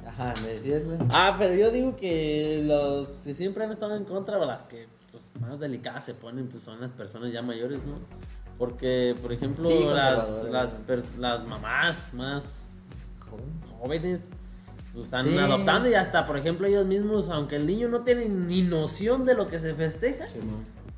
Speaker 2: Ajá, me decías, güey.
Speaker 1: Ah, pero yo digo que los que siempre han estado en contra, las que pues, más delicadas se ponen, pues son las personas ya mayores, ¿no? Porque, por ejemplo,
Speaker 2: Sí,
Speaker 1: las,
Speaker 2: conservadoras,
Speaker 1: las,
Speaker 2: ¿no?
Speaker 1: pers- las mamás más jóvenes pues, están
Speaker 2: Sí.
Speaker 1: adoptando y hasta, por ejemplo, ellos mismos, aunque el niño no tiene ni noción de lo que se festeja,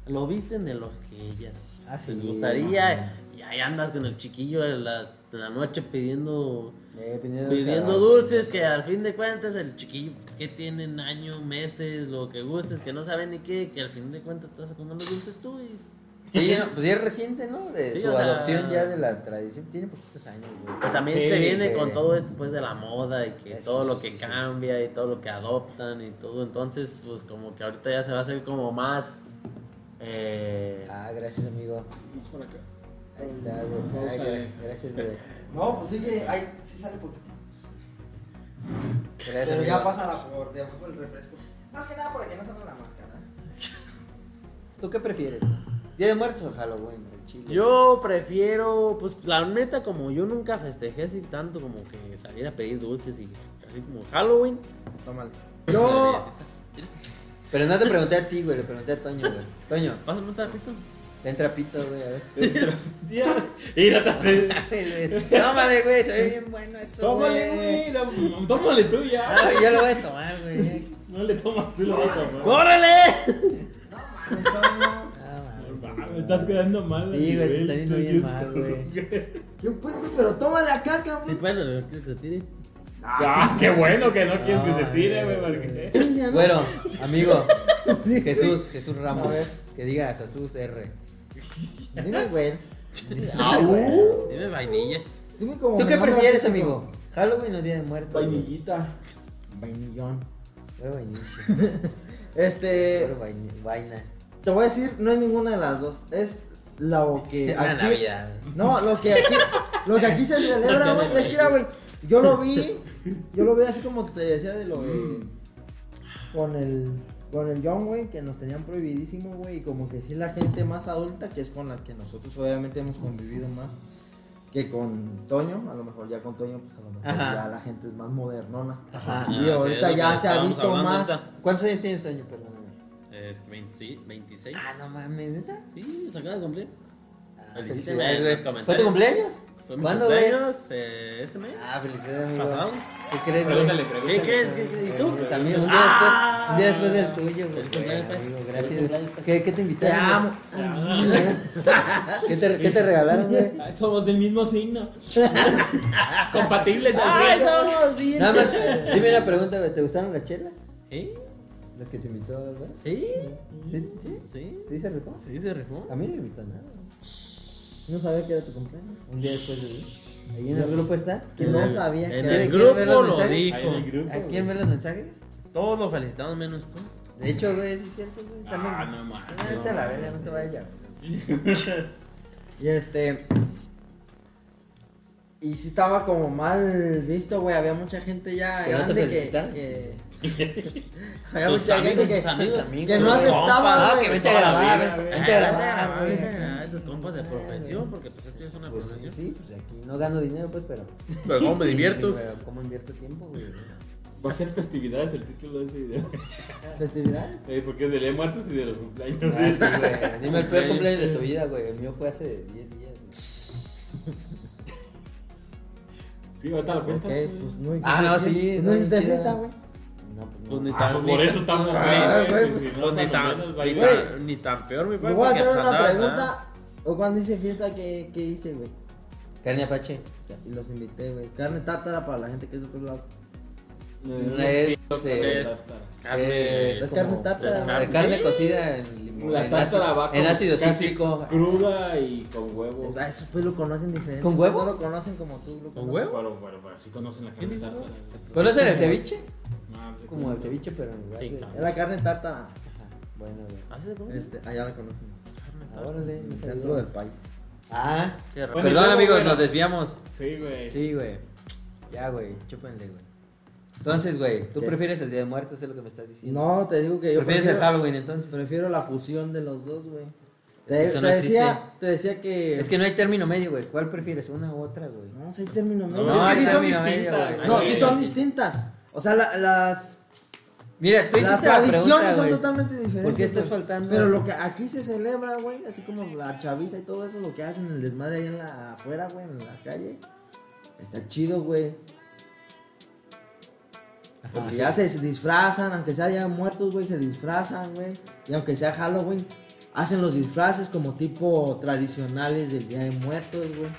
Speaker 1: lo visten de lo que ellas
Speaker 2: Ah, sí,
Speaker 1: les gustaría.
Speaker 2: ajá.
Speaker 1: Y ahí andas con el chiquillo en la, en la noche pidiendo
Speaker 2: Eh, pidiendo
Speaker 1: pidiendo
Speaker 2: dulce,
Speaker 1: dulces que al fin de cuentas el chiquillo que tienen año, meses, lo que gustes, que no sabe ni qué, que al fin de cuentas estás comiendo dulces tú y
Speaker 2: Sí, no, pues ya es reciente, ¿no? De
Speaker 1: Sí,
Speaker 2: su
Speaker 1: o sea-
Speaker 2: adopción ya de la tradición. Tiene poquitos años, güey.
Speaker 1: Pero también
Speaker 4: Sí,
Speaker 1: se viene
Speaker 2: güey.
Speaker 1: con todo esto pues de la moda y que
Speaker 2: Eso,
Speaker 1: todo lo
Speaker 2: sí,
Speaker 1: que
Speaker 2: sí, sí.
Speaker 1: cambia y todo lo que adoptan y todo, entonces pues como que ahorita ya se va a hacer como más eh,
Speaker 2: Ah, gracias, amigo.
Speaker 4: Vamos por acá.
Speaker 2: Ahí está, güey.
Speaker 4: Vamos
Speaker 2: Ay,
Speaker 4: a
Speaker 2: gra-
Speaker 4: ver.
Speaker 2: gracias, güey.
Speaker 3: No, pues sigue. Ahí sí sale poquito.
Speaker 2: Gracias,
Speaker 3: Pero
Speaker 2: amigo.
Speaker 3: ya pasa la por debajo del refresco. Más que nada porque no sale la marca, ¿no?
Speaker 2: ¿Tú qué prefieres? ¿Día de muertos o Halloween? El chile.
Speaker 1: Yo prefiero, pues la neta, como yo nunca festejé así tanto como que salir a pedir dulces y así como Halloween.
Speaker 3: Tómale. Yo.
Speaker 2: Pero no te pregunté a ti, güey. Le pregunté a Toño, güey. Toño,
Speaker 1: Pásame un trapito.
Speaker 2: ten trapito, güey.
Speaker 1: [LAUGHS]
Speaker 2: A ver.
Speaker 1: Írate.
Speaker 2: [LAUGHS] Tómale, güey, se ve bien bueno eso.
Speaker 4: Tómale, güey. la- Tómale tú ya.
Speaker 2: Ah, yo lo voy a tomar, güey.
Speaker 4: No le tomas tú, lo vas a tomar.
Speaker 1: ¡Córrele!
Speaker 3: No mames, Toño.
Speaker 2: Ah, mames.
Speaker 4: Ah, Me estás quedando mal.
Speaker 2: Sí, güey, te está viendo bien
Speaker 4: mal.
Speaker 2: mal, güey.
Speaker 3: Yo, pues, güey, pero tómale acá,
Speaker 1: Sí,
Speaker 3: cabrón.
Speaker 1: bueno, lo que se tire.
Speaker 4: Ah, qué bueno que no quieres que se
Speaker 2: Ay,
Speaker 4: tire,
Speaker 2: güey.
Speaker 4: güey, porque...
Speaker 3: Sí, ¿no?
Speaker 2: Bueno,
Speaker 1: [LAUGHS]
Speaker 2: amigo, Jesús, Jesús Ramos. Que diga
Speaker 1: [LAUGHS]
Speaker 2: Jesús R.
Speaker 3: Dime, güey.
Speaker 1: Dime vainilla.
Speaker 3: Dime como.
Speaker 2: Ah, ¿Tú
Speaker 3: mi
Speaker 2: qué
Speaker 3: nombre
Speaker 2: prefieres,
Speaker 3: artístico.
Speaker 2: amigo? ¿Halloween o Día de Muertos? güey?
Speaker 4: Vainillita.
Speaker 3: Vainillón.
Speaker 2: Güey, vainilla.
Speaker 3: Este.
Speaker 2: Güey, vaini- Vaina.
Speaker 3: Te voy a decir, no es ninguna de las dos. Es lo que.
Speaker 2: Es la
Speaker 3: aquí-
Speaker 2: Navidad.
Speaker 3: No, los que aquí, lo que aquí se celebra, güey. Es que era, güey. Yo lo vi. Yo lo vi así como te decía de lo de. Con el. Con el John, güey, que nos tenían prohibidísimo, güey. Y como que sí la gente más adulta, que es con la que nosotros obviamente hemos convivido más. Que con Toño, a lo mejor ya con Toño, pues a lo mejor
Speaker 2: Ajá.
Speaker 3: ya la gente es más modernona.
Speaker 2: Ajá.
Speaker 3: Y ahorita
Speaker 1: Ah, sí, es lo
Speaker 3: ya
Speaker 1: que
Speaker 3: se ha
Speaker 1: estábamos
Speaker 3: visto
Speaker 1: hablando
Speaker 3: más.
Speaker 1: ahorita.
Speaker 2: ¿Cuántos años tienes, Toño? Perdóname.
Speaker 1: Es 26. 26.
Speaker 2: Ah, no mames, neta.
Speaker 1: Sí, se acaba de cumplir.
Speaker 2: Ah,
Speaker 1: Felicidades,
Speaker 2: felicidades,
Speaker 1: güey.
Speaker 2: güey. ¿Fue tu cumpleaños?
Speaker 1: Fue mi
Speaker 2: ¿Cuándo, güey?
Speaker 1: cumpleaños eh, este mes.
Speaker 2: Ah, felicidades, amigo.
Speaker 1: Pasado.
Speaker 2: ¿Qué crees, güey?
Speaker 4: Pregúntale,
Speaker 1: ¿Qué
Speaker 4: pregúntale.
Speaker 1: crees? ¿Qué crees? ¿Y tú?
Speaker 2: Eh, También un día,
Speaker 1: Ah.
Speaker 2: después, un día después del tuyo, güey.
Speaker 1: Feliz cumpleaños, pues.
Speaker 2: Amigo,
Speaker 1: Feliz
Speaker 2: gracias.
Speaker 1: cumpleaños, pues.
Speaker 2: ¿Qué, qué te
Speaker 3: Te
Speaker 2: invitaron? güey?
Speaker 3: amo.
Speaker 2: [LAUGHS] ¿Qué te, qué te regalaron,
Speaker 1: [LAUGHS]
Speaker 2: güey?
Speaker 4: Ay, Somos del mismo
Speaker 2: [LAUGHS]
Speaker 4: signo. Compatibles del
Speaker 2: Ah,
Speaker 1: ¡Ay,
Speaker 4: signo.
Speaker 1: somos bien!
Speaker 2: Nada más, dime una pregunta, güey. ¿Te gustaron las chelas?
Speaker 1: ¿Sí?
Speaker 2: Las que te invitó, güey.
Speaker 1: ¿Sí?
Speaker 2: ¿Sí? ¿Sí?
Speaker 1: ¿Sí?
Speaker 2: ¿Sí se rifó?
Speaker 1: ¿Sí se rifó?
Speaker 2: A mí no me invitó nada.
Speaker 3: No sabía que era tu cumpleaños.
Speaker 2: Un día después de Ahí en el grupo está.
Speaker 3: Que no sabía que
Speaker 1: En
Speaker 3: era.
Speaker 1: el
Speaker 2: ¿Quieren- quieren ver
Speaker 1: grupo lo
Speaker 2: los mensajes?
Speaker 1: dijo.
Speaker 4: Ahí en el grupo.
Speaker 2: ¿A quién ven los mensajes?
Speaker 1: Todos lo felicitamos menos tú.
Speaker 2: De hecho, güey, sí es cierto, güey. También.
Speaker 4: Ah, no mames.
Speaker 2: Ah, vete a la verga, no te vayas ya.
Speaker 1: [LAUGHS]
Speaker 2: güey.
Speaker 3: Y este. Y sí estaba como mal visto, güey. Había mucha gente ya
Speaker 2: Que no te
Speaker 3: grande que.
Speaker 1: [LAUGHS]
Speaker 2: felicitaran,
Speaker 3: que- Había
Speaker 1: Tus
Speaker 3: mucha
Speaker 1: amigos,
Speaker 3: gente que,
Speaker 1: tus amigos.
Speaker 2: [LAUGHS]
Speaker 3: que no
Speaker 1: Tus
Speaker 3: aceptaba.
Speaker 1: compas.
Speaker 2: Ah,
Speaker 3: güey.
Speaker 2: que vete a
Speaker 4: toda la
Speaker 2: grabar,
Speaker 4: vida,
Speaker 2: güey.
Speaker 4: güey.
Speaker 2: Vente a
Speaker 1: Ah,
Speaker 2: grabar, güey.
Speaker 1: vente a grabar Estos compas de profesión, porque pues esto es una
Speaker 2: Pues sí,
Speaker 1: profesión.
Speaker 2: sí, pues aquí no gano dinero, pues, pero.
Speaker 1: Pero cómo me divierto.
Speaker 2: Pero ¿Cómo invierto tiempo, güey?
Speaker 4: Va a ser festividades el título de ese video. [LAUGHS]
Speaker 3: Festividades.
Speaker 4: Eh, porque es de Ley Muertos y de los cumpleaños.
Speaker 2: Ah, sí, güey. Dime el peor cumpleaños de tu vida, güey. El mío fue hace 10 días.
Speaker 4: Sí, ahorita lo
Speaker 3: Ok,
Speaker 4: cuentas. güey.
Speaker 3: pues no hiciste.
Speaker 2: Ah, no,
Speaker 3: fiesta.
Speaker 2: sí,
Speaker 3: No
Speaker 2: está
Speaker 3: hiciste
Speaker 2: bien
Speaker 3: fiesta,
Speaker 2: chida.
Speaker 3: güey.
Speaker 2: güey. No, pues
Speaker 1: Pues
Speaker 2: no.
Speaker 1: ni
Speaker 4: Ah, pues
Speaker 1: tan,
Speaker 4: por
Speaker 1: ni-
Speaker 4: eso estamos
Speaker 3: Ah,
Speaker 4: aquí.
Speaker 3: güey,
Speaker 4: güey, si no,
Speaker 1: pues ni
Speaker 4: cuando
Speaker 1: tan,
Speaker 4: menos
Speaker 1: ni
Speaker 4: bailar.
Speaker 1: tan- ni tan peor, mi
Speaker 3: Le
Speaker 1: padre.
Speaker 3: voy a
Speaker 1: porque
Speaker 3: hacer
Speaker 1: hasta
Speaker 3: una
Speaker 1: pues andabas, ¿ah?
Speaker 3: pregunta. O cuando hice fiesta, ¿qué, qué hice, güey?
Speaker 2: Carne Apache.
Speaker 3: Y los invité, güey. Carne tártara para la gente que es de otros lados.
Speaker 2: No es. este,
Speaker 1: Es
Speaker 2: eh,
Speaker 1: carne.
Speaker 3: es
Speaker 2: como-
Speaker 3: carne tártara.
Speaker 2: es
Speaker 1: pues, carne.
Speaker 2: Carne cocida en limón.
Speaker 4: La
Speaker 2: en
Speaker 4: tártara
Speaker 2: ácido-
Speaker 4: va con
Speaker 2: En ácido
Speaker 4: casi
Speaker 2: cítrico.
Speaker 4: Cruda y con huevo.
Speaker 3: Ah, Esos pues lo conocen diferente.
Speaker 2: Oh. ¿Con huevo?
Speaker 3: No lo conocen como tú. Lo
Speaker 2: ¿Con
Speaker 3: conoces.
Speaker 2: huevo?
Speaker 4: Bueno, bueno, bueno, sí conocen la carne tártara. güey.
Speaker 2: ¿Conocen el ceviche?
Speaker 4: No, pues,
Speaker 2: Como el ceviche, pero en lugar
Speaker 1: Sí,
Speaker 2: de-
Speaker 1: claro.
Speaker 3: Es la carne tártara.
Speaker 2: Ajá, Bueno, güey.
Speaker 1: ¿Haces de cómo?
Speaker 3: Este, allá la conocen.
Speaker 2: Órale, no sabía.
Speaker 3: Dentro del país.
Speaker 2: Ah,
Speaker 1: Qué raro.
Speaker 4: Bueno, y
Speaker 2: perdón
Speaker 4: luego,
Speaker 2: amigos,
Speaker 4: bueno.
Speaker 2: nos desviamos.
Speaker 4: Sí, güey.
Speaker 2: Sí, güey. Ya, güey, chúpenle, güey. Entonces, güey, ¿tú
Speaker 3: ¿Qué?
Speaker 2: prefieres el Día de Muertos? Es lo que me estás diciendo.
Speaker 3: No, te digo que yo
Speaker 2: ¿Prefieres
Speaker 3: prefiero,
Speaker 2: el Halloween entonces?
Speaker 3: prefiero la fusión de los dos, güey.
Speaker 2: que
Speaker 3: Te,
Speaker 2: eso
Speaker 3: te
Speaker 2: no
Speaker 3: decía, te decía que.
Speaker 2: Es que no hay término medio, güey. ¿Cuál prefieres? ¿Una u otra, güey?
Speaker 3: No, sí, término medio.
Speaker 2: No,
Speaker 4: es que
Speaker 2: hay
Speaker 4: sí son
Speaker 2: término medio,
Speaker 4: distintas,
Speaker 2: güey.
Speaker 3: No,
Speaker 4: Ay,
Speaker 3: sí
Speaker 4: güey.
Speaker 3: son distintas. O sea, la- las,
Speaker 2: Mira, tú
Speaker 3: las
Speaker 2: hiciste la
Speaker 3: tradiciones
Speaker 2: pregunta,
Speaker 3: son
Speaker 2: güey.
Speaker 3: totalmente diferentes.
Speaker 2: ¿Por qué estás
Speaker 3: güey.
Speaker 2: faltando?
Speaker 3: Pero lo que aquí se celebra, güey, así como la chaviza y todo eso, lo que hacen el desmadre ahí en la afuera, güey, en la calle. Está chido, güey. Porque ya se disfrazan, aunque sea ya muertos, güey, se disfrazan, güey. Y aunque sea Halloween, hacen los disfraces como tipo tradicionales del Día de Muertos, güey.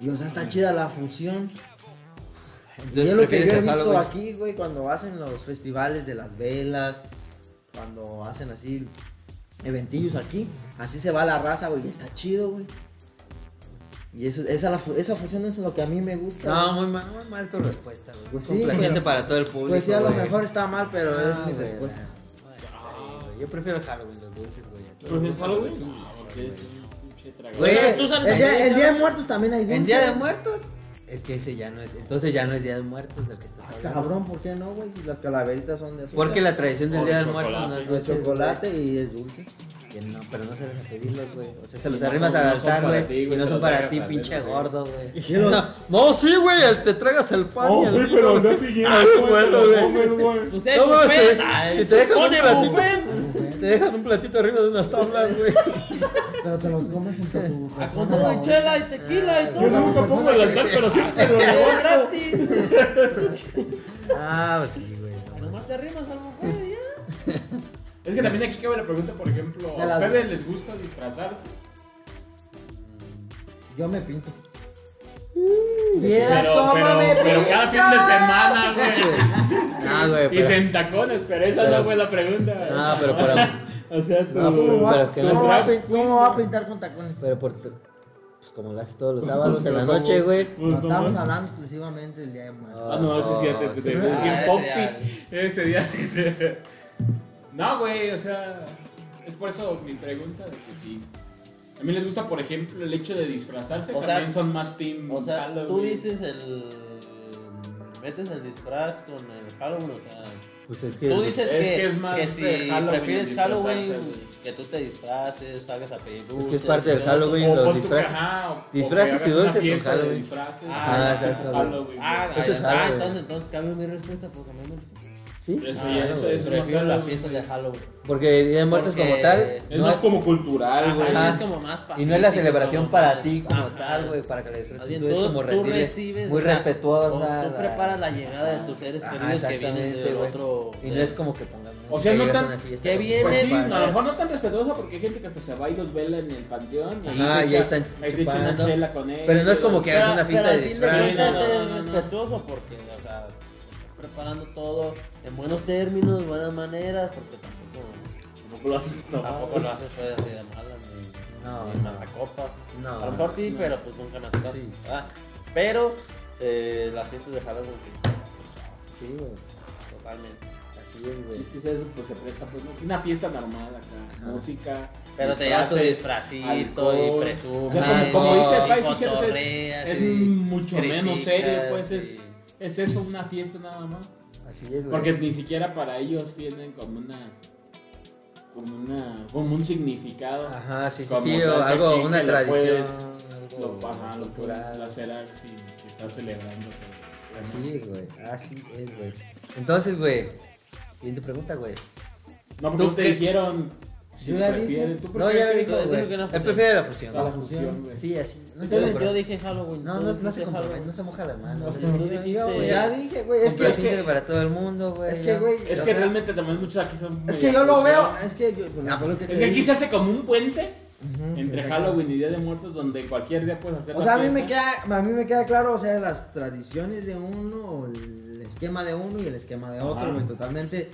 Speaker 3: Y o sea, está chida la fusión. Y
Speaker 2: Entonces,
Speaker 3: es lo que
Speaker 2: ¿prefieres
Speaker 3: yo he
Speaker 2: el
Speaker 3: visto
Speaker 2: Halloween?
Speaker 3: aquí, güey, cuando hacen los festivales de las velas, cuando hacen así eventillos aquí, así se va la raza, güey, y está chido, güey. Y eso, esa, la fu- esa fusión es lo que a mí me gusta.
Speaker 2: No,
Speaker 3: güey.
Speaker 2: muy mal, muy mal tu respuesta, güey.
Speaker 3: Pues sí,
Speaker 2: Complaciente
Speaker 3: pero-
Speaker 2: para todo el público.
Speaker 3: pues sí, a lo
Speaker 2: güey.
Speaker 3: mejor está mal, pero
Speaker 2: Ah,
Speaker 3: es mi
Speaker 2: güey,
Speaker 3: respuesta.
Speaker 2: ay, güey, Yo prefiero el Halloween, los dulces, güey. a todos.
Speaker 4: ¿Prefieres Halloween?
Speaker 2: Sí,
Speaker 4: No, porque es un pinche tragado.
Speaker 2: Güey,
Speaker 1: tú sales
Speaker 3: el,
Speaker 1: ahí,
Speaker 3: día, el
Speaker 1: ¿no?
Speaker 3: Día de Muertos también hay
Speaker 2: ¿En Día de
Speaker 3: dulces.
Speaker 2: Muertos? Es que ese ya no es. Entonces ya no es Día de Muertos del que estás
Speaker 3: Ah,
Speaker 2: hablando.
Speaker 3: Cabrón, ¿por qué no, güey? Si las calaveritas son de azúcar.
Speaker 2: Porque la tradición del
Speaker 4: Con
Speaker 2: Día de
Speaker 4: chocolate.
Speaker 2: Muertos no es
Speaker 3: de
Speaker 2: dulce.
Speaker 3: chocolate y es dulce.
Speaker 2: Que no, pero no se les a pedirlos, güey. O sea, se los
Speaker 4: no
Speaker 2: arrimas
Speaker 4: son-
Speaker 2: al
Speaker 4: no son
Speaker 2: altar,
Speaker 4: para ti, güey,
Speaker 2: güey. Y no
Speaker 4: te
Speaker 2: son
Speaker 4: los
Speaker 2: para
Speaker 4: tragas
Speaker 2: ti,
Speaker 4: al
Speaker 2: pinche
Speaker 4: dedo, güey.
Speaker 2: gordo, güey.
Speaker 3: Y los-
Speaker 2: [LAUGHS] No, no, sí, güey. el- Te tragas el pan y
Speaker 4: Oh,
Speaker 2: el
Speaker 4: güey,
Speaker 2: vino,
Speaker 4: pero
Speaker 2: güey.
Speaker 4: no te llegues,
Speaker 2: Ay,
Speaker 4: güey,
Speaker 2: bueno,
Speaker 4: te lo
Speaker 2: güey.
Speaker 4: comes, güey.
Speaker 1: Pues hay
Speaker 2: No,
Speaker 1: buffet,
Speaker 2: si-
Speaker 1: ay,
Speaker 2: si te dejan un
Speaker 1: pone
Speaker 2: platito.
Speaker 1: buffet.
Speaker 2: Te dejan un platito arriba de unas tablas, güey.
Speaker 3: Pero te los comes junto a tu persona,
Speaker 1: Todo
Speaker 3: güey.
Speaker 1: y chela y tequila y todo.
Speaker 4: Yo nunca pongo el altar, pero siempre lo
Speaker 1: Todo
Speaker 4: levanto.
Speaker 1: gratis.
Speaker 2: Ah, pues sí, güey. no, no.
Speaker 1: Nomás te arrimas al buffet y ya.
Speaker 4: Es que también aquí cabe la pregunta, por ejemplo,
Speaker 3: De
Speaker 4: ¿a
Speaker 3: las-
Speaker 4: ustedes les gusta disfrazarse?
Speaker 3: Yo me pinto.
Speaker 2: Mm,
Speaker 3: Vieras
Speaker 4: Pero,
Speaker 3: cómo
Speaker 4: pero,
Speaker 3: me
Speaker 4: pero cada fin de semana, güey.
Speaker 2: No, Ah, güey,
Speaker 4: Y
Speaker 2: pero.
Speaker 4: tentacones, pero esa
Speaker 2: pero-
Speaker 4: no fue la pregunta.
Speaker 2: No, pero por,
Speaker 4: [LAUGHS] O sea, tú...
Speaker 2: No, pero-
Speaker 3: ¿Cómo,
Speaker 2: pero
Speaker 3: va,
Speaker 2: que
Speaker 3: cómo
Speaker 2: no-
Speaker 3: va a pin- cómo va a pintar con tacones?
Speaker 2: pero por tu- Pues como lo haces todos los sábados en la noche, güey.
Speaker 4: Pues,
Speaker 3: No, estamos
Speaker 4: no,
Speaker 3: hablando exclusivamente del día de muerte.
Speaker 4: Ah, no, ese sí ya te, te, te-
Speaker 2: sí,
Speaker 4: es
Speaker 2: sí.
Speaker 4: bien
Speaker 2: Ah,
Speaker 4: foxy.
Speaker 2: ese
Speaker 4: Ese día sí te... No, güey, o sea, es por eso mi pregunta de que sí. A mí les gusta, por ejemplo, el hecho de disfrazarse,
Speaker 1: O sea,
Speaker 4: también son más team
Speaker 1: O sea,
Speaker 4: Halloween.
Speaker 1: tú dices el. Metes el disfraz con el Halloween, o sea.
Speaker 2: Pues es que.
Speaker 1: Tú dices
Speaker 4: Es
Speaker 1: que,
Speaker 4: que es más
Speaker 1: que si
Speaker 4: de Halloween
Speaker 1: prefieres Halloween,
Speaker 4: disfrazarse, güey.
Speaker 1: que tú te disfraces, salgas a pedir
Speaker 2: que Ah, es
Speaker 1: dulces.
Speaker 2: parte
Speaker 1: y
Speaker 2: del
Speaker 1: todo eso.
Speaker 2: Halloween.
Speaker 4: O
Speaker 2: los
Speaker 4: pon tu
Speaker 2: disfraces.
Speaker 4: caja, o- o que
Speaker 2: Disfraces y
Speaker 4: hagas una
Speaker 2: dulces o
Speaker 4: fiesta de
Speaker 2: Halloween.
Speaker 4: disfraces.
Speaker 1: Ah,
Speaker 2: ya, claro.
Speaker 1: Ah,
Speaker 4: güey.
Speaker 2: Eso
Speaker 1: eso
Speaker 2: es
Speaker 1: es
Speaker 2: Halloween.
Speaker 1: entonces, entonces cambio mi respuesta por cambiar mi respuesta.
Speaker 2: Sí,
Speaker 4: Eso
Speaker 2: claro,
Speaker 4: ya, eso
Speaker 2: güey.
Speaker 4: es más
Speaker 1: Prefiero las
Speaker 4: Halloween.
Speaker 1: fiestas de Halloween.
Speaker 2: Porque Día de Muertos
Speaker 1: Porque-
Speaker 2: como tal.
Speaker 4: Es
Speaker 2: no
Speaker 4: más
Speaker 2: es-
Speaker 4: como cultural, güey.
Speaker 1: Ajá, es como más
Speaker 2: y no es la
Speaker 1: pacífico,
Speaker 2: celebración
Speaker 1: como
Speaker 2: para
Speaker 1: más-
Speaker 2: ti como
Speaker 1: ajá.
Speaker 2: tal, güey, para que la disfrutes.
Speaker 1: Más bien,
Speaker 2: tú es como rendirle muy
Speaker 1: o sea,
Speaker 2: respetuosa.
Speaker 1: o Tú preparas la llegada de tus seres
Speaker 2: Ajá,
Speaker 1: queridos que vienen
Speaker 2: exactamente,
Speaker 1: del
Speaker 2: güey.
Speaker 1: otro.
Speaker 2: Y no es como que pongan.
Speaker 4: O sea, no
Speaker 2: llegas a
Speaker 4: tan-
Speaker 2: una fiesta
Speaker 1: que
Speaker 2: con-
Speaker 1: viene-
Speaker 4: Pues sí,
Speaker 1: Pues,
Speaker 4: a lo
Speaker 1: sí.
Speaker 4: mejor no tan respetuosa porque hay gente que hasta se va y los vela en el panteón. Y ahí
Speaker 2: Ajá,
Speaker 4: se
Speaker 2: y
Speaker 4: echa-
Speaker 2: ahí están
Speaker 4: ahí se echa una
Speaker 2: chupando.
Speaker 4: chela con él.
Speaker 2: Pero no es como que hagas una fiesta de disfraz.
Speaker 1: Es
Speaker 4: cuentas, no, no, no.
Speaker 1: respetuoso porque, o sea, estás preparando todo en buenos términos, buenas maneras, porque tampoco,
Speaker 4: Tampoco lo haces, no.
Speaker 1: tampoco lo haces pues, así de mala ni,
Speaker 2: No,
Speaker 1: ni
Speaker 2: no.
Speaker 1: malacopas.
Speaker 2: No,
Speaker 1: A lo mejor sí,
Speaker 4: no.
Speaker 1: pero pues nunca me tocado.
Speaker 2: Sí.
Speaker 1: Ah, pero eh, las fiestas de Halloween sí,
Speaker 2: Sí, güey.
Speaker 1: totalmente.
Speaker 2: Así es,
Speaker 4: Sí,
Speaker 2: güey.
Speaker 4: es que eso pues, se presta, pues, ¿no? una fiesta normal acá, música.
Speaker 1: Pero te llevas tu
Speaker 4: disfraces,
Speaker 1: disfracito
Speaker 4: alcohol.
Speaker 1: y
Speaker 4: O
Speaker 1: presumes.
Speaker 4: sea, como,
Speaker 2: Ajá,
Speaker 4: como
Speaker 2: sí.
Speaker 4: dice el
Speaker 1: y
Speaker 4: país, sí, sí, es-
Speaker 1: cotorreas
Speaker 4: es,
Speaker 1: y
Speaker 4: mucho menos serio,
Speaker 1: criticas
Speaker 4: pues
Speaker 1: y-
Speaker 4: es, es eso, una fiesta nada más.
Speaker 2: Así es, güey.
Speaker 4: Porque ni siquiera para ellos tienen como una. como una. como un significado.
Speaker 2: Ajá, sí, sí,
Speaker 4: Como
Speaker 2: sí.
Speaker 4: tal
Speaker 2: o
Speaker 4: que
Speaker 2: algo,
Speaker 4: aquí
Speaker 2: una
Speaker 4: que lo
Speaker 2: tradición.
Speaker 4: puedes-
Speaker 2: algo
Speaker 4: Lo, ajá, lo
Speaker 2: cultural.
Speaker 4: puedes hacer así, que estás celebrando. pero-
Speaker 2: Así es, güey. Así es, güey. Entonces, güey. Siguiente pregunta, güey.
Speaker 4: No, porque
Speaker 2: ¿Tú
Speaker 4: no te
Speaker 2: qué?
Speaker 4: dijeron. Si
Speaker 3: Yo ya dije.
Speaker 4: prefieres. ¿Tú
Speaker 2: No, ya lo
Speaker 4: prefieres
Speaker 2: dijo,
Speaker 1: dijo
Speaker 2: güey.
Speaker 1: que era
Speaker 2: Él
Speaker 1: fusión.
Speaker 2: prefiere la fusión.
Speaker 4: la fusión, güey?
Speaker 2: Sí, así. No se
Speaker 1: Yo,
Speaker 2: compromete.
Speaker 1: dije Halloween.
Speaker 2: No,
Speaker 1: tú
Speaker 2: no, no
Speaker 1: dijiste
Speaker 2: se compromete,
Speaker 1: Halloween.
Speaker 2: no se moja las manos.
Speaker 1: Tú dijiste-
Speaker 2: güey,
Speaker 3: Ya dije, güey, es que, es
Speaker 2: Complaciente
Speaker 3: que,
Speaker 2: para todo el mundo, güey.
Speaker 3: es que,
Speaker 2: ya.
Speaker 3: güey,
Speaker 4: Es
Speaker 3: o
Speaker 4: que
Speaker 3: sea,
Speaker 4: realmente también muchos aquí son. muy
Speaker 3: es que yo lo veo,
Speaker 4: acusados.
Speaker 3: es que yo, pues,
Speaker 2: Ah,
Speaker 3: fue lo que
Speaker 4: Es
Speaker 3: te
Speaker 4: que aquí
Speaker 3: dije.
Speaker 4: se hace como un puente
Speaker 3: Ujú,
Speaker 4: entre
Speaker 3: exacto.
Speaker 4: Halloween y Día de Muertos, donde cualquier día puedes hacer.
Speaker 3: O
Speaker 4: la
Speaker 3: sea, a mí me
Speaker 4: fiesta.
Speaker 3: queda, a mí me queda claro, o sea, las tradiciones de uno, o el esquema de uno y el esquema de otro,
Speaker 4: Ajá.
Speaker 3: güey, totalmente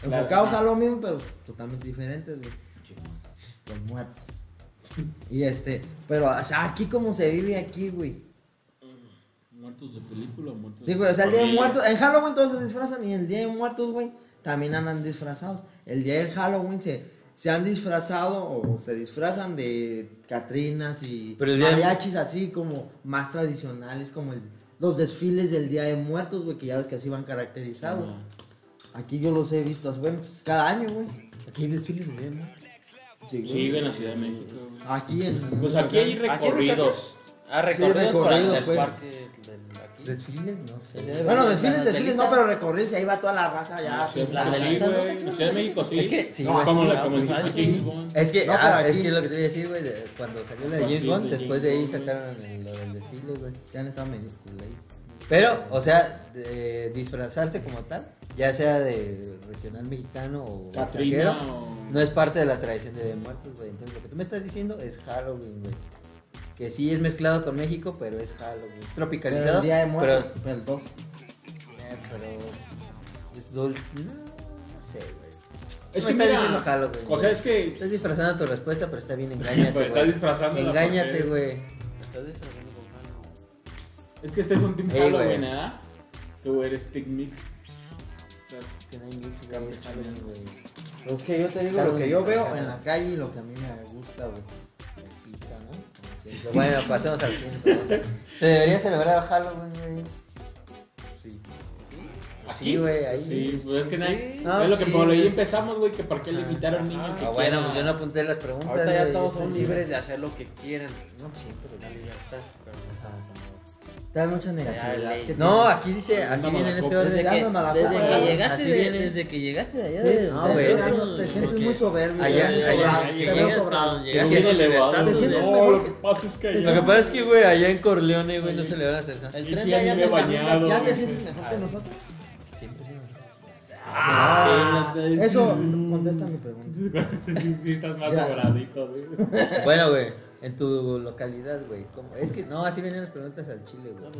Speaker 4: Claro,
Speaker 3: enfocados
Speaker 4: ajá.
Speaker 3: a lo mismo, pero s- totalmente diferentes, güey. Los muertos. Y este, pero, o sea, aquí como se vive aquí, güey.
Speaker 4: Muertos de película, muertos
Speaker 3: Sí,
Speaker 4: de
Speaker 3: güey, o sea, el día de
Speaker 4: familia.
Speaker 2: eh,
Speaker 3: muertos, en Halloween todos se disfrazan y el día de muertos, güey, también andan disfrazados. El día del Halloween se, se han disfrazado o se disfrazan de Catrinas y
Speaker 2: Pero el día de-
Speaker 3: mariachis así como más tradicionales, como el- los desfiles del Día de Muertos, güey, que ya ves que así van caracterizados. Aquí yo los he visto, así, bueno, pues cada año, güey.
Speaker 2: Aquí hay desfiles de demo.
Speaker 3: Sí,
Speaker 4: Sí, güey, en la Ciudad de México. güey.
Speaker 3: Aquí en.
Speaker 4: Pues aquí hay recorridos.
Speaker 1: Ah,
Speaker 3: recorrido
Speaker 1: recorrido por
Speaker 3: recorrido,
Speaker 1: el
Speaker 3: pues.
Speaker 1: parque del- aquí.
Speaker 2: Desfiles, no sé.
Speaker 3: Bueno, desfiles, desfiles, no, pero recorridos, y ahí va toda la raza ya.
Speaker 4: Sí,
Speaker 3: con la-
Speaker 4: pues, sí,
Speaker 1: neta,
Speaker 4: güey.
Speaker 1: no, sí,
Speaker 4: En la Ciudad de México sí.
Speaker 2: Es que, sí,
Speaker 4: No,
Speaker 2: güey.
Speaker 4: como
Speaker 1: Ah,
Speaker 4: la como
Speaker 1: pues, ah,
Speaker 4: el
Speaker 1: sí.
Speaker 4: James Bond.
Speaker 2: Es que,
Speaker 3: No,
Speaker 2: ah,
Speaker 3: pero
Speaker 2: es
Speaker 3: aquí-
Speaker 2: que es lo que te iba a decir, güey, de- cuando salió la de
Speaker 4: Ah,
Speaker 2: James
Speaker 4: sí,
Speaker 2: Bond,
Speaker 4: de
Speaker 2: después de ahí
Speaker 4: James Bond,
Speaker 2: sacaron el- lo del desfile, güey.
Speaker 3: Ya han estado medio culés.
Speaker 2: Pero, o sea, de- disfrazarse como tal, ya sea de regional mexicano o
Speaker 4: Catrina
Speaker 2: extranjero,
Speaker 4: o-
Speaker 2: no es parte de la tradición de muertos, güey. Entonces, lo que tú me estás diciendo es Halloween, güey. Que sí es mezclado con México, pero es Halloween. Es
Speaker 3: Pero
Speaker 2: tropicalizado.
Speaker 3: el Día de Muertos,
Speaker 2: pero-
Speaker 3: pero el 2.
Speaker 2: Eh, pero. Es dul- No, no sé, güey.
Speaker 4: Es
Speaker 2: Es
Speaker 4: que
Speaker 2: que estás
Speaker 4: mira,
Speaker 2: diciendo Halloween.
Speaker 4: O sea,
Speaker 2: güey.
Speaker 4: es que
Speaker 2: Estás disfrazando tu respuesta, pero está bien, engáñate.
Speaker 4: Pues,
Speaker 2: güey.
Speaker 4: estás disfrazando la
Speaker 2: Engáñate,
Speaker 4: parte-
Speaker 2: güey.
Speaker 1: Estás disfrazando con Halloween.
Speaker 4: Es que este es un Team
Speaker 2: Ey, güey.
Speaker 4: Halloween, ¿verdad? Tú eres Team Mix. ¿Sabes?
Speaker 2: Que no hay mix, güey. Es Halloween, güey.
Speaker 3: Es que yo te digo
Speaker 2: Claro,
Speaker 3: lo que yo
Speaker 2: sí,
Speaker 3: veo
Speaker 2: ajá.
Speaker 3: en la calle y lo que a mí me gusta, güey.
Speaker 2: Pita, ¿no? Como siempre. Bueno, pasemos al siguiente pregunta. ¿Se debería celebrar Halloween, güey?
Speaker 3: Sí.
Speaker 2: Sí, güey, ahí.
Speaker 4: Sí, pues es que
Speaker 1: Sí.
Speaker 4: nadie-
Speaker 2: Ah,
Speaker 4: es lo que
Speaker 2: sí,
Speaker 4: por ahí
Speaker 2: pues.
Speaker 4: empezamos, güey, que para qué limitar a un niño que
Speaker 2: Ah, bueno,
Speaker 4: quiera-
Speaker 2: pues yo no apunté las preguntas.
Speaker 1: Ahorita ya
Speaker 2: güey,
Speaker 1: todos
Speaker 2: yo
Speaker 1: son
Speaker 2: estoy
Speaker 1: libres de hacer lo que quieran. No, pues siempre la libertad. Pero no
Speaker 2: diciendo-
Speaker 3: Te da mucha negatividad.
Speaker 1: ley.
Speaker 3: que
Speaker 2: No,
Speaker 3: tienes.
Speaker 2: aquí dice, así
Speaker 4: Una
Speaker 2: viene en este
Speaker 4: malacopa.
Speaker 2: orden.
Speaker 3: Desde
Speaker 1: Desde
Speaker 3: que-
Speaker 1: que,
Speaker 3: desde que
Speaker 1: llegaste
Speaker 2: llegaste de-
Speaker 1: desde que llegaste de allá.
Speaker 3: Sí,
Speaker 1: de-
Speaker 2: no,
Speaker 3: te-
Speaker 2: güey,
Speaker 3: te-
Speaker 2: eso-
Speaker 3: te
Speaker 2: es
Speaker 3: sientes
Speaker 2: que-
Speaker 3: muy soberbio.
Speaker 2: allá-
Speaker 3: te veo
Speaker 2: allá-
Speaker 3: sobrado, te veo
Speaker 1: llegas
Speaker 3: sobrado.
Speaker 1: con-
Speaker 4: Es
Speaker 1: llegas
Speaker 2: Es
Speaker 4: un
Speaker 2: que-
Speaker 4: elevado.
Speaker 3: Te sientes
Speaker 4: No,
Speaker 3: mejor.
Speaker 4: lo que pasa es que
Speaker 3: Te
Speaker 2: Lo
Speaker 4: ya-
Speaker 2: que pasa es que, güey, allá en Corleone, güey, no celebran el Halloween.
Speaker 3: El
Speaker 4: Y
Speaker 3: tren
Speaker 4: si
Speaker 3: de allá
Speaker 4: alguien
Speaker 3: se
Speaker 4: me
Speaker 3: camina,
Speaker 4: bañado,
Speaker 3: Ya
Speaker 4: güey.
Speaker 3: te sientes mejor que nosotros.
Speaker 2: Siempre, siempre.
Speaker 4: Ah,
Speaker 3: Eso contesta mi pregunta.
Speaker 4: [LAUGHS] Sí, estás más
Speaker 3: Gracias.
Speaker 4: sobradito, güey.
Speaker 2: Bueno, güey, en tu localidad, güey, ¿cómo? Es que, no, así vienen las preguntas al chile, güey.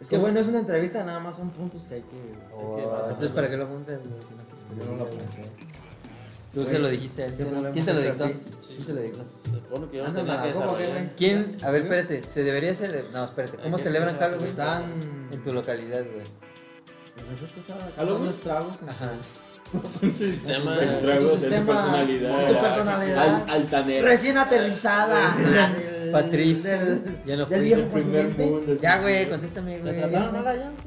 Speaker 3: Es que, bueno, es una entrevista, nada más son puntos que hay que.
Speaker 2: Oh, entonces, ¿para qué lo apuntas, güey? Si no quieres que
Speaker 3: Yo
Speaker 2: lo
Speaker 3: no lo
Speaker 2: diga, güey.
Speaker 3: pensé.
Speaker 2: Tú se lo dijiste a él,
Speaker 3: ¿qué
Speaker 2: ¿no?
Speaker 3: problema
Speaker 2: ¿Quién te lo
Speaker 3: tienes
Speaker 2: dictó?
Speaker 3: así?
Speaker 2: ¿Quién te lo dictó?
Speaker 1: Se supone que yo no
Speaker 3: Ándale,
Speaker 1: tenía que
Speaker 3: ¿cómo que,
Speaker 1: desarrollar.
Speaker 3: güey?
Speaker 2: ¿Quién? A ver, espérate, se debería celebrar. No, espérate, ¿cómo
Speaker 1: Hay que
Speaker 2: celebran
Speaker 1: empezar a
Speaker 2: Halloween?
Speaker 3: Están.
Speaker 2: En tu localidad, güey.
Speaker 3: El refresco está.
Speaker 4: ¿Algo?
Speaker 3: Son los tragos.
Speaker 2: Ajá.
Speaker 1: Sistema-
Speaker 3: Pues,
Speaker 4: Los tragos de tu
Speaker 3: sistema-
Speaker 4: personalidad.
Speaker 3: tu personalidad.
Speaker 4: Al- altanera.
Speaker 3: Recién aterrizada. [LAUGHS] del-
Speaker 2: Patrick.
Speaker 3: Del,
Speaker 2: Ya no
Speaker 3: del
Speaker 2: fuiste.
Speaker 3: viejo
Speaker 4: El primer
Speaker 3: continente.
Speaker 4: mundo,
Speaker 2: Ya,
Speaker 4: sí.
Speaker 2: güey, contéstame, güey.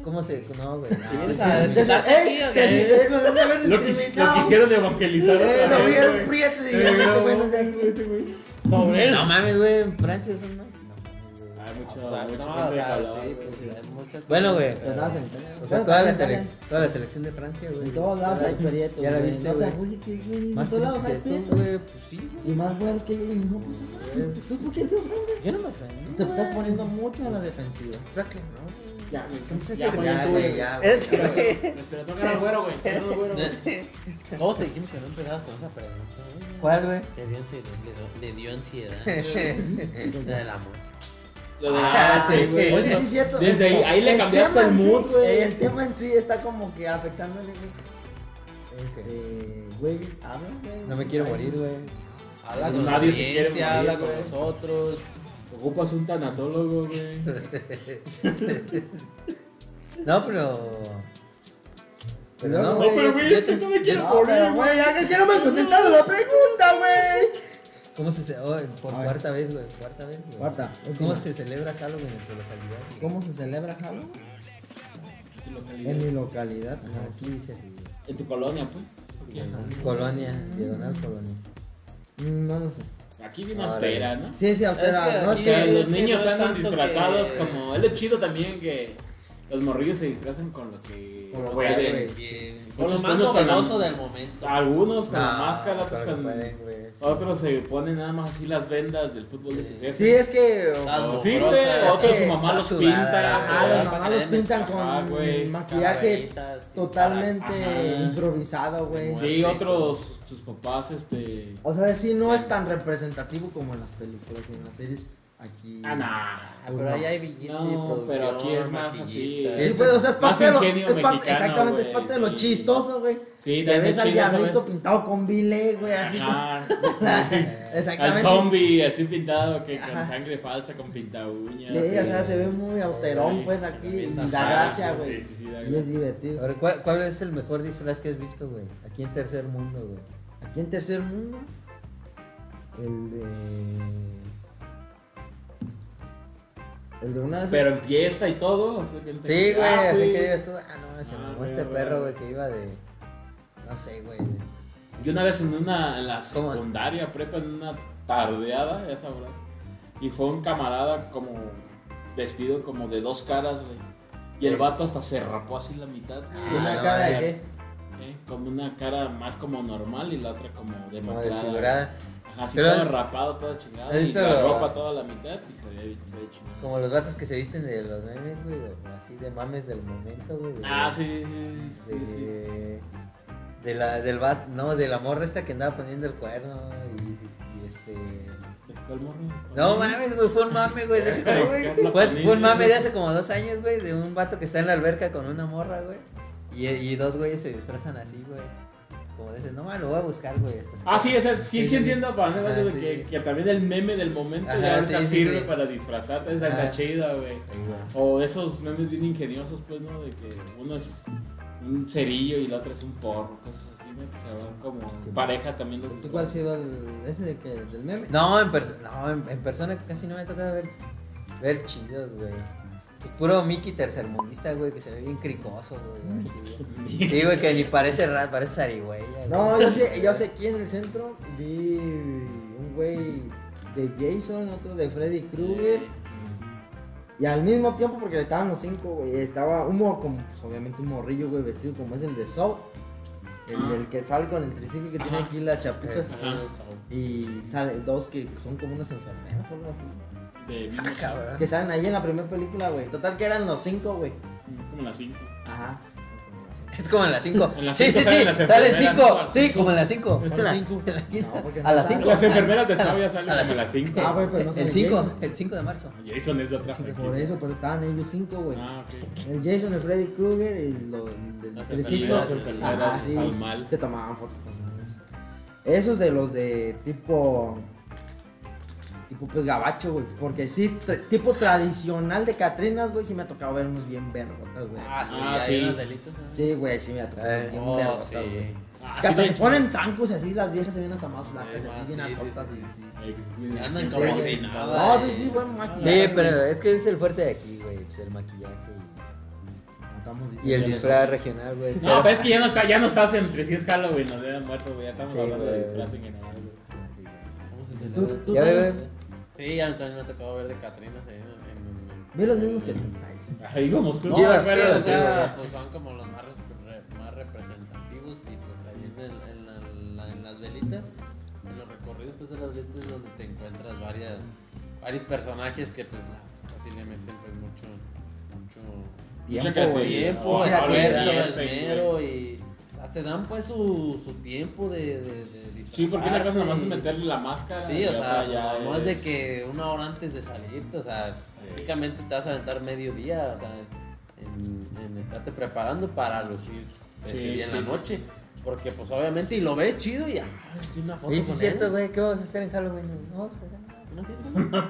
Speaker 2: ¿Cómo se.? No, güey. no,
Speaker 1: vienes
Speaker 2: güey.
Speaker 1: a- este
Speaker 3: Es que se- ¡Ey!
Speaker 1: Sí,
Speaker 3: Se
Speaker 1: sí.
Speaker 3: eh, lo debe haber
Speaker 4: Lo, quis- lo
Speaker 3: discriminado.
Speaker 4: quisieron evangelizar.
Speaker 3: Eh,
Speaker 4: otra
Speaker 3: lo
Speaker 4: vez,
Speaker 3: vieron
Speaker 4: güey.
Speaker 3: prieto y
Speaker 4: Se
Speaker 3: dijeron, "Este
Speaker 4: grabó,
Speaker 3: güey no es de aquí".
Speaker 4: este güey.
Speaker 1: Sobre él.
Speaker 2: No mames, güey, en Francia son no. No mames, güey.
Speaker 4: Hay mucho,
Speaker 1: O sea,
Speaker 4: mucho
Speaker 1: no,
Speaker 4: gente
Speaker 1: o sea,
Speaker 4: jalada,
Speaker 1: sí,
Speaker 4: güey.
Speaker 1: pues, hay muchas-
Speaker 2: Bueno, güey.
Speaker 3: Pues nada, se entera.
Speaker 2: O sea,
Speaker 3: Bueno,
Speaker 2: toda la,
Speaker 3: también
Speaker 2: sele-
Speaker 3: sale.
Speaker 2: toda la selección de Francia, güey.
Speaker 3: En todos lados
Speaker 2: Ya la-
Speaker 3: hay prietos.
Speaker 2: Ya la
Speaker 3: güey.
Speaker 2: viste,
Speaker 3: No te
Speaker 2: güey.
Speaker 3: agüites, güey. En
Speaker 2: Más
Speaker 3: todos lados hay
Speaker 2: pinches que tú,
Speaker 3: prietos.
Speaker 2: güey. Pues sí, güey.
Speaker 3: Y más güeros que ellos. y No pasa nada. ¿Tú por qué te ofendes?
Speaker 2: Yo no me ofendí.
Speaker 3: Te estás poniendo mucho a la defensiva.
Speaker 2: O sea que no, güey.
Speaker 4: Ya, güey, ¿cómo se
Speaker 2: Este
Speaker 4: ya,
Speaker 2: güey,
Speaker 4: ponía tú, güey.
Speaker 2: ya, güey.
Speaker 1: Este güey.
Speaker 4: Pero toca el güero, güey. Toca el güero, güey.
Speaker 1: Todos te dijimos que no empezabas con esa pregunta. güey.
Speaker 2: ¿Cuál, güey?
Speaker 1: Le dio ansiedad. Le dio, le dio ansiedad.
Speaker 3: [LAUGHS]
Speaker 1: La del amor.
Speaker 4: Lo de-
Speaker 2: Ah, sí, güey.
Speaker 3: Oye, sí es cierto.
Speaker 4: Desde ahí- ahí le cambiaste
Speaker 3: tema
Speaker 4: el
Speaker 3: en sí,
Speaker 4: mood, güey.
Speaker 3: eh, El tema en sí está como que afectándole, güey. Este, güey, habla, güey.
Speaker 2: No me quiero morir, güey.
Speaker 1: Habla
Speaker 4: Pues
Speaker 1: con la
Speaker 4: nadie se quiere
Speaker 1: audiencia,
Speaker 4: morir,
Speaker 1: habla con
Speaker 4: güey.
Speaker 1: nosotros.
Speaker 4: Ocupas un tanatólogo, güey.
Speaker 2: No, pero. Pero
Speaker 3: No,
Speaker 2: no,
Speaker 4: No,
Speaker 2: güey.
Speaker 4: pero
Speaker 2: yo-
Speaker 4: güey,
Speaker 2: yo
Speaker 4: es que
Speaker 2: te-
Speaker 4: no me quiero
Speaker 3: No, pero,
Speaker 4: morir, güey.
Speaker 3: güey, ya, ya no me contestaron la pregunta, güey.
Speaker 2: ¿Cómo se ce- oh, por
Speaker 3: A ver.
Speaker 2: cuarta vez, güey? Cuarta vez, güey.
Speaker 3: Cuarta, última.
Speaker 2: ¿Cómo se celebra Halloween en tu localidad? güey?
Speaker 3: ¿Cómo se celebra Halloween? En mi localidad.
Speaker 2: Ajá, aquí dice así, güey.
Speaker 4: En tu colonia, pues. Porque
Speaker 2: Colonia, diagonal colonia.
Speaker 3: Mm, No lo sé.
Speaker 4: Aquí vino austera, ¿no?
Speaker 3: Sí, sí, a usted
Speaker 1: Es que
Speaker 3: la- no
Speaker 1: aquí-
Speaker 3: sé.
Speaker 4: Que
Speaker 1: Sí,
Speaker 4: los
Speaker 1: es que
Speaker 4: niños
Speaker 1: no es
Speaker 4: andan
Speaker 1: tanto
Speaker 4: disfrazados
Speaker 1: que-
Speaker 4: como. Es lo chido también que los morrillos se disfrazan con lo que.
Speaker 3: Con lo que
Speaker 4: pueden.
Speaker 3: pueden.
Speaker 1: Que- Con lo
Speaker 4: Muchos
Speaker 1: más
Speaker 4: ponen con la-
Speaker 1: novedoso del momento.
Speaker 4: Algunos con la
Speaker 3: Ah,
Speaker 2: No,
Speaker 4: máscara, otros
Speaker 2: claro Ah, que
Speaker 4: con.
Speaker 2: pueden, güey, sí.
Speaker 4: Otros se ponen nada más así las vendas del fútbol de su jefe.
Speaker 3: Sí, es que.
Speaker 1: Ah,
Speaker 4: O- sí, güey.
Speaker 1: Mugrosas.
Speaker 4: Otros su
Speaker 3: Sí,
Speaker 4: mamá los
Speaker 2: todas
Speaker 4: pinta.
Speaker 2: sudadas,
Speaker 3: Ajá,
Speaker 1: Ah,
Speaker 3: las
Speaker 4: ajá,
Speaker 3: mamás
Speaker 1: para
Speaker 3: los
Speaker 1: que den-
Speaker 3: pintan
Speaker 4: ajá, güey.
Speaker 3: con maquillaje
Speaker 1: Calaveritas,
Speaker 3: totalmente
Speaker 4: ajá.
Speaker 3: improvisado, güey.
Speaker 4: Sí, otros, sus papás, este.
Speaker 3: O sea, sí no es tan representativo como en las películas y en las series aquí.
Speaker 4: Ah, nah.
Speaker 1: Ah, pero ahí hay billete,
Speaker 4: No, pero aquí es más así.
Speaker 1: maquillista.
Speaker 3: Sí,
Speaker 4: Eso
Speaker 3: pues, o sea, es
Speaker 4: es
Speaker 3: parte de
Speaker 4: más
Speaker 3: lo,
Speaker 4: ingenio
Speaker 3: es parte-
Speaker 4: mexicano,
Speaker 3: exactamente, es
Speaker 4: güey,
Speaker 3: parte de lo
Speaker 4: sí.
Speaker 3: chistoso, güey.
Speaker 4: Sí,
Speaker 3: Te
Speaker 4: también
Speaker 3: ves al
Speaker 4: chido, ¿sabes?
Speaker 3: diablito pintado con vile, güey, así. [LAUGHS]
Speaker 4: Ajá. Al
Speaker 2: Eh,
Speaker 3: Exactamente.
Speaker 4: zombie así pintado, que con
Speaker 3: Ajá.
Speaker 4: sangre falsa, con pinta uña.
Speaker 3: Sí, o sea, se ve muy austerón, pues, aquí, y da gracia, güey.
Speaker 4: Sí, sí, sí, da
Speaker 3: Y es
Speaker 4: gracia.
Speaker 3: divertido.
Speaker 2: Ahora, ¿cuál, cuál es el mejor disfraz que has visto, güey? Aquí en Tercer Mundo, güey.
Speaker 3: Aquí en Tercer Mundo, el de. El de una de esas-
Speaker 4: Pero en fiesta y todo. o sea, que-
Speaker 2: Sí, güey,
Speaker 4: Ah,
Speaker 2: así
Speaker 4: sí.
Speaker 2: que digas tú, ah, no, se
Speaker 4: Ah,
Speaker 2: mamó
Speaker 4: güey,
Speaker 2: este
Speaker 4: güey,
Speaker 2: perro,
Speaker 4: güey.
Speaker 2: güey, que iba de. No sé, güey.
Speaker 4: Yo una vez en una en la
Speaker 2: ¿Cómo?
Speaker 4: secundaria, prepa, en una tardeada, ya sabrás. Y fue un camarada como vestido como de dos caras, güey. Y el vato hasta se rapó así la mitad.
Speaker 3: ¿Y
Speaker 4: güey.
Speaker 3: una
Speaker 2: Ah, no,
Speaker 3: cara de
Speaker 2: ya.
Speaker 3: qué?
Speaker 4: Eh, Como una cara más como normal y la otra como de
Speaker 2: Como
Speaker 4: maclada.
Speaker 2: desfigurada.
Speaker 4: Ajá, así
Speaker 2: Pero-
Speaker 4: todo rapado, todo chingado.
Speaker 2: ¿Has
Speaker 4: Y
Speaker 2: visto
Speaker 4: la
Speaker 2: lo-
Speaker 4: ropa toda la mitad y se veía se veía chingado.
Speaker 2: Como los gatos que se visten de los memes, güey, de- así de mames del momento, güey. de-
Speaker 4: Ah, sí, sí, sí, sí,
Speaker 2: de,
Speaker 4: sí.
Speaker 2: de la del bat, no, de la morra esta que andaba poniendo el cuerno y, y este
Speaker 4: ¿De cuál morro?
Speaker 2: no mames, güey, fue un mame, güey, de hace como,
Speaker 4: [LAUGHS]
Speaker 2: güey,
Speaker 4: Carla
Speaker 2: pues, fue un
Speaker 4: Panisi,
Speaker 2: mame
Speaker 4: güey.
Speaker 2: de hace como dos años, güey, de un vato que está en la alberca con una morra, güey, y, y dos güeyes se disfrazan así, güey, como dicen, no, mames, lo voy a buscar, güey, hasta se-
Speaker 4: Ah, sí, o sea, sí,
Speaker 2: Sí,
Speaker 4: sí,
Speaker 2: sí.
Speaker 4: entiendo para mí,
Speaker 2: Ah,
Speaker 4: de
Speaker 2: sí,
Speaker 4: que,
Speaker 2: sí.
Speaker 4: que también el meme del momento
Speaker 2: Ajá,
Speaker 4: ya ahorita
Speaker 2: sí, sí,
Speaker 4: sirve
Speaker 2: sí.
Speaker 4: para disfrazarte, es la
Speaker 2: Ajá.
Speaker 4: chida, güey.
Speaker 2: Sí, güey.
Speaker 4: O esos memes bien ingeniosos, pues, ¿no? De que uno es un cerillo y la otra es un porro, cosas así, ¿no? Que se van como pareja también los [LAUGHS]
Speaker 3: ¿Tú cuál ha
Speaker 4: disfrazan.
Speaker 3: sido el, ese de que, del meme?
Speaker 2: No, en, perso- no en, en persona casi no me toca ver, ver chidos, güey. Pues puro Mickey tercermundista, güey, que se ve bien cricoso, güey. así, güey. Sí, güey, que ni parece ra- parece zarigüeya.
Speaker 3: No,
Speaker 2: güey.
Speaker 3: yo sé, yo sé aquí en el centro vi un güey de Jason, otro de Freddy Krueger. Y al mismo tiempo, porque estaban los cinco, güey, estaba un morro, como, pues, obviamente un morrillo, güey, vestido como es el de Saw. El
Speaker 4: Ah.
Speaker 3: del que sale con el triciclo que tiene aquí las chapitas. Y salen dos que son como unas enfermeras o algo así.
Speaker 4: De
Speaker 2: Ah, cabrón.
Speaker 3: Que salen ahí en la primera película, güey. Total que eran los cinco, güey.
Speaker 4: como las cinco.
Speaker 3: Ajá.
Speaker 2: Es como en las 5.
Speaker 4: En las
Speaker 2: Sí,
Speaker 4: cinco
Speaker 2: sí,
Speaker 4: salen
Speaker 2: sí,
Speaker 4: las
Speaker 2: salen
Speaker 4: enfermeras,
Speaker 2: 5.
Speaker 4: ¿no?
Speaker 2: Sí, como en las 5.
Speaker 4: En las cinco.
Speaker 3: No, porque
Speaker 2: A las
Speaker 3: salen.
Speaker 2: cinco.
Speaker 4: Las enfermeras de Sao ya
Speaker 2: a
Speaker 4: salen
Speaker 2: las
Speaker 4: como las cinco.
Speaker 3: Ah, güey, pero no
Speaker 2: El
Speaker 3: sale
Speaker 2: 5,
Speaker 3: Jason.
Speaker 2: el 5 de marzo.
Speaker 4: Jason es de otra
Speaker 3: Por
Speaker 4: franquicia.
Speaker 3: eso, pero estaban ellos cinco, güey.
Speaker 4: Ah, ok.
Speaker 3: El Jason, el Freddy Krueger, el, lo- el del
Speaker 4: Las
Speaker 3: triciclo.
Speaker 4: enfermeras, enfermeras,
Speaker 3: Ajá, sí,
Speaker 4: al mal.
Speaker 3: Se tomaban fotos con ellos. Esos de los de tipo. Tipo, pues gabacho, güey. Porque sí, tra- tipo tradicional de Catrinas, güey. Sí me ha tocado ver unos bien vergotas, güey.
Speaker 4: Ah, Eh, oh, hay sí. unos
Speaker 1: delitos. ¿eh? Oh,
Speaker 3: Sí, güey, sí me ha tocado
Speaker 2: Eh,
Speaker 3: ver bien vergotas, güey.
Speaker 4: Ah,
Speaker 3: Que hasta
Speaker 4: sí,
Speaker 3: se ponen zancos y así, las viejas se ven hasta más flacas,
Speaker 1: Eh,
Speaker 3: así
Speaker 1: ah,
Speaker 3: bien
Speaker 1: sí, sí,
Speaker 3: altotas
Speaker 1: sí,
Speaker 3: y- sí.
Speaker 1: Andan
Speaker 3: Sí,
Speaker 1: como
Speaker 3: güey.
Speaker 1: si nada.
Speaker 3: No,
Speaker 1: eh.
Speaker 3: sí, sí, buen maquillaje.
Speaker 2: Sí, pero es que es el fuerte de aquí, güey. pues, El maquillaje
Speaker 3: Estamos
Speaker 2: y, y el
Speaker 3: diciendo-
Speaker 2: disfraz regional,
Speaker 3: [LAUGHS]
Speaker 2: güey.
Speaker 4: No, pero es que ya no, está, ya no estás entre si es Halloween, nos habían muerto, güey. Ya estamos
Speaker 2: Sí,
Speaker 4: hablando de
Speaker 2: güey.
Speaker 4: disfraz en general, güey.
Speaker 3: ¿Tú, Pues, tú
Speaker 2: Ya,
Speaker 3: también-
Speaker 2: güey.
Speaker 1: Sí, a mí también me ha tocado ver de Catrinas ahí en, en- en-
Speaker 3: Ve los mismos que tú. Ay, sí.
Speaker 4: Ahí vamos, tú.
Speaker 1: No,
Speaker 2: Sí, las
Speaker 1: pero,
Speaker 2: quiero,
Speaker 1: o
Speaker 2: sí,
Speaker 1: sea,
Speaker 2: güey.
Speaker 1: pues son como los más, res- re- más representativos y pues ahí en, el- en la- la- en las velitas, en los recorridos pues de las velitas es donde te encuentras varias, varios personajes que pues la- así le meten pues mucho, mucho
Speaker 3: Tiempo, güey.
Speaker 1: tiempo,
Speaker 3: Mucha
Speaker 1: esfuerzo,
Speaker 4: creatividad,
Speaker 1: esmero y o sea, se dan pues su, su tiempo de, de, de
Speaker 4: Sí, porque
Speaker 2: Ah,
Speaker 4: una cosa nomás es
Speaker 1: disfrazarse y-
Speaker 4: meterle la máscara.
Speaker 1: Sí, o
Speaker 4: y
Speaker 1: sea,
Speaker 4: otra ya
Speaker 1: no es de
Speaker 4: es-
Speaker 1: que una hora antes de salirte, o sea, prácticamente te vas a aventar medio día, o sea, en, en estarte preparando para lucir ese
Speaker 4: Sí,
Speaker 1: día
Speaker 4: sí,
Speaker 1: en
Speaker 4: sí.
Speaker 1: la noche. Porque, pues, obviamente, y lo ves chido y, ay, una foto
Speaker 2: Y
Speaker 1: con
Speaker 2: sí, es
Speaker 1: él.
Speaker 2: cierto, güey. ¿Qué vamos a hacer en Halloween? No vamos a hacer nada.
Speaker 1: Una fiesta, ¿no?
Speaker 2: Sí, no, Pues,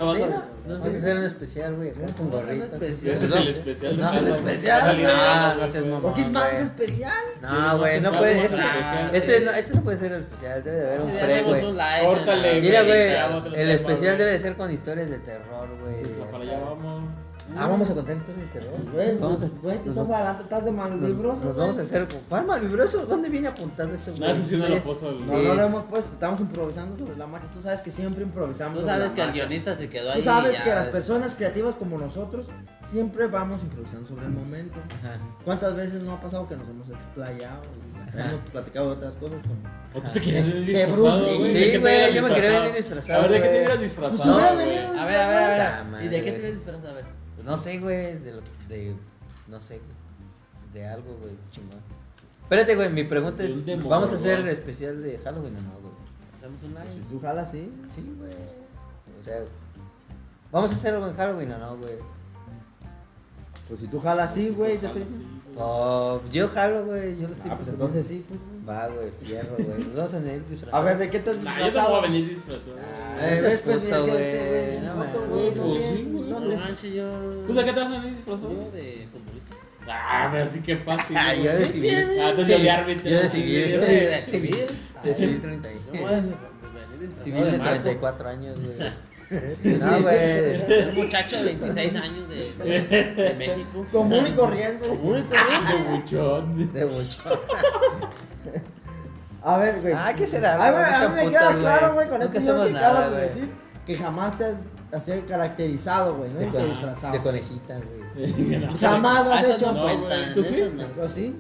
Speaker 2: vamos a hacer un especial, güey. Acá con
Speaker 1: Vamos a hacer un
Speaker 2: gorritos.
Speaker 1: especial.
Speaker 4: Este es el especial.
Speaker 3: No, el especial,
Speaker 4: Salió
Speaker 2: no,
Speaker 4: algo,
Speaker 2: no seas
Speaker 4: güey.
Speaker 2: mamón.
Speaker 3: ¿O qué es más
Speaker 2: güey.
Speaker 3: especial?
Speaker 2: No, güey, no
Speaker 4: Sí,
Speaker 2: puede.
Speaker 4: vamos
Speaker 2: Este,
Speaker 4: a hacer
Speaker 2: este,
Speaker 4: especial.
Speaker 2: no, este no puede ser el especial. Debe de haber un
Speaker 1: Ya
Speaker 2: pre,
Speaker 1: hacemos
Speaker 2: güey.
Speaker 1: un live.
Speaker 4: Córtale,
Speaker 1: ¿no?
Speaker 2: Mira, güey,
Speaker 4: Ya, otro
Speaker 2: el
Speaker 4: tema,
Speaker 2: especial
Speaker 4: güey.
Speaker 2: debe de ser con historias de terror, güey.
Speaker 4: Sí, sí, Para allá vamos.
Speaker 2: Ah, vamos a contar historias de terror.
Speaker 3: Güey,
Speaker 2: Vamos a-
Speaker 3: pues, güey, te
Speaker 2: nos
Speaker 3: estás
Speaker 2: va-
Speaker 3: adelante, estás de mal
Speaker 2: Nos,
Speaker 3: libros.
Speaker 2: nos vamos a hacer. ¿Cuál malvibroso? ¿Dónde viene apuntando ese güey?
Speaker 4: No, eso sí no lo puso. el-
Speaker 3: No, no lo hemos puesto, estamos improvisando sobre la marcha. Tú sabes que siempre improvisamos.
Speaker 1: Tú
Speaker 3: sobre
Speaker 1: sabes
Speaker 3: la
Speaker 1: que el
Speaker 3: marcha.
Speaker 1: guionista se quedó ahí.
Speaker 3: Tú sabes
Speaker 1: ya.
Speaker 3: que las personas creativas como nosotros siempre vamos improvisando sobre el momento.
Speaker 2: Ajá.
Speaker 3: ¿Cuántas veces no ha pasado que nos hemos explayado y hasta hemos platicado de otras cosas? Como...
Speaker 4: ¿O tú te quieres
Speaker 3: De-
Speaker 4: venir
Speaker 3: de
Speaker 4: disfrazado,
Speaker 3: Bruce Lee.
Speaker 4: güey? ¿De
Speaker 2: Sí,
Speaker 4: qué te
Speaker 2: güey,
Speaker 4: hubieras
Speaker 2: yo me quería
Speaker 4: disfrazado?
Speaker 2: venir disfrazado,
Speaker 4: A ver, ¿de qué te
Speaker 2: güey.
Speaker 4: hubieras
Speaker 3: Pues
Speaker 4: disfrazado?
Speaker 3: hubieras
Speaker 4: güey?
Speaker 3: venido
Speaker 1: A ver, a ver, a ver.
Speaker 2: Puta madre,
Speaker 1: ¿Y de qué
Speaker 2: güey.
Speaker 1: te disfrazas? A ver.
Speaker 2: Pues No sé, güey, de lo de no sé, de algo, güey, chingón. Espérate, güey, mi pregunta es,
Speaker 4: De un demonio,
Speaker 2: ¿vamos a hacer
Speaker 4: güey.
Speaker 2: especial de Halloween o no, güey?
Speaker 1: Hacemos un
Speaker 3: Pues Si
Speaker 1: live.
Speaker 3: tú jalas, sí.
Speaker 2: Sí, güey. O sea, ¿vamos a hacer algo en Halloween o no, güey?
Speaker 3: Pues si tú jalas, sí, güey. te estoy-
Speaker 2: Oh, yo jalo, güey, yo lo estoy
Speaker 3: Ah, pues
Speaker 2: proponiendo.
Speaker 3: entonces sí, pues. güey.
Speaker 2: Va, güey, fierro, güey. Nos vamos a tener disfrazado.
Speaker 3: A ver, ¿de qué te has
Speaker 4: Nah, yo no voy
Speaker 3: disfrazado?
Speaker 4: a venir disfrazado.
Speaker 2: Ah,
Speaker 3: Eh,
Speaker 2: ese
Speaker 3: ves,
Speaker 2: es
Speaker 3: pues,
Speaker 2: puto,
Speaker 3: mira, que este, güey,
Speaker 2: güey. No
Speaker 3: un puto,
Speaker 2: mames.
Speaker 3: güey, no
Speaker 4: Pues
Speaker 3: tiene-
Speaker 4: sí, güey,
Speaker 3: no
Speaker 1: No
Speaker 3: le-
Speaker 4: Pues
Speaker 1: manches, yo.
Speaker 4: ¿Tú de qué te vas a venir disfrazado? [LAUGHS]
Speaker 1: Yo de futbolista.
Speaker 4: Ah, pero así que fácil.
Speaker 2: Ah,
Speaker 4: ¿no?
Speaker 2: yo decidí.
Speaker 4: Antes de odiarme.
Speaker 2: Yo decidí.
Speaker 1: Yo de civil.
Speaker 2: De civil 30 y-
Speaker 1: No mames, venir disfrazado
Speaker 2: Civil
Speaker 1: pues, de
Speaker 2: de
Speaker 1: Marco.
Speaker 2: 34 años, güey. No, güey.
Speaker 1: Un muchacho de 26 años de, de- de México.
Speaker 3: Común y corriente.
Speaker 1: Muy corriente.
Speaker 4: Buchón.
Speaker 2: De mucho.
Speaker 3: A ver, güey.
Speaker 2: Ah, ¿qué será?
Speaker 3: Ay, güey,
Speaker 2: güey?
Speaker 3: a
Speaker 2: Esa
Speaker 3: mí me
Speaker 2: puta,
Speaker 3: queda claro, güey, con
Speaker 2: Nunca
Speaker 3: este video
Speaker 2: somos
Speaker 3: que
Speaker 2: nada,
Speaker 3: acabas de
Speaker 2: güey.
Speaker 3: decir que jamás te has así caracterizado, güey, ¿no?
Speaker 2: De,
Speaker 3: Y que
Speaker 2: co-
Speaker 3: disfrazado.
Speaker 2: de conejita, güey.
Speaker 3: Jamás lo
Speaker 1: Ah,
Speaker 3: has
Speaker 1: eso
Speaker 3: hecho.
Speaker 1: no
Speaker 4: güey,
Speaker 1: cuentan,
Speaker 4: ¿tú
Speaker 1: eso
Speaker 4: sí?
Speaker 1: no.
Speaker 3: Yo sí.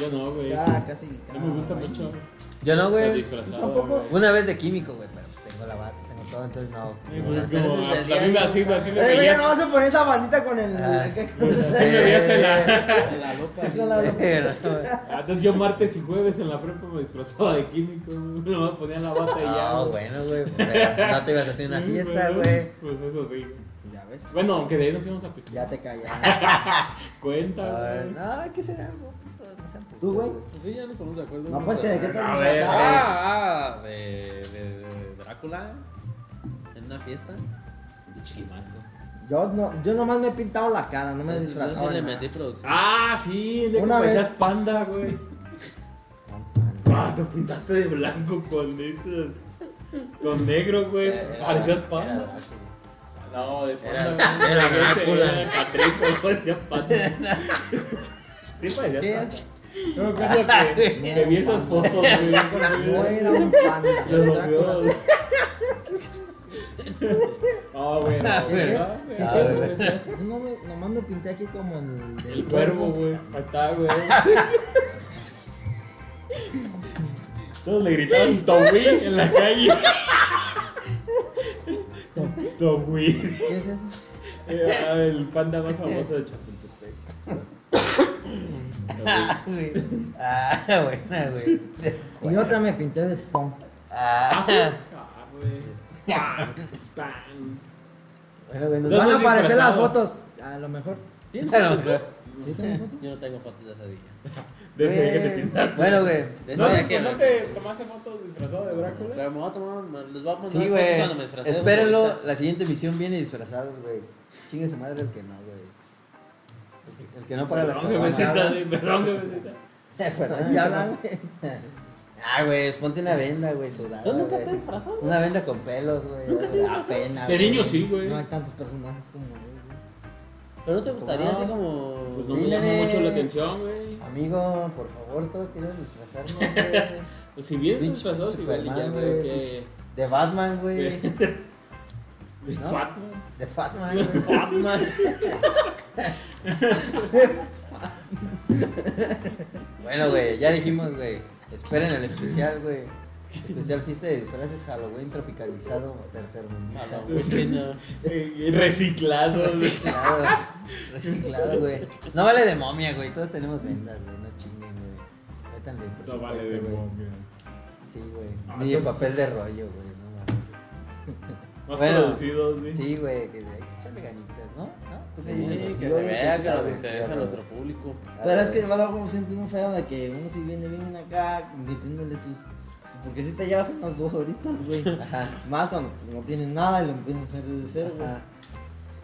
Speaker 4: Yo no, güey.
Speaker 3: Ya, casi. cada
Speaker 4: No me gusta
Speaker 3: año.
Speaker 4: mucho.
Speaker 2: Yo no,
Speaker 4: Lo
Speaker 2: güey.
Speaker 4: disfrazado.
Speaker 3: Tampoco.
Speaker 4: güey.
Speaker 2: Una vez de químico, güey, pero pues tengo la bata, tengo todo, entonces no.
Speaker 4: Sí,
Speaker 2: no,
Speaker 4: güey,
Speaker 2: no.
Speaker 4: como
Speaker 1: Entonces,
Speaker 4: a- a mí me- así, así me
Speaker 3: Eh, güey, ya no
Speaker 4: veías.
Speaker 3: vas a poner esa bandita con el. [LAUGHS]
Speaker 2: Ah.
Speaker 4: Así me
Speaker 2: [LAUGHS]
Speaker 4: veías en la.
Speaker 1: La ropa.
Speaker 3: con la-
Speaker 2: Pero-
Speaker 4: Antes yo martes y jueves en la prepa me disfrazaba de químico. güey. [LAUGHS] Nomás ponía la bata y
Speaker 3: Ah,
Speaker 4: ya.
Speaker 2: No,
Speaker 4: güey.
Speaker 2: bueno, güey. pero No te ibas a hacer una
Speaker 4: Sí,
Speaker 2: fiesta,
Speaker 4: bueno,
Speaker 2: güey.
Speaker 4: Pues eso sí.
Speaker 3: Ya ves.
Speaker 4: Bueno, aunque de ahí nos íbamos a pistear.
Speaker 3: Ya te callas.
Speaker 4: Cuenta,
Speaker 2: Ay,
Speaker 4: güey.
Speaker 2: [LAUGHS] No, hay que ser algo, puto. no sean putos,
Speaker 3: ¿Tú, güey?
Speaker 1: Pues sí, ya nos ponemos de acuerdo.
Speaker 3: No, pues que de qué te
Speaker 1: Ah,
Speaker 3: has
Speaker 1: ah,
Speaker 3: disfrazado.
Speaker 1: ah, de, de, de Drácula. En una fiesta. De Chiquimarco.
Speaker 3: Yo, no, yo nomás me he pintado la cara,
Speaker 2: Pues,
Speaker 3: no me he disfrazado.
Speaker 1: Yo sí
Speaker 3: de
Speaker 1: le
Speaker 3: nada.
Speaker 1: metí
Speaker 4: [LAUGHS]
Speaker 1: producción.
Speaker 4: Ah, sí, de
Speaker 3: Una
Speaker 4: que
Speaker 3: vez-
Speaker 4: parecías panda, güey. Ah, te pintaste de blanco con estas. Con negro, güey.
Speaker 1: Era-
Speaker 4: Parecías
Speaker 1: era
Speaker 4: panda.
Speaker 1: Drácula.
Speaker 4: No, de panda.
Speaker 7: Era-
Speaker 4: güey.
Speaker 7: era
Speaker 4: Ese
Speaker 7: Drácula.
Speaker 4: era Catrico, parecía panda. Sí, parecías panda. Yo me acuerdo que, que vi esas fotos, güey. yo cuando
Speaker 3: No
Speaker 4: vi-
Speaker 3: era un panda.
Speaker 4: Yo lo
Speaker 3: Drácula.
Speaker 4: veo. No, güey, no, güey. no, güey,
Speaker 3: Ah,
Speaker 4: no,
Speaker 2: güey.
Speaker 4: güey.
Speaker 3: Pues No me, nomás me pinté aquí como el.
Speaker 4: El cuervo, güey. Ahí está, güey. Todos le gritaban Togui en la calle. Togui.
Speaker 3: ¿Qué es eso?
Speaker 4: Era el panda más famoso de Chapultepec.
Speaker 2: Ah, güey. Ah, buena, güey.
Speaker 3: Y otra me pinté de spawn.
Speaker 2: Ah,
Speaker 4: Ah, güey. Spam, spam.
Speaker 2: bueno, güey, nos
Speaker 4: Yo
Speaker 3: Van
Speaker 4: soy
Speaker 3: a aparecer las
Speaker 4: disfrazado.
Speaker 3: fotos. A lo mejor.
Speaker 1: ¿Tienes
Speaker 2: Claro,
Speaker 1: fotos?
Speaker 2: güey.
Speaker 3: ¿Sí tengo fotos?
Speaker 1: Yo no tengo fotos de esa día.
Speaker 4: Desde que te pintaste.
Speaker 2: Bueno, güey.
Speaker 1: Desde
Speaker 4: No,
Speaker 1: ya
Speaker 4: es que
Speaker 1: que
Speaker 4: no
Speaker 1: me-
Speaker 4: te tomaste fotos disfrazado de Drácula.
Speaker 1: Pero me voy a tomar, me- les voy a mandar
Speaker 2: Sí,
Speaker 1: fotos
Speaker 2: güey.
Speaker 1: cuando me disfracé de
Speaker 2: Espérenlo,
Speaker 1: futbolista.
Speaker 2: la siguiente misión viene disfrazados, güey. Chingue su madre el que no, güey. El que- El que no paga las
Speaker 4: Perdón que me
Speaker 2: cosas.
Speaker 4: sienta,
Speaker 2: [LAUGHS]
Speaker 4: güey, perdón que me sienta.
Speaker 1: [LAUGHS]
Speaker 2: Perdón,
Speaker 3: Ya
Speaker 2: ya
Speaker 3: hablan,
Speaker 2: hablamos. Ah, güey, ponte una venda, güey, sudada.
Speaker 1: ¿Tú nunca
Speaker 2: güey,
Speaker 1: te
Speaker 2: así.
Speaker 1: disfrazas?
Speaker 2: Una venda con pelos, güey.
Speaker 1: ¿Nunca te
Speaker 2: Da
Speaker 1: disfrazas?
Speaker 2: pena,
Speaker 4: De
Speaker 2: güey.
Speaker 4: niño sí, güey.
Speaker 3: No hay tantos personajes como él. güey.
Speaker 1: Pero no te gustaría
Speaker 2: Ah, No.
Speaker 1: así como.
Speaker 4: Pues no me llama
Speaker 2: Dile.
Speaker 4: mucho la atención, güey.
Speaker 2: Amigo, por favor, todos queremos disfrazarnos, güey.
Speaker 4: Pues si bien
Speaker 2: Pinche
Speaker 4: disfrazado, igual y ya
Speaker 2: Superman,
Speaker 4: veo
Speaker 2: güey.
Speaker 4: que.
Speaker 2: De Batman, güey. ¿No?
Speaker 4: Batman.
Speaker 2: De Batman, güey.
Speaker 4: Batman.
Speaker 2: Bueno, güey, ya dijimos, güey. Esperen el especial, güey. Especial fiesta de disfraces Halloween tropicalizado tercer mundista.
Speaker 1: Pues sí, no.
Speaker 4: Eh, [LAUGHS] Reciclado. güey.
Speaker 2: Reciclado, reciclado, güey. No vale de momia, güey. Todos tenemos vendas, güey. No chinguen, güey. Métanle el
Speaker 4: No vale de
Speaker 2: presupuesto, güey.
Speaker 4: momia.
Speaker 2: Sí, güey.
Speaker 4: Ah,
Speaker 2: Ni de
Speaker 4: entonces-
Speaker 2: papel de rollo, güey. No mames.
Speaker 4: Más
Speaker 2: Bueno.
Speaker 4: producidos, güey.
Speaker 2: Sí, güey, que hay que echarle ganitas, ¿no? ¿No? ¿Tú qué
Speaker 1: Sí, que
Speaker 2: dices?
Speaker 1: se
Speaker 3: yo digo que
Speaker 1: vea
Speaker 3: sí,
Speaker 1: que nos
Speaker 3: güey.
Speaker 1: interesa a nuestro público.
Speaker 3: Pero es que va luego siento un feo de que uno si viene, vienen acá metiéndole sus. Porque si te llevas unas dos horitas, güey.
Speaker 2: Ajá.
Speaker 3: Más cuando pues, no tienes nada y lo empiezas a hacer desde cero, güey.
Speaker 2: Ajá.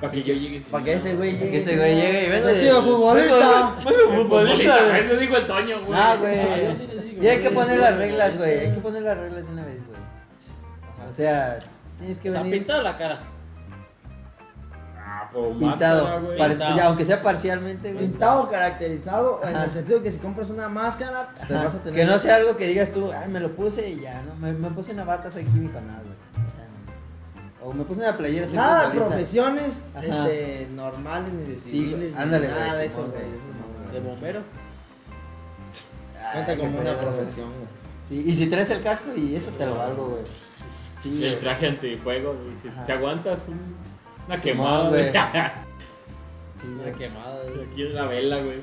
Speaker 4: Para que yo llegue sin
Speaker 3: Para que ese güey llegue.
Speaker 2: Que este güey llegue y venga.
Speaker 3: He sido futbolista.
Speaker 4: nada.
Speaker 3: [LAUGHS]
Speaker 4: futbolista. güey. Eso dijo el Toño, güey.
Speaker 2: Ah,
Speaker 1: Ah,
Speaker 2: güey.
Speaker 1: yo sí les digo,
Speaker 2: Y hay que
Speaker 1: güey,
Speaker 2: poner
Speaker 1: yo
Speaker 2: las
Speaker 1: soy
Speaker 2: reglas, güey.
Speaker 1: futbolista.
Speaker 2: Hay que poner las reglas de una vez, güey. O sea, tienes que
Speaker 1: Se ha
Speaker 2: venir
Speaker 1: pintado la cara.
Speaker 4: Ah, por máscara,
Speaker 2: pintado.
Speaker 4: güey.
Speaker 2: Pare-
Speaker 1: Pintado.
Speaker 2: ya, Aunque sea parcialmente, güey.
Speaker 3: Pintado, caracterizado, en
Speaker 2: Ajá.
Speaker 3: el sentido que si compras una máscara, te
Speaker 2: Ajá.
Speaker 3: vas a tener.
Speaker 2: Que no sea algo que digas tú, ay, me lo puse y ya, ¿no? Me, me puse una bata, soy químico, no, güey. Ya, no. O me puse una playera, soy
Speaker 3: Nada de
Speaker 2: futbolista.
Speaker 3: profesiones
Speaker 2: Ajá.
Speaker 3: este, normales ni de civiles. ni
Speaker 2: ándale,
Speaker 3: nada
Speaker 2: güey,
Speaker 3: de
Speaker 2: Simón,
Speaker 3: eso,
Speaker 2: güey.
Speaker 3: güey. Eso es mamón.
Speaker 1: De bombero.
Speaker 2: Ay,
Speaker 3: Cuenta
Speaker 2: qué
Speaker 3: como una
Speaker 2: pedo, güey.
Speaker 3: profesión, güey.
Speaker 2: Sí, y si traes el casco y eso te lo valgo, güey. Sí,
Speaker 4: El
Speaker 2: güey.
Speaker 4: traje antifuego, güey. Si,
Speaker 2: Ajá.
Speaker 4: si aguantas un- una
Speaker 2: Simón,
Speaker 4: quemada,
Speaker 2: güey.
Speaker 4: güey. [LAUGHS] Aquí
Speaker 2: Sí,
Speaker 1: Una
Speaker 2: güey.
Speaker 1: quemada. güey.
Speaker 4: es la vela, güey.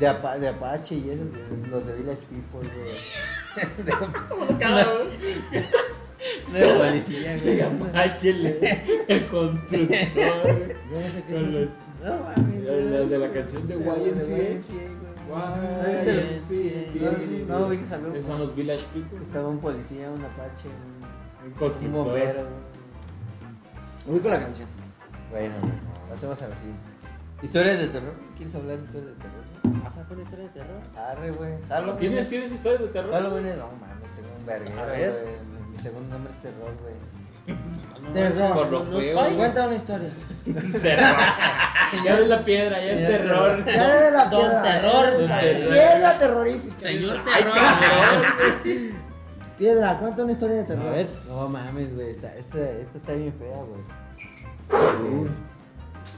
Speaker 2: De, Apa- de Apache y eso, güey. los de Village People, güey.
Speaker 4: Cada güey.
Speaker 2: De policía, güey.
Speaker 4: Ah, chile. El constructor.
Speaker 3: Yo no sé qué es
Speaker 4: Con
Speaker 3: eso.
Speaker 4: los-
Speaker 2: No mames.
Speaker 4: Los
Speaker 2: güey.
Speaker 4: de la canción de YMCA.
Speaker 2: Este YMCA. No, güey, que salió.
Speaker 4: Esos son los Village People.
Speaker 2: Estaba un policía, un Apache, un,
Speaker 4: Un
Speaker 2: un
Speaker 4: constructor.
Speaker 2: bombero.
Speaker 3: Ubico la canción.
Speaker 2: Bueno, güey, pasemos a la siguiente. ¿Historias de terror? ¿Quieres hablar de historias de terror?
Speaker 1: ¿Vas a poner historia de terror?
Speaker 2: Arre, güey. Halloween.
Speaker 4: ¿Tienes, ¿Tienes historias de terror?
Speaker 2: Halloween es- no mames, tengo un verguero,
Speaker 1: A ver.
Speaker 2: güey. Mi- Mi segundo nombre es terror,
Speaker 4: [LAUGHS]
Speaker 2: güey.
Speaker 3: Terror.
Speaker 4: los
Speaker 3: Ay, Cuenta una historia.
Speaker 4: [LAUGHS] Ya es la piedra, ya es
Speaker 2: Señor
Speaker 4: terror.
Speaker 3: Ya eres la
Speaker 1: Don
Speaker 3: piedra.
Speaker 1: Terror.
Speaker 3: eres la
Speaker 1: Don
Speaker 3: Piedra terrorífica.
Speaker 7: Señor terror.
Speaker 3: Piedra, cuenta una historia de terror.
Speaker 2: A ver. No mames, güey. Esta, esta, esta está bien fea, güey.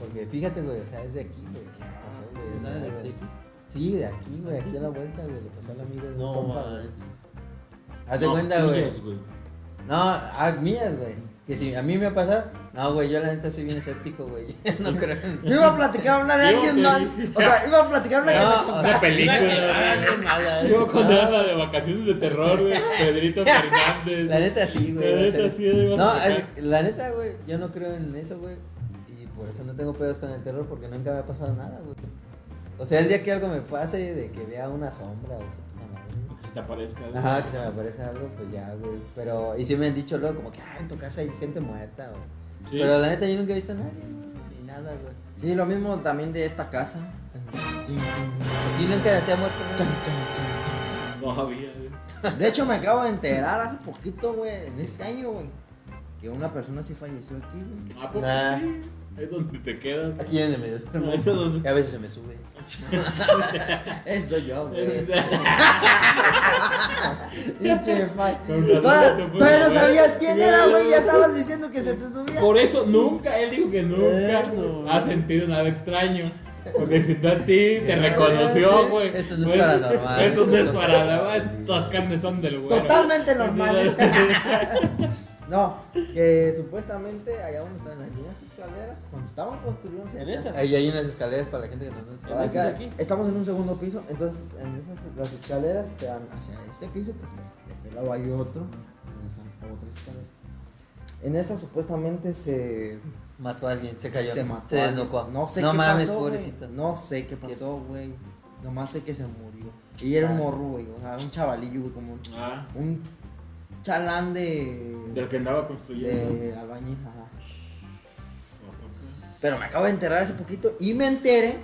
Speaker 2: Porque fíjate, güey, o sea, es de aquí, güey. que pasó, güey?
Speaker 1: ¿Sabes de- de
Speaker 2: aquí?
Speaker 1: aquí?
Speaker 2: Sí, de aquí, güey, aquí a la vuelta, güey, le pasó al amigo de un
Speaker 7: No,
Speaker 2: compa, güey.
Speaker 7: man.
Speaker 2: Haz de
Speaker 7: No,
Speaker 2: cuenta, güey.
Speaker 7: tuyas,
Speaker 2: No, a mías, güey. Que si a mí me pasa, no, güey, yo la neta soy bien escéptico, güey. [LAUGHS] No creo en-
Speaker 3: Yo iba a platicar una de alguien más. O sea, iba a platicar una que me
Speaker 2: No, eh. o
Speaker 4: Una
Speaker 2: sea,
Speaker 4: película. Yo cuando era la de vacaciones de terror, güey.
Speaker 2: [LAUGHS]
Speaker 4: Pedrito Fernández.
Speaker 2: la neta sí, güey.
Speaker 4: La
Speaker 2: o
Speaker 4: neta
Speaker 2: sea,
Speaker 4: sí, ahí van a
Speaker 2: No,
Speaker 4: sacar.
Speaker 2: es- la neta, güey, yo no creo en eso, güey. Y por eso no tengo pedos con el terror, porque nunca me ha pasado nada, güey. O sea, el día que algo me pase, de que vea una sombra, o su puta madre.
Speaker 4: Que te aparezca. güey.
Speaker 2: Ajá, que se me aparece algo, pues ya, güey. Pero, y sí me han dicho luego, como que, ah, en tu casa hay gente muerta, güey.
Speaker 4: Sí.
Speaker 2: Pero la neta, yo nunca he visto a nadie, güey, ni nada, güey.
Speaker 3: Sí, lo mismo también de esta casa.
Speaker 2: Aquí nunca se ha muerto
Speaker 3: [LAUGHS]
Speaker 2: nadie.
Speaker 4: No había, güey.
Speaker 3: De hecho, me acabo de enterar hace poquito, güey, en este año, güey, que una persona sí falleció aquí, güey.
Speaker 4: ¿A poco
Speaker 2: Nah.
Speaker 4: sí? Es donde te quedas.
Speaker 2: Aquí en el medio. [LAUGHS]
Speaker 4: No, es donde-
Speaker 2: Y a veces se me sube.
Speaker 3: [LAUGHS] Eso yo, güey.
Speaker 2: [LAUGHS]
Speaker 4: Pero
Speaker 3: Pinche fa-
Speaker 4: Con razón
Speaker 3: Todavía
Speaker 4: no te puedo
Speaker 3: todavía no
Speaker 4: mover.
Speaker 3: sabías quién era, güey. Ya
Speaker 4: Güey.
Speaker 3: estabas diciendo que se te subía.
Speaker 4: Por eso nunca, él dijo que nunca
Speaker 3: Eh, no.
Speaker 4: ha sentido nada extraño. Porque si a ti, te reconoció, güey.
Speaker 2: Esto no es
Speaker 4: Pues,
Speaker 2: paranormal,
Speaker 4: Eso no es
Speaker 2: esto no es
Speaker 4: paranormal.
Speaker 2: paranormal.
Speaker 4: Todas carnes son del güey.
Speaker 3: Totalmente normales. No, que supuestamente allá donde están las líneas escaleras, cuando estaban construyendo se
Speaker 2: Ahí hay unas escaleras para la gente que no nos
Speaker 3: Acá Estamos en un segundo piso, entonces en esas las escaleras que dan hacia este piso, porque de aquel lado hay otro, donde están otras escaleras. En esta supuestamente se,
Speaker 2: Mató a alguien, se cayó.
Speaker 3: se mató.
Speaker 2: Se
Speaker 3: alguien.
Speaker 2: desnucó.
Speaker 3: No sé
Speaker 2: no
Speaker 3: qué
Speaker 2: mames,
Speaker 3: pasó, güey.
Speaker 2: pobrecito.
Speaker 3: No sé qué pasó, güey. Nomás sé que se murió. Y era un
Speaker 2: Ah.
Speaker 3: morro, güey. O sea, un chavalillo, güey, como un,
Speaker 4: Ah,
Speaker 3: un chalán
Speaker 4: [LAUGHS] del
Speaker 3: [LAUGHS] de,
Speaker 4: que andaba construyendo.
Speaker 3: de albañil. ajá. Pero me acabo de enterar hace poquito y me enteré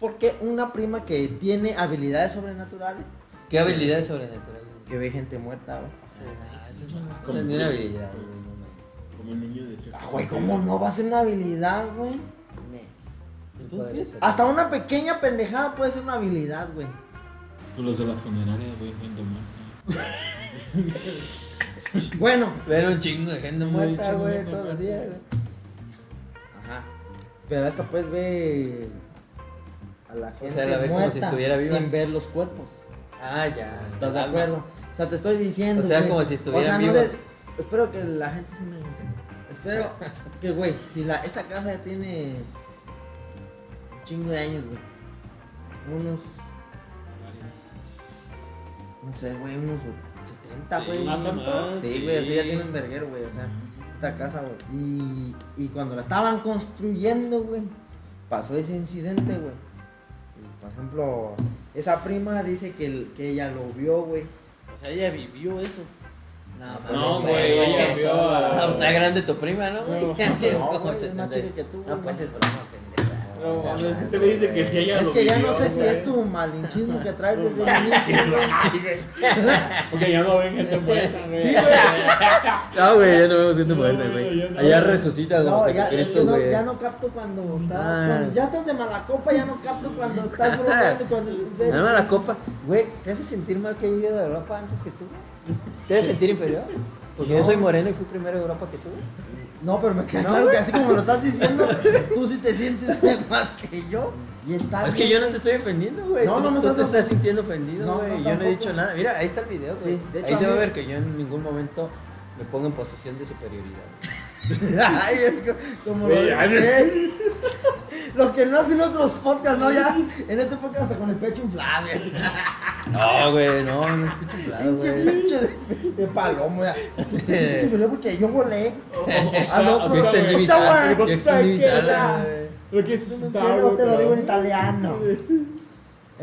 Speaker 3: porque una prima que tiene habilidades sobrenaturales
Speaker 2: Qué habilidades sobrenaturales.
Speaker 3: que ve gente muerta, güey.
Speaker 2: Ah, Eso es una
Speaker 4: Como-
Speaker 2: una habilidad, güey, no mames.
Speaker 4: Como un niño de
Speaker 3: Ah, güey, ¿cómo no va a ser una habilidad, güey?
Speaker 2: Entonces, ¿qué es?
Speaker 3: Hasta una pequeña pendejada puede ser una habilidad, güey.
Speaker 4: Pues Los de la funeraria, güey, vendo muerta.
Speaker 3: Bueno.
Speaker 2: Ver un chingo de gente muerta,
Speaker 4: chingo de
Speaker 2: güey,
Speaker 4: gente
Speaker 2: todos los
Speaker 4: muerta.
Speaker 2: días, güey.
Speaker 3: Ajá. Pero esta pues ve a la gente
Speaker 2: sea, la ve como
Speaker 3: muerta
Speaker 2: si estuviera viva.
Speaker 3: sin ver los cuerpos.
Speaker 2: Ah, ya.
Speaker 3: ¿Estás de
Speaker 2: Alma.
Speaker 3: acuerdo? O sea, te estoy diciendo,
Speaker 2: O sea,
Speaker 3: güey.
Speaker 2: como si estuvieran
Speaker 3: O sea, no
Speaker 2: vivos.
Speaker 3: sé, espero que la gente sí me entienda.
Speaker 2: [LAUGHS]
Speaker 3: Espero que, güey, si la, esta casa ya tiene un chingo de años, güey. Unos, no sé, güey, unos 70, güey. Sí, güey, así ya tiene un verguero, güey, o sea, esta casa, güey. Y, y cuando la estaban construyendo, güey, pasó ese incidente, güey. Y, Por ejemplo, esa prima dice que, el- que ella lo vio, güey.
Speaker 1: O sea, ella vivió eso.
Speaker 2: No,
Speaker 4: No,
Speaker 3: Pues,
Speaker 2: mames,
Speaker 4: güey, ella vio
Speaker 3: ah, [LAUGHS]
Speaker 2: No,
Speaker 4: a.
Speaker 2: está grande tu prima, ¿no, güey?
Speaker 4: No,
Speaker 2: Tiene
Speaker 3: no,
Speaker 2: como
Speaker 3: güey, es
Speaker 2: 70.
Speaker 3: más chica que tú, güey.
Speaker 2: No, pues es broma, pendeja.
Speaker 4: No, mames, este güey dice que si ella
Speaker 3: es
Speaker 4: lo
Speaker 3: que ya
Speaker 4: vivió,
Speaker 3: no sé si
Speaker 4: güey.
Speaker 3: es tu malinchismo que traes desde el inicio.
Speaker 4: [LAUGHS] Ay, güey. Porque ya no ven
Speaker 3: [LAUGHS]
Speaker 4: gente muerta, güey.
Speaker 2: No, güey, ya no vemos gente
Speaker 4: muerta, güey. ya no.
Speaker 2: Allá resucita como
Speaker 3: No, ya, es que
Speaker 2: Jesucristo,
Speaker 3: no,
Speaker 2: güey.
Speaker 3: ya no capto cuando estás.
Speaker 2: Ah.
Speaker 3: Cuando ya estás de mala copa, ya no capto cuando estás bromeando, cuando es en serio.
Speaker 2: Nada más la copa. Güey, ¿te hace sentir mal que he vivido a Europa antes que tú? güey? ¿Te hace sentir inferior? Porque yo soy moreno y fui primero a Europa que tú. güey.
Speaker 3: No, pero me queda claro que así como lo estás [LAUGHS] diciendo, tú sí te sientes güey, más que yo. Y está
Speaker 2: Es que
Speaker 3: bien.
Speaker 2: yo no te estoy ofendiendo, güey.
Speaker 3: No, no
Speaker 2: No, no,
Speaker 3: me
Speaker 2: Tú
Speaker 3: estás
Speaker 2: te estás
Speaker 3: of-
Speaker 2: sintiendo ofendido,
Speaker 3: No,
Speaker 2: güey.
Speaker 3: no,
Speaker 2: yo no he
Speaker 3: tampoco.
Speaker 2: dicho nada. Mira, ahí está el video, güey.
Speaker 3: Sí, de hecho,
Speaker 2: ahí
Speaker 3: a
Speaker 2: se va a
Speaker 3: mí-
Speaker 2: ver que yo en ningún momento me pongo en posesión de superioridad.
Speaker 3: [LAUGHS] Ay, es que como lo,
Speaker 4: Güey, ya no-
Speaker 3: Eh, [LAUGHS] lo que no hacen otros podcasts, ¿no? [LAUGHS] Ya en este podcast hasta con el pecho inflado. güey. Ah,
Speaker 2: No, güey, no, no es pinche inflado,
Speaker 3: Pinche
Speaker 2: güey.
Speaker 3: pecho de, de palomo, [LAUGHS] ya. Te sientes inferior porque yo volé.
Speaker 4: O- o- o
Speaker 3: Ah, no,
Speaker 4: sea,
Speaker 2: Yo
Speaker 3: pues,
Speaker 4: o sea,
Speaker 2: extendí
Speaker 4: güey,
Speaker 2: mi
Speaker 3: esa
Speaker 2: sala,
Speaker 4: guay.
Speaker 2: yo extendí mi sala,
Speaker 4: O sea,
Speaker 2: güey.
Speaker 4: Lo que es
Speaker 3: No
Speaker 4: está,
Speaker 3: entiendo, te lo
Speaker 4: güey.
Speaker 3: digo en italiano.
Speaker 2: No, no,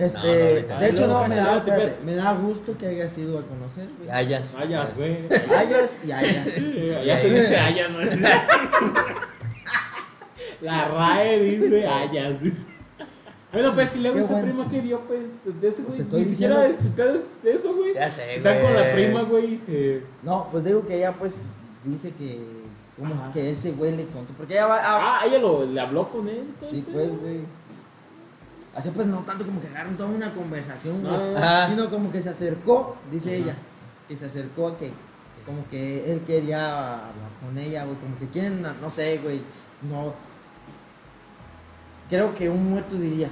Speaker 3: Este,
Speaker 2: ahorita.
Speaker 3: de hecho, no, me da,
Speaker 4: Espérate, espérate.
Speaker 3: espérate, me da gusto que hayas ido a conocer, güey.
Speaker 2: Hayas.
Speaker 4: Hayas, güey.
Speaker 3: Hayas y hayas. [LAUGHS]
Speaker 4: Ya se dice [LAUGHS] hayas, ¿no? La RAE dice hayas. Bueno, pues si luego
Speaker 3: Qué
Speaker 4: esta
Speaker 3: bueno.
Speaker 4: prima que dio, pues, de ese güey,
Speaker 3: Te estoy
Speaker 4: ni siquiera
Speaker 3: diciendo.
Speaker 4: el pedo es de eso, güey.
Speaker 2: Ya sé,
Speaker 4: Está con la
Speaker 2: güey.
Speaker 4: prima, güey, y se...
Speaker 3: No, pues digo que ella pues dice que como
Speaker 4: Ajá.
Speaker 3: que él se huele con porque ella va a...
Speaker 4: Ah, ella lo, le habló con él. todo
Speaker 3: sí
Speaker 4: el
Speaker 3: pues
Speaker 4: pedo.
Speaker 3: güey. Así pues no tanto como que agarraron toda una conversación, güey,
Speaker 4: No.
Speaker 2: Ajá.
Speaker 3: sino como que se acercó, dice ella, que se acercó a que como que él quería hablar con ella, güey, como que quieren, no sé, güey, no creo que un muerto diría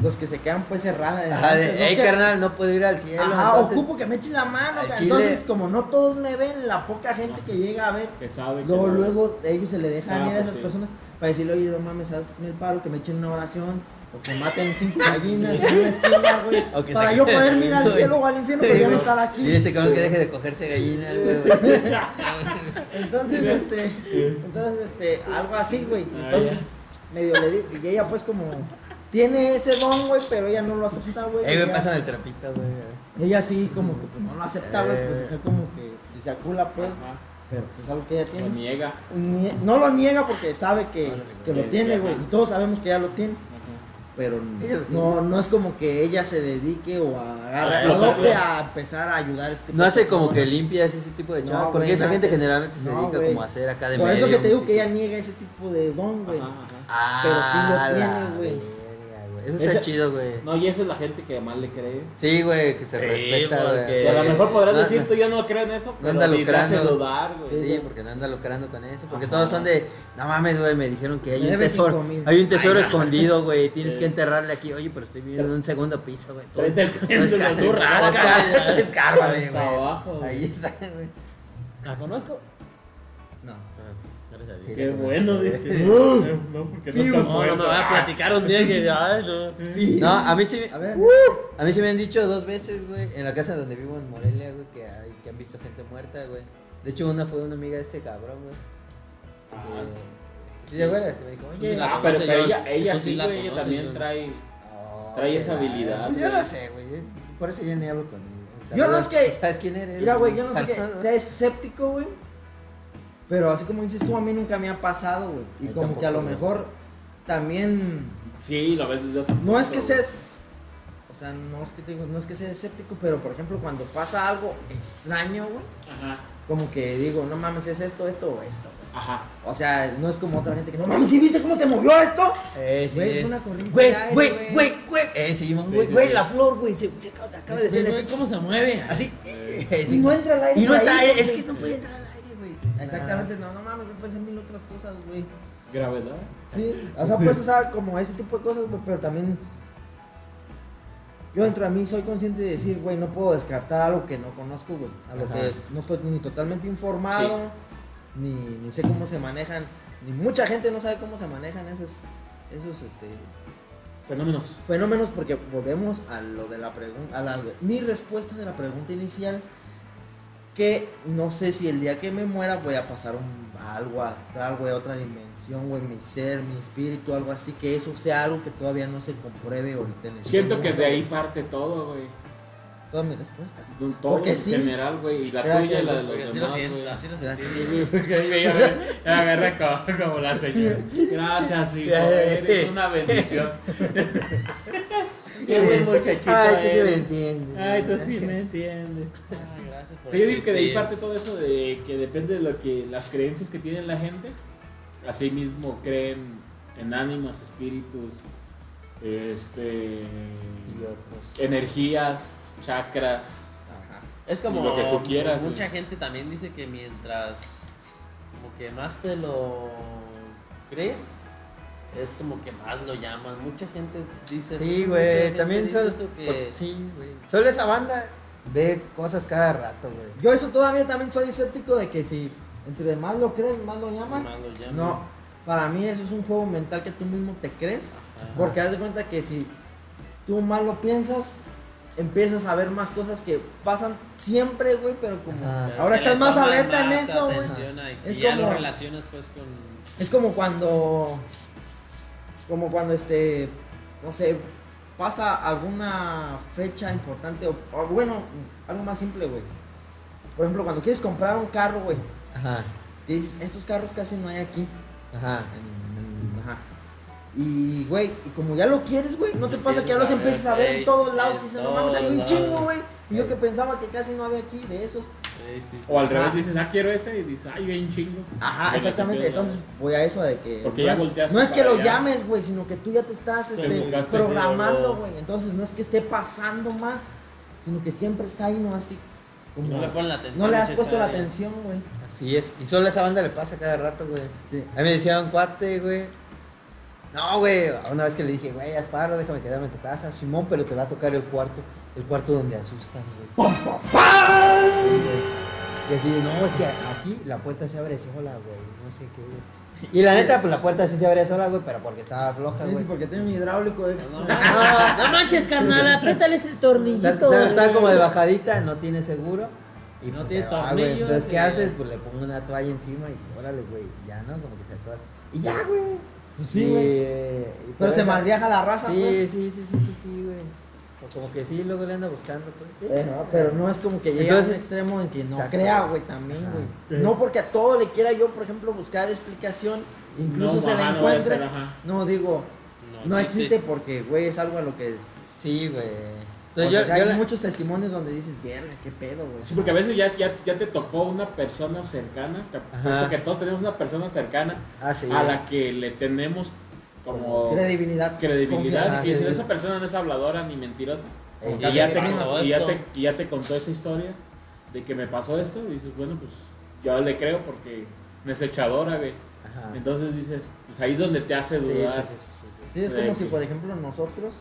Speaker 3: los que se quedan pues cerradas
Speaker 2: Ajá, de,
Speaker 3: delante, los
Speaker 2: "Ey,
Speaker 3: que-
Speaker 2: carnal, no puedo ir al cielo.
Speaker 3: Ajá,
Speaker 2: entonces,
Speaker 3: ocupo que me eches la mano.
Speaker 2: al
Speaker 3: ca-
Speaker 2: chile.
Speaker 3: Entonces, como no todos me ven, la poca gente que llega a ver,
Speaker 4: Que sabe que
Speaker 3: luego,
Speaker 4: no.
Speaker 3: luego ellos se le dejan
Speaker 4: Ah,
Speaker 3: ir a
Speaker 4: pues
Speaker 3: esas
Speaker 4: sí.
Speaker 3: personas para decirle, oye, no mames, hazme el paro, que me echen una oración, o que maten
Speaker 2: [LAUGHS]
Speaker 3: cinco gallinas en una esquina, güey,
Speaker 2: O que
Speaker 3: para
Speaker 2: se-
Speaker 3: yo poder mirar al
Speaker 2: Güey.
Speaker 3: cielo o al infierno,
Speaker 2: Sí,
Speaker 3: pero ya no
Speaker 2: güey.
Speaker 3: estar
Speaker 2: Dile a
Speaker 3: aquí.
Speaker 2: este cabrón que deje de cogerse gallinas,
Speaker 3: [LAUGHS]
Speaker 2: güey.
Speaker 3: Entonces, este, entonces, este, algo así, güey.
Speaker 4: Ah,
Speaker 3: Entonces, medio le digo, y ella, pues, como, tiene ese don, güey, pero ella no lo acepta, güey.
Speaker 2: [LAUGHS] Ey, güey,
Speaker 3: ella-
Speaker 2: pásame el trapito, güey.
Speaker 3: Ella sí, como que pues, no lo acepta, güey,
Speaker 2: Eh.
Speaker 3: pues o sea, como que si se acula, pues,
Speaker 4: Ajá.
Speaker 3: pero pues es algo que ella
Speaker 4: Lo
Speaker 3: tiene.
Speaker 4: niega.
Speaker 3: Nie- No lo niega porque sabe que, que lo
Speaker 4: Sí,
Speaker 3: tiene,
Speaker 4: ajá.
Speaker 3: güey, y todos sabemos que ya lo tiene,
Speaker 4: Ajá.
Speaker 3: pero
Speaker 2: Ella lo
Speaker 3: no, no es como que ella se dedique o
Speaker 4: A
Speaker 3: agarre,
Speaker 4: explotarlo.
Speaker 3: adopte a empezar a ayudar a este tipo
Speaker 2: No hace
Speaker 3: de
Speaker 2: como que
Speaker 3: personas.
Speaker 2: limpias ese tipo de
Speaker 3: No,
Speaker 2: chavos,
Speaker 3: güey,
Speaker 2: porque esa
Speaker 3: nada
Speaker 2: gente
Speaker 3: que-
Speaker 2: generalmente se
Speaker 3: no,
Speaker 2: dedica
Speaker 3: güey.
Speaker 2: como a hacer acá de
Speaker 3: Por eso que
Speaker 2: medium,
Speaker 3: te digo
Speaker 2: sí,
Speaker 3: que
Speaker 2: sí.
Speaker 3: ella niega ese tipo de don, güey.
Speaker 4: Ajá, ajá.
Speaker 2: Ah,
Speaker 3: pero sí lo
Speaker 2: la
Speaker 3: tiene, güey.
Speaker 2: verga, güey. Eso está
Speaker 4: Esa-
Speaker 2: chido, güey.
Speaker 4: No, y esa es la gente que más le cree.
Speaker 2: Sí, güey, que se
Speaker 7: Sí,
Speaker 2: respeta,
Speaker 7: porque-
Speaker 2: güey.
Speaker 4: Y a lo
Speaker 7: Eh,
Speaker 4: mejor podrás
Speaker 2: No,
Speaker 4: decir,
Speaker 2: no.
Speaker 4: tú yo no creo en eso, pero
Speaker 2: anda
Speaker 4: ni te hace
Speaker 2: lucrando.
Speaker 4: dudar, güey.
Speaker 2: Sí, porque no anda lucrando con eso. Porque
Speaker 4: Ajá.
Speaker 2: todos son de, no mames, güey, me dijeron que hay
Speaker 3: Me
Speaker 2: un
Speaker 3: debes
Speaker 2: tesoro.
Speaker 3: cinco mil".
Speaker 2: Hay un tesoro escondido, güey. Tienes
Speaker 4: Sí.
Speaker 2: que enterrarle aquí. Oye, pero estoy viviendo en un segundo piso, güey. Tú-
Speaker 4: Tráete el
Speaker 2: tú
Speaker 4: cuento,
Speaker 2: esca-
Speaker 4: tú
Speaker 2: tú
Speaker 4: rascas,
Speaker 2: rascas, [LAUGHS]
Speaker 4: güey.
Speaker 2: tú escárvale,
Speaker 4: Hasta
Speaker 2: güey.
Speaker 4: abajo, güey.
Speaker 2: Ahí está, güey.
Speaker 7: ¿La conozco?
Speaker 2: No.
Speaker 7: Gracias a Dios.
Speaker 2: Sí,
Speaker 4: Qué
Speaker 2: la conozco,
Speaker 4: bueno,
Speaker 2: güey.
Speaker 4: dice. No, porque no estás
Speaker 7: No, no me
Speaker 4: muerto.
Speaker 7: voy a platicar un día que. Ay, no.
Speaker 2: No, a mí sí. uh,
Speaker 3: A ver,
Speaker 2: A mí sí me han dicho dos veces, güey, en la casa donde vivo en Morelia, güey, que, hay- que han visto gente muerta, güey. De hecho, una fue una amiga de este cabrón, güey.
Speaker 4: Ah.
Speaker 2: que- este, ¿Sí se acuerda? Que me dijo,
Speaker 7: sí
Speaker 2: oye,
Speaker 7: la
Speaker 4: Ah, pero
Speaker 7: conoce
Speaker 4: pero
Speaker 7: yo.
Speaker 4: ella, ella
Speaker 7: Tú sí
Speaker 4: sí,
Speaker 7: la
Speaker 4: güey, ella
Speaker 7: conoces,
Speaker 4: también
Speaker 7: güey.
Speaker 4: trae.
Speaker 2: oh,
Speaker 4: trae
Speaker 2: qué
Speaker 4: esa
Speaker 2: la-
Speaker 4: habilidad,
Speaker 2: Pues yo
Speaker 4: güey.
Speaker 2: no sé, güey. yo- Por eso yo ni hablo con él.
Speaker 3: Yo no
Speaker 2: Saludos.
Speaker 3: es que-
Speaker 2: ¿Sabes quién eres?
Speaker 3: Mira, güey, yo no sé qué,
Speaker 2: Saludos.
Speaker 3: sea escéptico, güey. Pero así como dices tú, a mí nunca me ha pasado, güey. Y
Speaker 2: A mí
Speaker 3: como que a lo
Speaker 2: tampoco, güey.
Speaker 3: mejor también.
Speaker 4: Sí, lo ves desde otro
Speaker 3: No es
Speaker 4: punto,
Speaker 3: que
Speaker 4: güey.
Speaker 3: seas. O sea, no es que te digo, no es que sea escéptico, pero por ejemplo, cuando pasa algo extraño, güey.
Speaker 4: Ajá,
Speaker 3: Como que digo, no mames, es esto, esto o esto, güey.
Speaker 4: ajá.
Speaker 3: O sea, no es como otra gente que, no mames, ¿sí viste cómo se movió esto?
Speaker 2: Eh, sí.
Speaker 3: Güey, fue una corriente
Speaker 2: Güey,
Speaker 3: de aire,
Speaker 2: güey,
Speaker 3: güey.
Speaker 2: güey, güey. Eh, sí, mamá,
Speaker 4: Sí,
Speaker 2: güey,
Speaker 4: sí,
Speaker 2: güey,
Speaker 4: sí.
Speaker 2: la flor, güey. Se, se acaba, acaba de
Speaker 1: Este
Speaker 2: decirle así.
Speaker 7: ¿Cómo se mueve?
Speaker 2: Así. eh,
Speaker 3: Y
Speaker 2: sí. [LAUGHS]
Speaker 3: no entra el aire.
Speaker 2: Y no
Speaker 3: por
Speaker 2: entra
Speaker 3: ahí,
Speaker 2: aire, es
Speaker 3: güey.
Speaker 2: que no puede entrar al aire, güey. Entonces,
Speaker 3: Exactamente, no, no mames, yo pensé en mil otras cosas, güey.
Speaker 4: Gravedad.
Speaker 3: Sí, o sea, pues, o sea, como ese tipo de cosas, güey, pero también. Yo dentro de mí soy consciente de decir, güey, no puedo descartar algo que no conozco, güey. A lo
Speaker 2: Ajá.
Speaker 3: que no estoy ni totalmente informado, ni, ni sé cómo se manejan, ni mucha gente no sabe cómo se manejan esos, esos este,
Speaker 4: Fenómenos.
Speaker 3: fenómenos, porque volvemos a lo de la pregunta, a la de- mi respuesta de la pregunta inicial, que no sé si el día que me muera voy a pasar un, a algo astral, güey, a otra dimensión, güey, mi ser, mi espíritu, algo así, que eso sea algo que todavía no se compruebe ahorita en este
Speaker 4: Siento que
Speaker 3: mundo,
Speaker 4: de ahí
Speaker 3: güey.
Speaker 4: parte todo, güey.
Speaker 3: Toda mi respuesta.
Speaker 4: Todo
Speaker 3: Porque
Speaker 4: en
Speaker 3: sí.
Speaker 4: general, güey. Y la
Speaker 3: Gracias,
Speaker 4: tuya y la de
Speaker 1: Porque
Speaker 4: los
Speaker 1: así lo
Speaker 4: demás, güey.
Speaker 1: siento, así lo siento.
Speaker 3: Gracias.
Speaker 4: Me agarra como, como la señora. Gracias, hijo. Eres una bendición. Sí, buen muchachito.
Speaker 2: Ay, tú sí me
Speaker 4: eres.
Speaker 2: entiendes.
Speaker 4: Ay, tú
Speaker 2: güey.
Speaker 4: sí me entiendes.
Speaker 1: Ah, gracias por
Speaker 4: Sí, yo digo que de ahí
Speaker 1: existir.
Speaker 4: parte todo eso de que depende de lo que las creencias que tiene la gente. Así mismo creen en ánimas, espíritus, este,
Speaker 2: Y otros.
Speaker 4: Eh, energías, chakras.
Speaker 3: pues, Ajá.
Speaker 1: Es como
Speaker 4: Lo que tú quieras,
Speaker 1: Mucha
Speaker 4: güey.
Speaker 1: gente también dice que mientras como que más te lo crees, es como que más lo llaman. Mucha gente dice eso,
Speaker 2: Sí,
Speaker 1: mucha
Speaker 2: güey,
Speaker 1: gente
Speaker 2: también
Speaker 1: dice
Speaker 2: solo,
Speaker 1: eso que
Speaker 2: sí, güey. Solo esa banda ve cosas cada rato, güey.
Speaker 3: Yo eso todavía también soy escéptico de que si entre más lo crees, más lo llamas.
Speaker 1: más lo llaman.
Speaker 3: No, para mí eso es un juego mental que tú mismo te crees.
Speaker 1: Ajá.
Speaker 3: Porque haz de cuenta que si tú mal lo piensas, empiezas a ver más cosas que pasan siempre, güey, pero como...
Speaker 2: Ajá.
Speaker 1: Pero
Speaker 3: Ahora
Speaker 1: que le
Speaker 3: estás más
Speaker 1: toman
Speaker 3: alerta en
Speaker 1: más
Speaker 3: eso, güey.
Speaker 1: atención a-
Speaker 3: Es
Speaker 1: y ya
Speaker 3: como-
Speaker 1: lo relacionas pues con
Speaker 3: Es como cuando... Como cuando este... No sé, pasa alguna fecha importante o, o bueno, algo más simple, güey. Por ejemplo, cuando quieres comprar un carro, güey,
Speaker 2: Ajá,
Speaker 3: que dices, estos carros casi no hay aquí.
Speaker 2: ajá.
Speaker 3: en- en- ajá. Y, güey, y como ya lo quieres, güey, ¿no te pasa que ya los empiezas a ver en todos lados? Que dicen, no mames, hay un chingo, güey. Y yo que pensaba que casi no había aquí de esos.
Speaker 1: Sí, sí, sí.
Speaker 4: O al
Speaker 3: Ajá.
Speaker 4: revés dices, ah, quiero ese. Y dices, ay, hay un chingo.
Speaker 3: Ajá,
Speaker 4: Pero
Speaker 3: exactamente.
Speaker 4: también,
Speaker 3: Entonces voy a eso de que.
Speaker 4: Porque
Speaker 3: no
Speaker 4: ya
Speaker 3: es-
Speaker 4: volteas
Speaker 3: No es que
Speaker 4: para
Speaker 3: lo
Speaker 4: allá.
Speaker 3: llames, güey, sino que tú ya te estás
Speaker 4: Te
Speaker 3: este,
Speaker 4: enfocaste en
Speaker 3: programando,
Speaker 4: ello,
Speaker 3: güey. Entonces no es que esté pasando más, sino que siempre está ahí, nomás que. como-
Speaker 1: No le ponen la atención.
Speaker 3: no le has puesto la
Speaker 1: necesaria.
Speaker 3: atención, güey.
Speaker 2: Así es. Y solo esa banda le pasa cada rato, güey.
Speaker 3: Sí.
Speaker 2: A mí me decía un cuate, güey. No, güey. Una vez que le dije, güey, Asparo, déjame quedarme en tu casa. Simón, pero te va a tocar el cuarto. El cuarto donde asustan, güey. Sí, güey. Y así, no, es que aquí la puerta se abre sola, güey. No sé qué, güey. Y la neta, pues la puerta sí se abre sola, güey, pero porque estaba floja,
Speaker 3: Sí,
Speaker 2: güey.
Speaker 3: porque tiene mi hidráulico, güey.
Speaker 1: No, [LAUGHS] no,
Speaker 2: Ah,
Speaker 10: No manches, carnal, apriétale ese tornillito.
Speaker 2: Está, está- está
Speaker 10: güey.
Speaker 2: como de bajadita, no tiene seguro. Y
Speaker 1: No
Speaker 2: pues
Speaker 1: tiene
Speaker 2: se va, güey.
Speaker 1: tornillos,
Speaker 2: Entonces, ¿qué
Speaker 1: eh.
Speaker 2: haces? Pues le pongo una toalla encima y órale, güey. y Ya, ¿no? Como que se atora. Y ya, güey.
Speaker 3: Pues sí, güey.
Speaker 2: eh, y
Speaker 3: Pero
Speaker 2: por
Speaker 3: se
Speaker 2: esa-
Speaker 3: malviaja la raza, güey.
Speaker 2: Sí, sí, sí, sí, sí, sí, güey. O Como que sí, luego le anda buscando, pues.
Speaker 3: Eh, no, pero no es como que llegue a un
Speaker 2: Entonces-
Speaker 3: extremo en que no
Speaker 2: Exacto.
Speaker 3: crea, güey, también,
Speaker 2: Ajá.
Speaker 3: güey. No porque a todo le quiera yo, por ejemplo, buscar explicación, incluso
Speaker 4: No,
Speaker 3: se la
Speaker 4: ajá, no voy a
Speaker 3: encuentre.
Speaker 4: hacer, ajá.
Speaker 3: No, digo, no, existe
Speaker 1: existe.
Speaker 3: porque, güey, es algo a lo que...
Speaker 2: Sí, güey.
Speaker 3: o
Speaker 2: Entonces,
Speaker 3: sea,
Speaker 2: yo, yo
Speaker 3: hay
Speaker 2: la-
Speaker 3: muchos testimonios donde dices, verga, qué pedo, güey.
Speaker 4: Sí, porque a veces ya, ya, ya te tocó una persona cercana, te apuesto
Speaker 2: Ajá.
Speaker 4: que todos tenemos una persona cercana
Speaker 2: Ah, sí.
Speaker 4: a la que le tenemos como
Speaker 3: credibilidad.
Speaker 4: credibilidad.
Speaker 2: confianza.
Speaker 4: Y
Speaker 2: Ah,
Speaker 4: si
Speaker 2: sí.
Speaker 4: esa persona no es habladora ni mentirosa,
Speaker 2: Eh,
Speaker 4: y
Speaker 1: Ya
Speaker 4: ya,
Speaker 1: me
Speaker 4: te,
Speaker 1: pasó
Speaker 4: y ya
Speaker 1: esto.
Speaker 4: te- y ya te contó esa historia de que me pasó esto, y dices, bueno, pues yo le creo porque me es echadora, güey.
Speaker 2: Ajá.
Speaker 4: Entonces dices, pues ahí es donde te hace
Speaker 2: Ah. Sí,
Speaker 4: dudar.
Speaker 2: sí, sí, sí, sí, sí.
Speaker 3: Sí, es como
Speaker 4: Güey,
Speaker 3: si,
Speaker 4: sí.
Speaker 3: por ejemplo, nosotros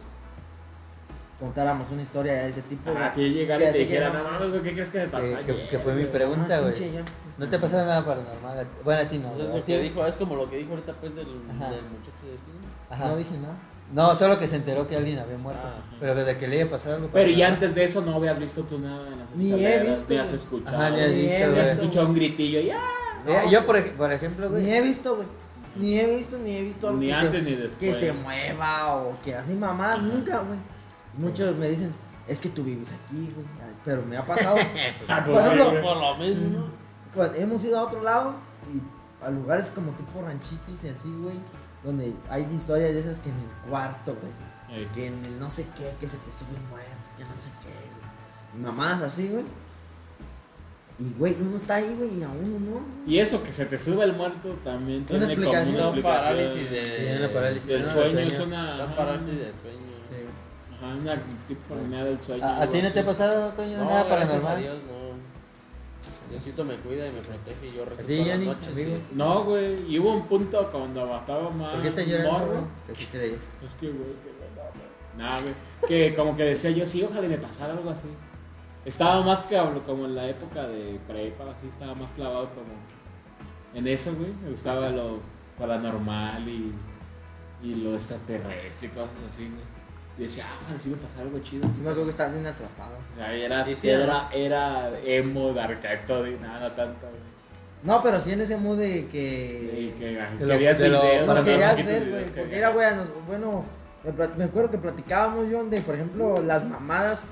Speaker 3: contáramos una historia de ese tipo.
Speaker 4: Ajá,
Speaker 3: güey.
Speaker 4: Ah, que yo llegara
Speaker 3: Que
Speaker 4: y te
Speaker 3: te
Speaker 4: dijera,
Speaker 3: llega
Speaker 4: no
Speaker 3: más.
Speaker 4: mames, güey, ¿qué crees que me pasó?
Speaker 2: Que, que-
Speaker 4: ayer?"
Speaker 2: que fue mi
Speaker 3: Ah,
Speaker 2: pregunta, güey.
Speaker 3: pinche yo.
Speaker 2: No te pasó nada paranormal. a ti- Bueno, a ti no.
Speaker 1: Eso es
Speaker 2: güey, a
Speaker 1: lo que
Speaker 2: ti-
Speaker 1: dijo, es como lo que dijo ahorita pues del,
Speaker 2: Ajá.
Speaker 1: del muchacho de aquí.
Speaker 2: Ajá.
Speaker 3: No dije nada.
Speaker 2: No, solo que se enteró que alguien había muerto.
Speaker 1: Ah,
Speaker 2: pero desde que le haya pasado algo.
Speaker 4: Pero y
Speaker 2: paranormal-
Speaker 4: antes de eso no habías visto tú nada en las
Speaker 3: Ni he
Speaker 4: escaleras,
Speaker 3: visto,
Speaker 4: Ni has
Speaker 3: güey.
Speaker 4: escuchado.
Speaker 2: Ajá, ni has
Speaker 4: ni
Speaker 2: visto,
Speaker 4: has
Speaker 2: güey.
Speaker 4: escuchado un gritillo y ¡ah!
Speaker 2: Mira, yo, por, ej- por ejemplo, güey.
Speaker 3: Ni he visto, güey. Ni he visto, ni he visto algo
Speaker 4: Ni
Speaker 3: que,
Speaker 4: antes
Speaker 3: se,
Speaker 4: ni después.
Speaker 3: que se mueva o que así mamás, nunca, güey. Muchos me dicen, es que tú vives aquí, güey. Ay, Pero me ha pasado.
Speaker 4: [LAUGHS]
Speaker 3: Ah, por
Speaker 4: Pues,
Speaker 3: ejemplo,
Speaker 4: güey.
Speaker 1: Por lo mismo.
Speaker 3: Cuando hemos ido a otros lados y a lugares como tipo ranchitos y así, güey, donde hay historias de esas que en el cuarto, güey,
Speaker 4: Eh,
Speaker 3: que en el no sé qué, que se te sube un muerto, que no sé qué, güey. Y Mamás así, güey. Y, güey, uno está ahí, güey, y a uno no.
Speaker 4: Y eso que se te sube el muerto también tiene como
Speaker 3: explicación.
Speaker 4: una
Speaker 1: Son
Speaker 4: explicación.
Speaker 1: parálisis de.
Speaker 2: Sí, una parálisis.
Speaker 4: Del
Speaker 2: No,
Speaker 4: sueño,
Speaker 2: del
Speaker 4: es
Speaker 2: sueño.
Speaker 4: una.
Speaker 1: Son parálisis de sueño.
Speaker 4: Ajá, una tipo manera del sueño.
Speaker 2: ¿A, a ti no te ha
Speaker 4: algo así.
Speaker 2: pasado, Toño? nada
Speaker 1: gracias a
Speaker 2: paranormal.
Speaker 1: Dios, no. Diosito me cuida y me protege y yo
Speaker 2: A
Speaker 1: rezo
Speaker 2: ti,
Speaker 1: todas las
Speaker 2: Johnny,
Speaker 1: noches.
Speaker 2: amigo.
Speaker 1: sí.
Speaker 4: No, güey. Y hubo un punto cuando estaba más.
Speaker 2: ¿Por qué
Speaker 3: este
Speaker 2: estás llorando?
Speaker 4: morro.
Speaker 2: güey?
Speaker 3: Que sí crees.
Speaker 4: Es que, güey, que güey, no, güey. Nah, güey. Que como que decía yo, sí, ojalá y me pasara algo así. Estaba más que hablo- como en la época de prepa, así, estaba más clavado como en eso, güey. Me gustaba lo paranormal y, y lo extraterrestre y cosas así, güey. Y decía, ah, ojalá sí me pasara algo chido.
Speaker 3: Sí me acuerdo que estás bien atrapado.
Speaker 4: Ay, Era,
Speaker 1: Decía-
Speaker 4: era, era emo, dark actor, y nada, no tanto, güey.
Speaker 3: No, pero sí en ese mood de
Speaker 4: Y
Speaker 3: que...
Speaker 4: que ay,
Speaker 2: De lo-
Speaker 4: querías
Speaker 2: de lo-
Speaker 4: videos,
Speaker 3: No
Speaker 2: para
Speaker 4: ¿no?
Speaker 3: querías
Speaker 4: Poquitos
Speaker 3: ver,
Speaker 4: videos
Speaker 3: güey.
Speaker 4: que
Speaker 3: Porque
Speaker 4: había.
Speaker 3: era, güey, nos- bueno, me, plat- me acuerdo que platicábamos, John, de, por ejemplo, las mamadas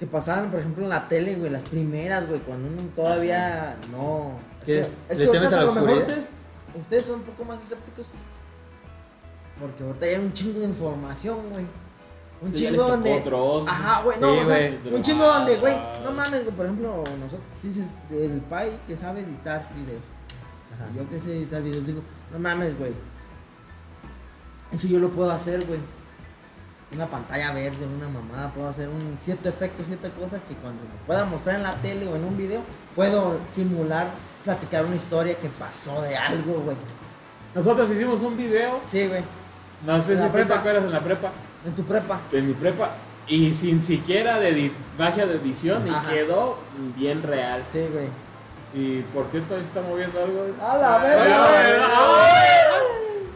Speaker 3: que pasaban, por ejemplo, en la tele, güey, las primeras, güey, cuando uno todavía no. Es
Speaker 2: Sí,
Speaker 3: que,
Speaker 2: le
Speaker 3: es que
Speaker 2: temes
Speaker 3: ahorita a
Speaker 2: a la
Speaker 3: lo mejor
Speaker 2: oscuridad.
Speaker 3: ustedes, ustedes son un poco más escépticos. Porque ahorita hay un chingo de información, güey. Un
Speaker 4: Ya les
Speaker 3: chingo
Speaker 4: tocó
Speaker 3: donde.
Speaker 4: otros.
Speaker 3: Ajá, güey, no,
Speaker 2: Sí,
Speaker 3: o sea,
Speaker 4: güey.
Speaker 3: un chingo donde, güey,
Speaker 4: Drogados.
Speaker 3: no mames, güey, por ejemplo, nosotros dices el pai que sabe editar videos.
Speaker 2: Ajá.
Speaker 4: Ah.
Speaker 3: Y Yo que sé editar videos, digo, no mames, güey. Eso yo lo puedo hacer, güey. Una pantalla verde, una mamada, puedo hacer un cierto efecto, cierta cosa que cuando lo pueda mostrar en la tele o en un video, puedo simular, platicar una historia que pasó de algo, güey.
Speaker 4: Nosotros hicimos un video,
Speaker 3: Sí, güey,
Speaker 4: no sé
Speaker 3: En la
Speaker 4: si tú te
Speaker 3: prepa.
Speaker 4: acuerdas en la prepa,
Speaker 3: en tu prepa.
Speaker 4: en mi prepa, y sin siquiera de edi- magia de edición, y
Speaker 3: Ajá.
Speaker 4: quedó bien real.
Speaker 3: Sí, güey.
Speaker 4: Y por cierto, ahí está moviendo algo.
Speaker 3: ¡A la
Speaker 4: Ay,
Speaker 3: verga!
Speaker 4: ay, ay.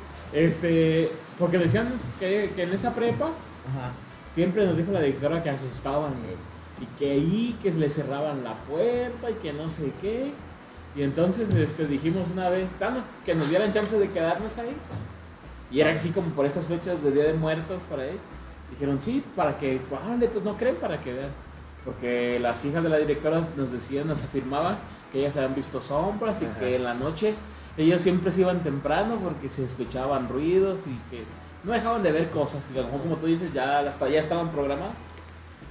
Speaker 4: Este, porque decían que, que en esa prepa
Speaker 3: Ajá.
Speaker 4: siempre nos dijo la directora que asustaban, güey, y que ahí que le cerraban la puerta y que no sé qué. Y entonces este, dijimos una vez, "Dame, que nos dieran chance de quedarnos ahí. Y era así como por estas fechas de Día de Muertos para ahí. Dijeron, sí, para que, pues, órale, pues no creen para que vean. Porque las hijas de la directora nos decían, nos afirmaban que ellas habían visto sombras y que en la noche ellos siempre se iban temprano porque se escuchaban ruidos y que no dejaban de ver cosas. Y a lo mejor, como tú dices, ya hasta ya estaban programadas.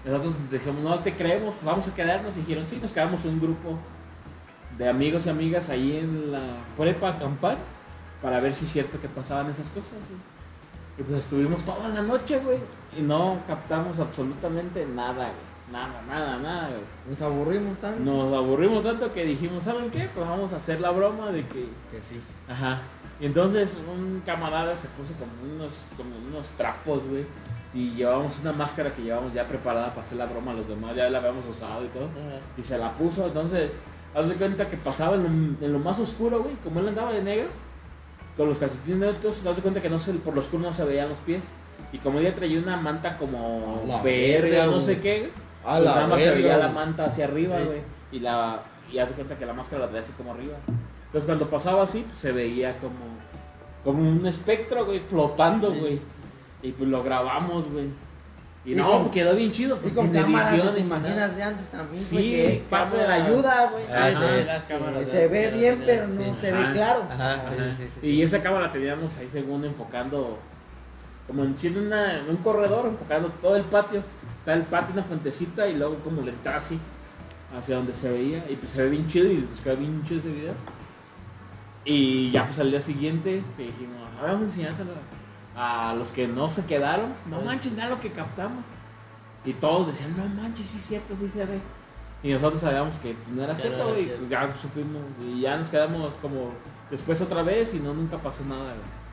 Speaker 4: Nosotros dijimos, no te creemos, pues vamos a quedarnos. Y dijeron, sí, nos quedamos un grupo de amigos y amigas ahí en la prepa a acampar para ver si es cierto que pasaban esas cosas. güey. Y pues estuvimos toda la noche, güey. Y no captamos absolutamente nada, güey. Nada, nada, nada, güey.
Speaker 3: Nos aburrimos tanto.
Speaker 4: Nos aburrimos tanto que dijimos, ¿saben qué? Pues vamos a hacer la broma de que...
Speaker 3: Que sí.
Speaker 4: Ajá. Y entonces un camarada se puso como unos, como unos trapos, güey. Y llevábamos una máscara que llevábamos ya preparada para hacer la broma a los demás. Ya la habíamos usado y todo. Y se la puso. Entonces, haz de cuenta que pasaba en lo, en lo más oscuro, güey. Como él andaba de negro, con los calcetines negros, haz de cuenta que no se, por lo oscuro no se veían los pies. Y como ella traía una manta como
Speaker 3: A la
Speaker 4: verde
Speaker 3: verga,
Speaker 4: o no
Speaker 3: güey.
Speaker 4: sé qué, güey,
Speaker 3: A
Speaker 4: pues
Speaker 3: la
Speaker 4: nada más se
Speaker 3: verga,
Speaker 4: veía la
Speaker 3: güey.
Speaker 4: manta hacia arriba, güey. Y la y haz de cuenta que la máscara la traía así como arriba. Entonces cuando pasaba así, pues, se veía como como un espectro, güey, flotando, güey. Y pues lo grabamos, güey. Y,
Speaker 3: Y
Speaker 4: no,
Speaker 3: con-
Speaker 4: pues, quedó bien chido,
Speaker 3: Y
Speaker 4: pues
Speaker 3: con
Speaker 4: sin
Speaker 3: cámaras que
Speaker 4: edición.
Speaker 3: te imaginas de antes también,
Speaker 4: Sí,
Speaker 3: güey, que es parte de la
Speaker 4: cámaras.
Speaker 3: ayuda, güey.
Speaker 2: Ah,
Speaker 3: Sí,
Speaker 2: sí.
Speaker 3: sí.
Speaker 1: las cámaras.
Speaker 3: Se ve
Speaker 1: las
Speaker 3: bien,
Speaker 1: cámaras.
Speaker 3: pero no
Speaker 2: Sí.
Speaker 3: se ve
Speaker 4: Ajá.
Speaker 3: claro.
Speaker 2: Ajá, sí, sí, sí. sí.
Speaker 4: Y esa cámara la teníamos ahí según enfocando, como en, siendo una- en un corredor, enfocando todo el patio. Está el patio, una fuentecita y luego como le entraba así, hacia donde se veía. Y pues se ve bien chido y pues quedó bien chido ese video. Y ya pues al día siguiente le dijimos, "Ahora vamos a enseñárselo a los que no se quedaron. No manches, nada lo que captamos. Y todos decían, no manches, sí es cierto, sí se ve. Y nosotros sabíamos que pues, no era
Speaker 7: no
Speaker 4: cierto,
Speaker 7: era
Speaker 4: güey,
Speaker 7: cierto.
Speaker 4: pues, ya supimos, y ya nos quedamos como después otra vez y no, nunca pasó nada, güey.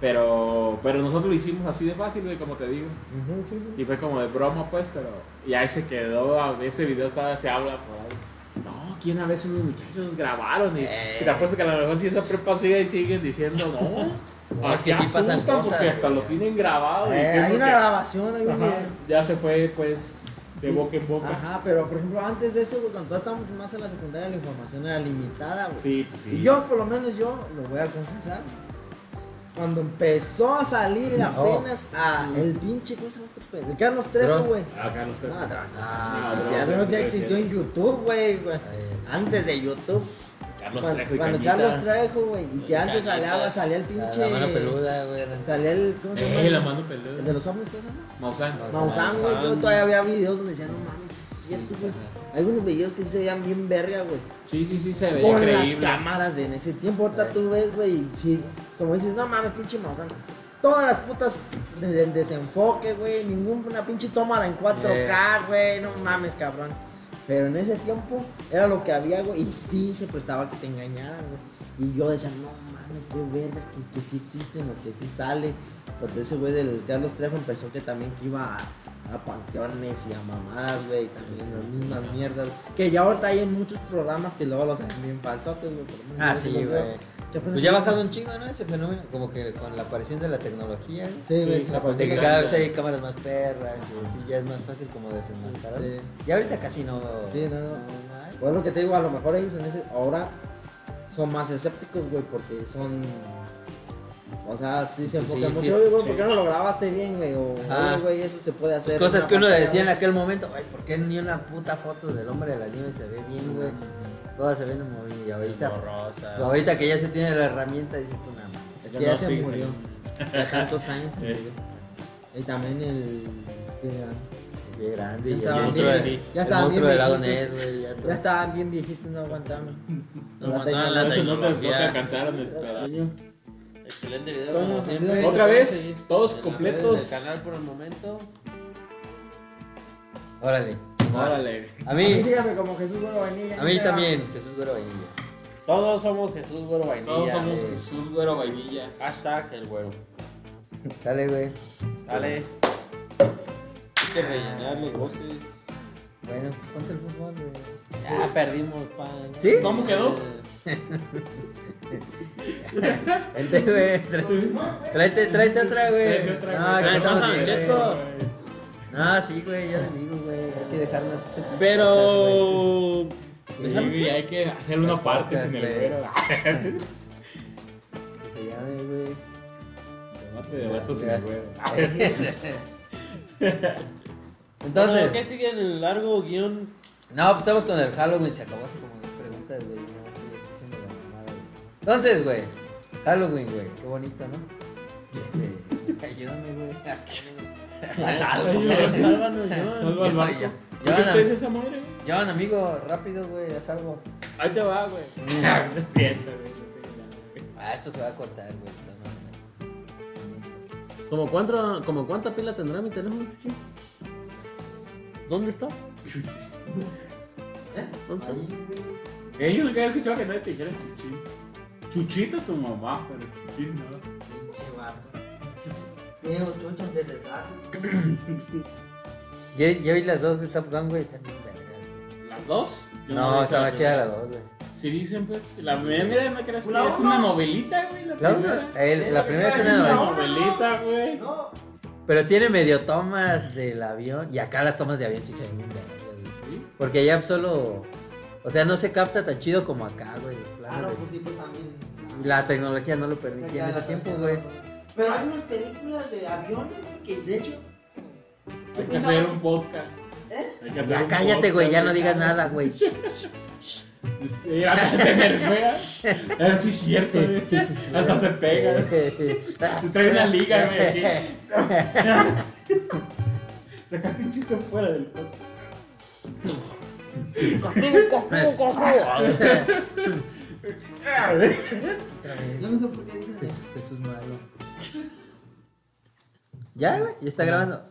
Speaker 4: Pero, pero nosotros lo hicimos así de fácil, güey, como te digo.
Speaker 3: Ujú, sí, sí.
Speaker 4: Y fue como de broma, pues, pero. Y ahí se quedó, a- ese video todavía se habla por ahí. No, ¿quién a veces los muchachos grabaron? Y, y te apuesto que a lo mejor si esa prepa sigue y siguen diciendo, no.
Speaker 2: No, es que
Speaker 4: aquí
Speaker 2: sí pasan
Speaker 4: asustan
Speaker 2: cosas,
Speaker 4: Porque hasta
Speaker 2: güey.
Speaker 4: lo tienen grabado. y
Speaker 3: Eh,
Speaker 4: diciendo
Speaker 3: hay una [LAUGHS]
Speaker 4: que-
Speaker 3: grabación, hay un
Speaker 4: Ajá,
Speaker 3: video.
Speaker 4: ya se fue, pues, de
Speaker 3: Sí.
Speaker 4: boca en boca.
Speaker 3: Ajá, pero por ejemplo, antes de eso, güey, cuando todos estábamos más en la secundaria, la información era limitada, güey.
Speaker 4: Sí, pues, sí.
Speaker 3: Y yo, por lo menos yo, lo voy a confesar. Cuando empezó a salir el
Speaker 2: No.
Speaker 3: apenas a el pinche, ¿cómo se llama este pedo? El Carlos Trejo,
Speaker 2: Dross.
Speaker 3: güey.
Speaker 4: Ah, Carlos
Speaker 3: No,
Speaker 4: Trejo.
Speaker 3: Dross,
Speaker 2: Ah,
Speaker 3: no,
Speaker 4: no,
Speaker 3: existía.
Speaker 4: Dross,
Speaker 3: Dross ya
Speaker 4: sí,
Speaker 3: existió
Speaker 4: sí.
Speaker 3: en YouTube, güey, güey.
Speaker 2: sí.
Speaker 3: Antes de YouTube.
Speaker 4: Carlos
Speaker 3: Cuando,
Speaker 4: Trejo y
Speaker 3: cuando
Speaker 4: Cañita.
Speaker 3: Carlos Trejo, güey. Y que antes
Speaker 7: Cañita.
Speaker 3: salía, salía el
Speaker 2: La,
Speaker 3: pinche.
Speaker 2: la mano peluda, güey. era-
Speaker 3: Salía el. ¿Cómo se llama?
Speaker 4: Eh, la mano peluda.
Speaker 3: El de los hombres, ¿cómo se llama?
Speaker 4: Maussan.
Speaker 3: Maussan, güey. Yo
Speaker 4: Pues Maussan.
Speaker 3: todavía había videos donde decían, no mames, es cierto, güey. Hay unos videos que sí se veían bien verga, güey.
Speaker 4: Sí, sí, sí, se ve
Speaker 3: Con las
Speaker 4: increíble.
Speaker 3: cámaras de en ese tiempo, ahorita tú ves, güey, y sí, como dices, no mames, pinche Maussan. Todas las putas del desenfoque, güey, ninguna pinche tómara en 4K, güey, no mames, cabrón. Pero en ese tiempo era lo que había, güey, y sí se prestaba que te engañaran, güey. Y yo decía, no mames, qué verga, que, que sí existen o que sí sale. Porque ese güey del Carlos Trejo empezó que también que iba a, a panteones y a mamadas, güey, también las mismas mierdas. Que ya ahorita hay en muchos programas que luego los hacen bien falsotes, güey. pero no
Speaker 2: Ah,
Speaker 3: sé
Speaker 2: sí,
Speaker 3: cómo
Speaker 2: güey.
Speaker 3: veo. Que apenas-
Speaker 2: Pues ya ha bajado un chingo, ¿no? Ese fenómeno, como que con la aparición de la tecnología. ¿no?
Speaker 3: Sí, güey,
Speaker 4: Sí,
Speaker 3: la
Speaker 2: De que
Speaker 3: pandemia.
Speaker 2: cada vez hay cámaras más perras y así ya es más fácil como desenmascarar.
Speaker 3: Sí.
Speaker 2: Y ahorita casi no.
Speaker 3: Sí, no, no.
Speaker 2: hay.
Speaker 3: Bueno, lo que te digo, a lo mejor ellos en ese ahora son más escépticos, güey, porque son. O sea, sí se
Speaker 2: Pues Sí,
Speaker 3: enfocan
Speaker 2: sí,
Speaker 3: mucho. Oye, güey, ¿por
Speaker 4: sí.
Speaker 3: qué no lo grabaste bien, güey? O,
Speaker 2: Ajá.
Speaker 3: "Oye, güey, eso se puede hacer. en
Speaker 2: Cosas
Speaker 3: una
Speaker 2: que uno
Speaker 3: pantalla,
Speaker 2: decía en
Speaker 3: güey".
Speaker 2: aquel momento, ay, ¿por qué ni una puta foto del hombre de las nubes se ve bien, güey? Todas se ven muy bien y ahorita,
Speaker 7: Borrosa.
Speaker 2: ahorita que ya se tiene la herramienta, dices tú nada más.
Speaker 3: Es
Speaker 4: Ya
Speaker 3: que ya
Speaker 4: no,
Speaker 3: se
Speaker 4: sí.
Speaker 3: murió. Hace tantos
Speaker 2: [LAUGHS]
Speaker 3: años se
Speaker 4: Eh.
Speaker 3: murió. Y también el. que-
Speaker 2: Qué grande,
Speaker 3: Ya
Speaker 2: y el
Speaker 3: estaban
Speaker 2: monstruo,
Speaker 4: bien-
Speaker 3: ya
Speaker 2: de- el
Speaker 3: estaban
Speaker 2: monstruo
Speaker 3: bien
Speaker 2: del lago Ness,
Speaker 3: viejitos.
Speaker 2: güey, ya todo.
Speaker 3: Ya estaban bien viejitos, no
Speaker 2: [LAUGHS]
Speaker 3: aguantaban.
Speaker 7: No
Speaker 3: La
Speaker 7: aguantaban la
Speaker 4: No te, no te
Speaker 7: tecnología.
Speaker 4: alcanzaron a esperar.
Speaker 1: Excelente video,
Speaker 3: Todos
Speaker 1: como
Speaker 3: los
Speaker 1: siempre.
Speaker 3: videos
Speaker 4: Otra
Speaker 3: que
Speaker 4: vez, todos
Speaker 1: En las redes
Speaker 4: completos.
Speaker 1: del canal por el momento.
Speaker 2: Órale.
Speaker 4: Órale.
Speaker 2: A
Speaker 3: A mí
Speaker 2: mí,
Speaker 3: sígame como Jesús Güero Vainilla. en
Speaker 2: a mí
Speaker 3: Instagram.
Speaker 2: también, Jesús Güero Vainilla.
Speaker 1: Todos somos Jesús Güero Vainilla.
Speaker 4: Todos somos
Speaker 2: eh.
Speaker 4: Jesús Güero Vainilla.
Speaker 1: Hashtag el güero.
Speaker 2: Sale, güey.
Speaker 1: Sale. Hay que rellenar los botes.
Speaker 2: Bueno, ponte el fútbol, güey.
Speaker 1: Ya perdimos, pan.
Speaker 2: ¿Sí?
Speaker 4: ¿Cómo quedó?
Speaker 2: Vente, güey. tra- Tráete, tráete otra, güey.
Speaker 4: Tráete otra,
Speaker 2: No,
Speaker 4: güey.
Speaker 2: aquí
Speaker 4: Ah,
Speaker 2: estamos
Speaker 7: pásame,
Speaker 2: bien.
Speaker 7: Chesco.
Speaker 2: No, sí, güey, ya te digo, güey. Hay que dejarnos este
Speaker 4: Pero. Sí, hay que hacer una parte
Speaker 2: Podcast,
Speaker 4: sin el
Speaker 2: güey.
Speaker 4: güero. [LAUGHS]
Speaker 2: podcast, güey, que Se llame, güey.
Speaker 4: Debate de vatos sin
Speaker 2: Ya.
Speaker 4: el güero. [LAUGHS]
Speaker 1: Bueno, ¿Qué
Speaker 2: Entonces,
Speaker 1: sigue en el largo guión?
Speaker 2: no, pues estamos con el Halloween. Se acabó hace como dos preguntas, güey. No, estoy haciendo la mamada, güey. Entonces, güey. Halloween, güey. Qué bonito, ¿no? Este. [LAUGHS] Ayúdame, güey. Sálvanos, güey.
Speaker 1: Sálvanos, John.
Speaker 4: Salva al barco.
Speaker 2: Ya,
Speaker 4: ¿Y
Speaker 2: ya.
Speaker 4: ¿Qué
Speaker 2: Llevan a-
Speaker 4: te dice esa madre? güey?
Speaker 2: Llevan, amigo, rápido, güey, haz algo.
Speaker 4: Ahí te va, güey. [LAUGHS] Siempre, güey.
Speaker 2: Ah, esto se va a cortar, güey. esta madre.
Speaker 7: ¿Como cuánta, como cuánta pila tendrá mi teléfono, Chuchi? ¿Dónde está? ¿Dónde está?
Speaker 4: Eh, yo nunca había escuchado que nadie te dijera chuchín. Chuchito tu mamá, pero chuchín no.
Speaker 3: Pinche vato. Veo chuchas desde tarde.
Speaker 2: Yo, yo vi las dos de Top Gun, güey. Están bien vergas.
Speaker 4: ¿Las dos? Yo
Speaker 2: No,
Speaker 4: vi
Speaker 2: estaba
Speaker 4: esa
Speaker 2: chida
Speaker 4: primera.
Speaker 2: la dos, güey.
Speaker 4: Sí, dicen pues. La primera, mira, no creas que
Speaker 3: La
Speaker 4: es
Speaker 3: uno.
Speaker 4: una novelita, güey. La
Speaker 2: La, eh.
Speaker 4: primera.
Speaker 2: uno- el-
Speaker 3: Sí,
Speaker 2: la
Speaker 3: lo que
Speaker 2: primera
Speaker 3: te iba a decir,
Speaker 2: escena, güey.
Speaker 3: la uno.
Speaker 4: Novelita, güey.
Speaker 3: No.
Speaker 2: Pero tiene medio tomas del avión. Y acá las tomas de avión sí se ven bien vergas, güey.
Speaker 4: Sí.
Speaker 2: Porque allá solo. O sea, no se capta tan chido como acá, güey. Los
Speaker 3: Ah, no,
Speaker 2: planos,
Speaker 3: pues sí, pues también.
Speaker 2: güey. La tecnología no lo
Speaker 3: Saca
Speaker 2: permitía en ese
Speaker 3: la
Speaker 2: tiempo,
Speaker 3: tarjeta,
Speaker 2: güey.
Speaker 3: ¿no? Pero hay unas películas de aviones que de hecho.
Speaker 4: Hay que
Speaker 3: pensaba
Speaker 4: hacer
Speaker 3: que-
Speaker 4: un podcast.
Speaker 3: ¿Eh?
Speaker 4: Hay que hacer
Speaker 2: Ya
Speaker 4: un
Speaker 2: cállate, güey, ya no
Speaker 4: podcast,
Speaker 2: digas nada, güey.
Speaker 4: Eh, Hasta se
Speaker 2: [LAUGHS]
Speaker 4: nerveas. A ver si Eh, es cierto, güey. Hasta se pega. güey. Trae una liga, güey, aquí.
Speaker 2: [LAUGHS]
Speaker 4: [LAUGHS] Sacaste un chiste fuera del podcast. Ah, güey.
Speaker 2: Otra vez.
Speaker 3: No sé por qué dicen.
Speaker 2: Jesús, Jesús malo. [LAUGHS] Ya, güey, ya está grabando.